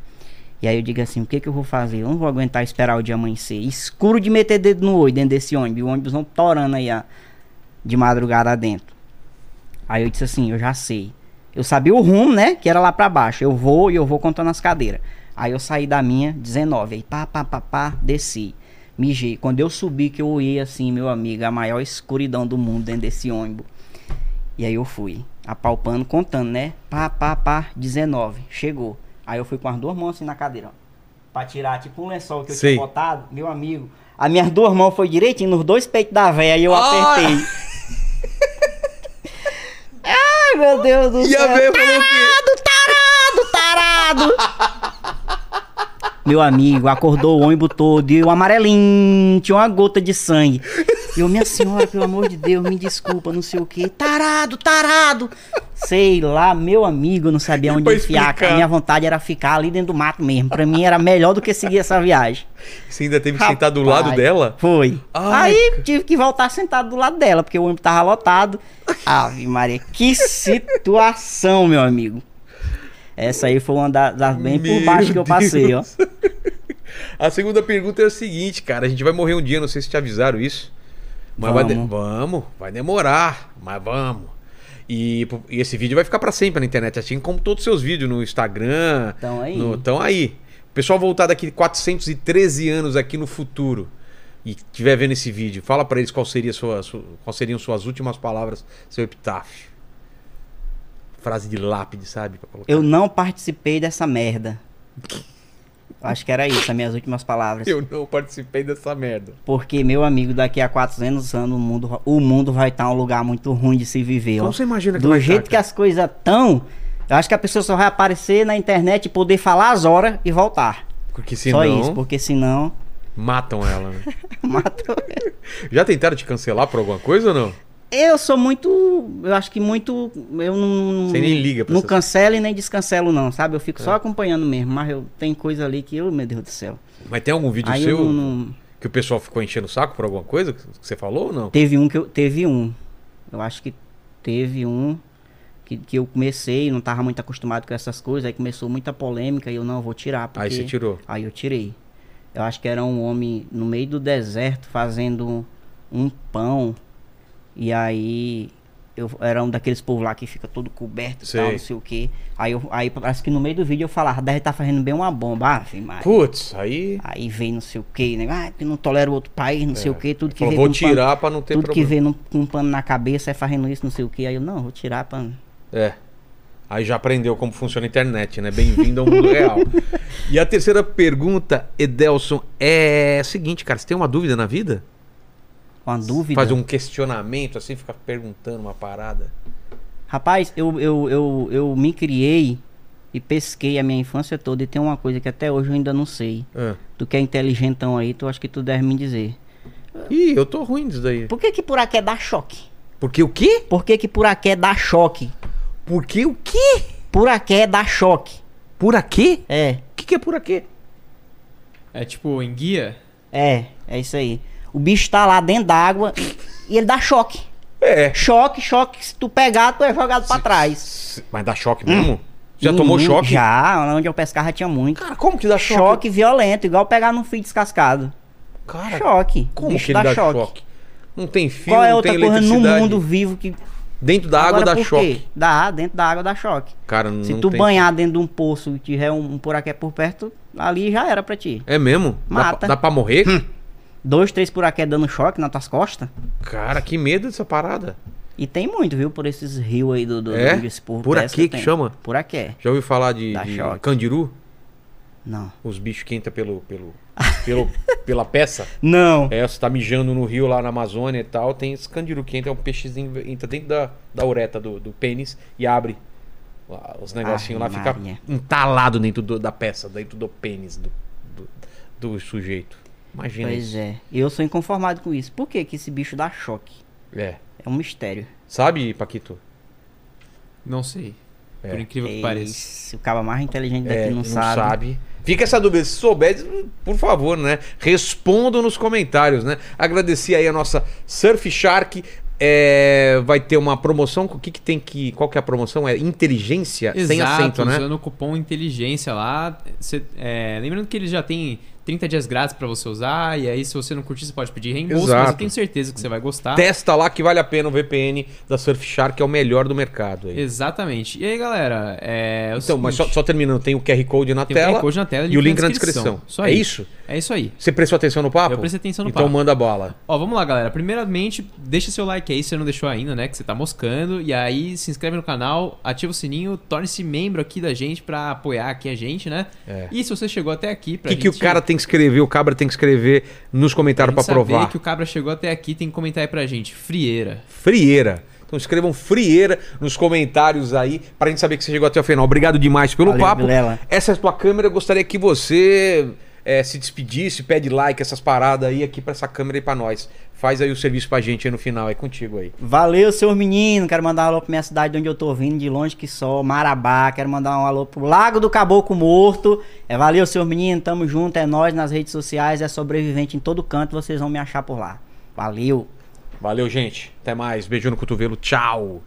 E aí eu digo assim, o que que eu vou fazer? Eu não vou aguentar esperar o dia amanhecer. Escuro de meter dedo no olho dentro desse ônibus. E O ônibus não torando aí a- de madrugada dentro. Aí eu disse assim, eu já sei. Eu sabia o rumo, né? Que era lá pra baixo. Eu vou e eu vou contando as cadeiras. Aí eu saí da minha, 19. Aí pá, pá, pá, pá, desci. Mijei. Quando eu subi, que eu olhei assim, meu amigo, a maior escuridão do mundo dentro desse ônibus. E aí eu fui, apalpando, contando, né? Pá, pá, pá, 19. Chegou. Aí eu fui com as duas mãos assim na cadeira, ó. Pra tirar tipo um lençol que eu Sei. tinha botado, meu amigo. As minhas duas mãos foi direitinho nos dois peitos da véia e eu Ah! apertei. Ai, meu Deus do E céu. a véia falou o quê? Tarado, tarado, tarado. Meu amigo acordou o ônibus todo e o amarelinho tinha uma gota de sangue. Eu, minha senhora, pelo amor de Deus, me desculpa, não sei o que. Tarado, tarado. Sei lá, meu amigo, eu não sabia onde pra enfiar. explicar? A minha vontade era ficar ali dentro do mato mesmo. Pra mim era melhor do que seguir essa viagem. Você ainda teve que sentar do lado Rapaz, dela? Foi. Ai, Aí tive que voltar sentado do lado dela, porque o ônibus tava lotado. Ave Maria, que situação, meu amigo. Essa aí foi uma da- das, tá bem por Meu baixo que eu passei, ó. Deus. A segunda pergunta é a seguinte, cara. A gente vai morrer um dia, não sei se te avisaram isso. Mas vai de- Vamos. vamos, vai demorar, mas vamos. E, pô, e esse vídeo vai ficar pra sempre na internet, assim como todos os seus vídeos no Instagram. Então aí. no- Tão aí. O pessoal voltar daqui 413 anos aqui no futuro e estiver vendo esse vídeo, fala pra eles qual seria sua, su- qual seriam suas últimas palavras, seu epitáfio. Frase de lápide, sabe? pra colocar. Eu não participei dessa merda. Eu acho que era isso, as minhas últimas palavras. Eu não participei dessa merda. Porque, meu amigo, daqui a 400 anos o mundo, ro- o mundo vai estar um lugar muito ruim de se viver, ó. Como você imagina que Do vai jeito estar, que as coisas estão, eu acho que a pessoa só vai aparecer na internet e poder falar as horas e voltar. Porque senão Só isso, porque senão matam ela, né? matou. Já tentaram te cancelar por alguma coisa ou não? Eu sou muito, eu acho que muito, eu não Você nem liga pra não essas- É. cancelo e nem descancelo não, sabe? Eu fico só acompanhando mesmo, mas eu tem coisa ali que, eu, meu Deus do céu. Mas tem algum vídeo Aí seu eu não, não- que o pessoal ficou enchendo o saco por alguma coisa que que você falou ou não? teve um que eu teve um. Eu acho que teve um que, que eu comecei, não tava muito acostumado com essas coisas, aí começou muita polêmica e eu não vou tirar porque Aí você tirou. Aí eu tirei. Eu acho que era um homem no meio do deserto fazendo um pão. E aí eu era um daqueles povos lá que fica todo coberto e Sei. tal, não sei o quê. Aí, eu, aí parece que no meio do vídeo eu falava, deve estar fazendo bem uma bomba, Ave Maria. Putz, aí. Aí vem não sei o quê, né? Ah, que não tolera o outro país, não sei o quê, tudo que É. Falou, vem vou com pano- tirar pra não ter tudo que problema. vem num- com um pano na cabeça é fazendo isso, não sei o quê. Aí eu, não, vou tirar pra. É. Aí já aprendeu como funciona a internet, né? Bem-vindo ao mundo real. E a terceira pergunta, Edelson, é a seguinte, cara. Você tem uma dúvida na vida? Uma dúvida. Faz um questionamento, assim, fica perguntando uma parada. Rapaz, eu, eu, eu, eu me criei e pesquei a minha infância toda e tem uma coisa que até hoje eu ainda não sei. Ah. Tu que é inteligentão aí, tu acho que tu deve me dizer. Ih, eu tô ruim disso daí. Por que que é puraquê dá choque? Porque o quê? Por que que puraquê dá choque? Porque o quê? Puraquê dá choque. Por aqui? É, O que, que é por aqui? É tipo, em guia? é, é isso aí. O bicho tá lá dentro d'água e ele dá choque. É. Choque, choque, se tu pegar, tu é jogado pra trás. Mas dá choque mesmo? Já tomou Menino, choque? Hum. Já, onde eu pescava tinha muito. Cara, como que dá choque? Choque violento, igual pegar num fio descascado. Cara, choque. como Bicho que ele dá choque? Não tem fio, Qual é não outra tem coisa no eletricidade. mundo vivo que. Dentro da água Agora, dá por choque. quê? Dá, dentro da água dá choque. Cara, não Se tu tem banhar dentro de um poço e tiver um, um puraqué por perto, ali já era pra ti. como. É mesmo? Dá Mata. pra- Dá, pra morrer? Dois, três puraqué dando choque nas tuas costas. Cara, que medo dessa parada. E tem muito, viu? Por esses rios aí do, do É? onde esse povo Puraquê pesca, que tem. chama? Puraqué. Já ouviu falar de, Dá de choque. candiru? é? Não. Os bichos que entram pelo, pelo, pelo, pela peça. Não. É, você tá mijando no rio lá na Amazônia e tal, tem esse candiru que entra, é um peixezinho, entra dentro da, da ureta do, do pênis e abre lá os negocinhos lá, Ave fica Maria. entalado dentro do- da peça, dentro do pênis do, do, do sujeito. Imagina Pois isso. é. Eu sou inconformado com isso. Por que que esse bicho dá choque? É. É um mistério. Sabe, Paquito? Não sei. É. Por incrível que pareça. Esse- O cara mais inteligente daqui É, não, sabe. Fica essa dúvida. Se souber, por favor, né? Respondam nos comentários, né? Agradecer aí a nossa Surf Shark. É, vai ter uma promoção. O que, que tem que. Qual que é a promoção? É inteligência sem Exato, acento, né? usando o cupom inteligência lá. Cê- é, lembrando que ele já tem 30 dias grátis pra você usar, e aí se você não curtir, você pode pedir reembolso, mas Exato. eu tenho certeza que você vai gostar. Testa lá que vale a pena o VPN da Surfshark, que é o melhor do mercado. Aí. Exatamente. E aí, galera, é. o Então, mas só, seguinte, só terminando, tem o QR Code na tem o QR tela Code na tela e o link na descrição. Só É aí. isso? É isso aí. Você prestou atenção no papo? Eu prestei atenção no então papo. manda bala. Ó, vamos lá, galera. Primeiramente, deixa seu like aí se você não deixou ainda, né? Que você tá moscando. E aí, se inscreve no canal, ativa o sininho, torne-se membro aqui da gente pra apoiar aqui a gente, né? É. E se você chegou até aqui, O pra que, que o gente- cara tem que escrever, o cabra tem que escrever nos pra comentários gente pra saber provar? que o cabra chegou até aqui, tem que comentar aí pra gente. Frieira. Frieira. Então escrevam frieira nos comentários aí pra gente saber que você chegou até o final. Obrigado demais pelo Valeu, papo. Vilela. Essa é a tua câmera, eu gostaria que você eh, se despedisse, pede like, essas paradas aí aqui pra essa câmera aí pra nós. Faz aí o serviço pra gente aí no final, é contigo aí. Valeu, seus meninos. Quero mandar um alô pra minha cidade de onde eu tô vindo, de longe que só, Marabá. Quero mandar um alô pro Lago do Caboclo Morto. É, valeu, seus meninos. Tamo junto. É nós nas redes sociais. É sobrevivente em todo canto. Vocês vão me achar por lá. Valeu. Valeu, gente. Até mais. Beijo no cotovelo. Tchau.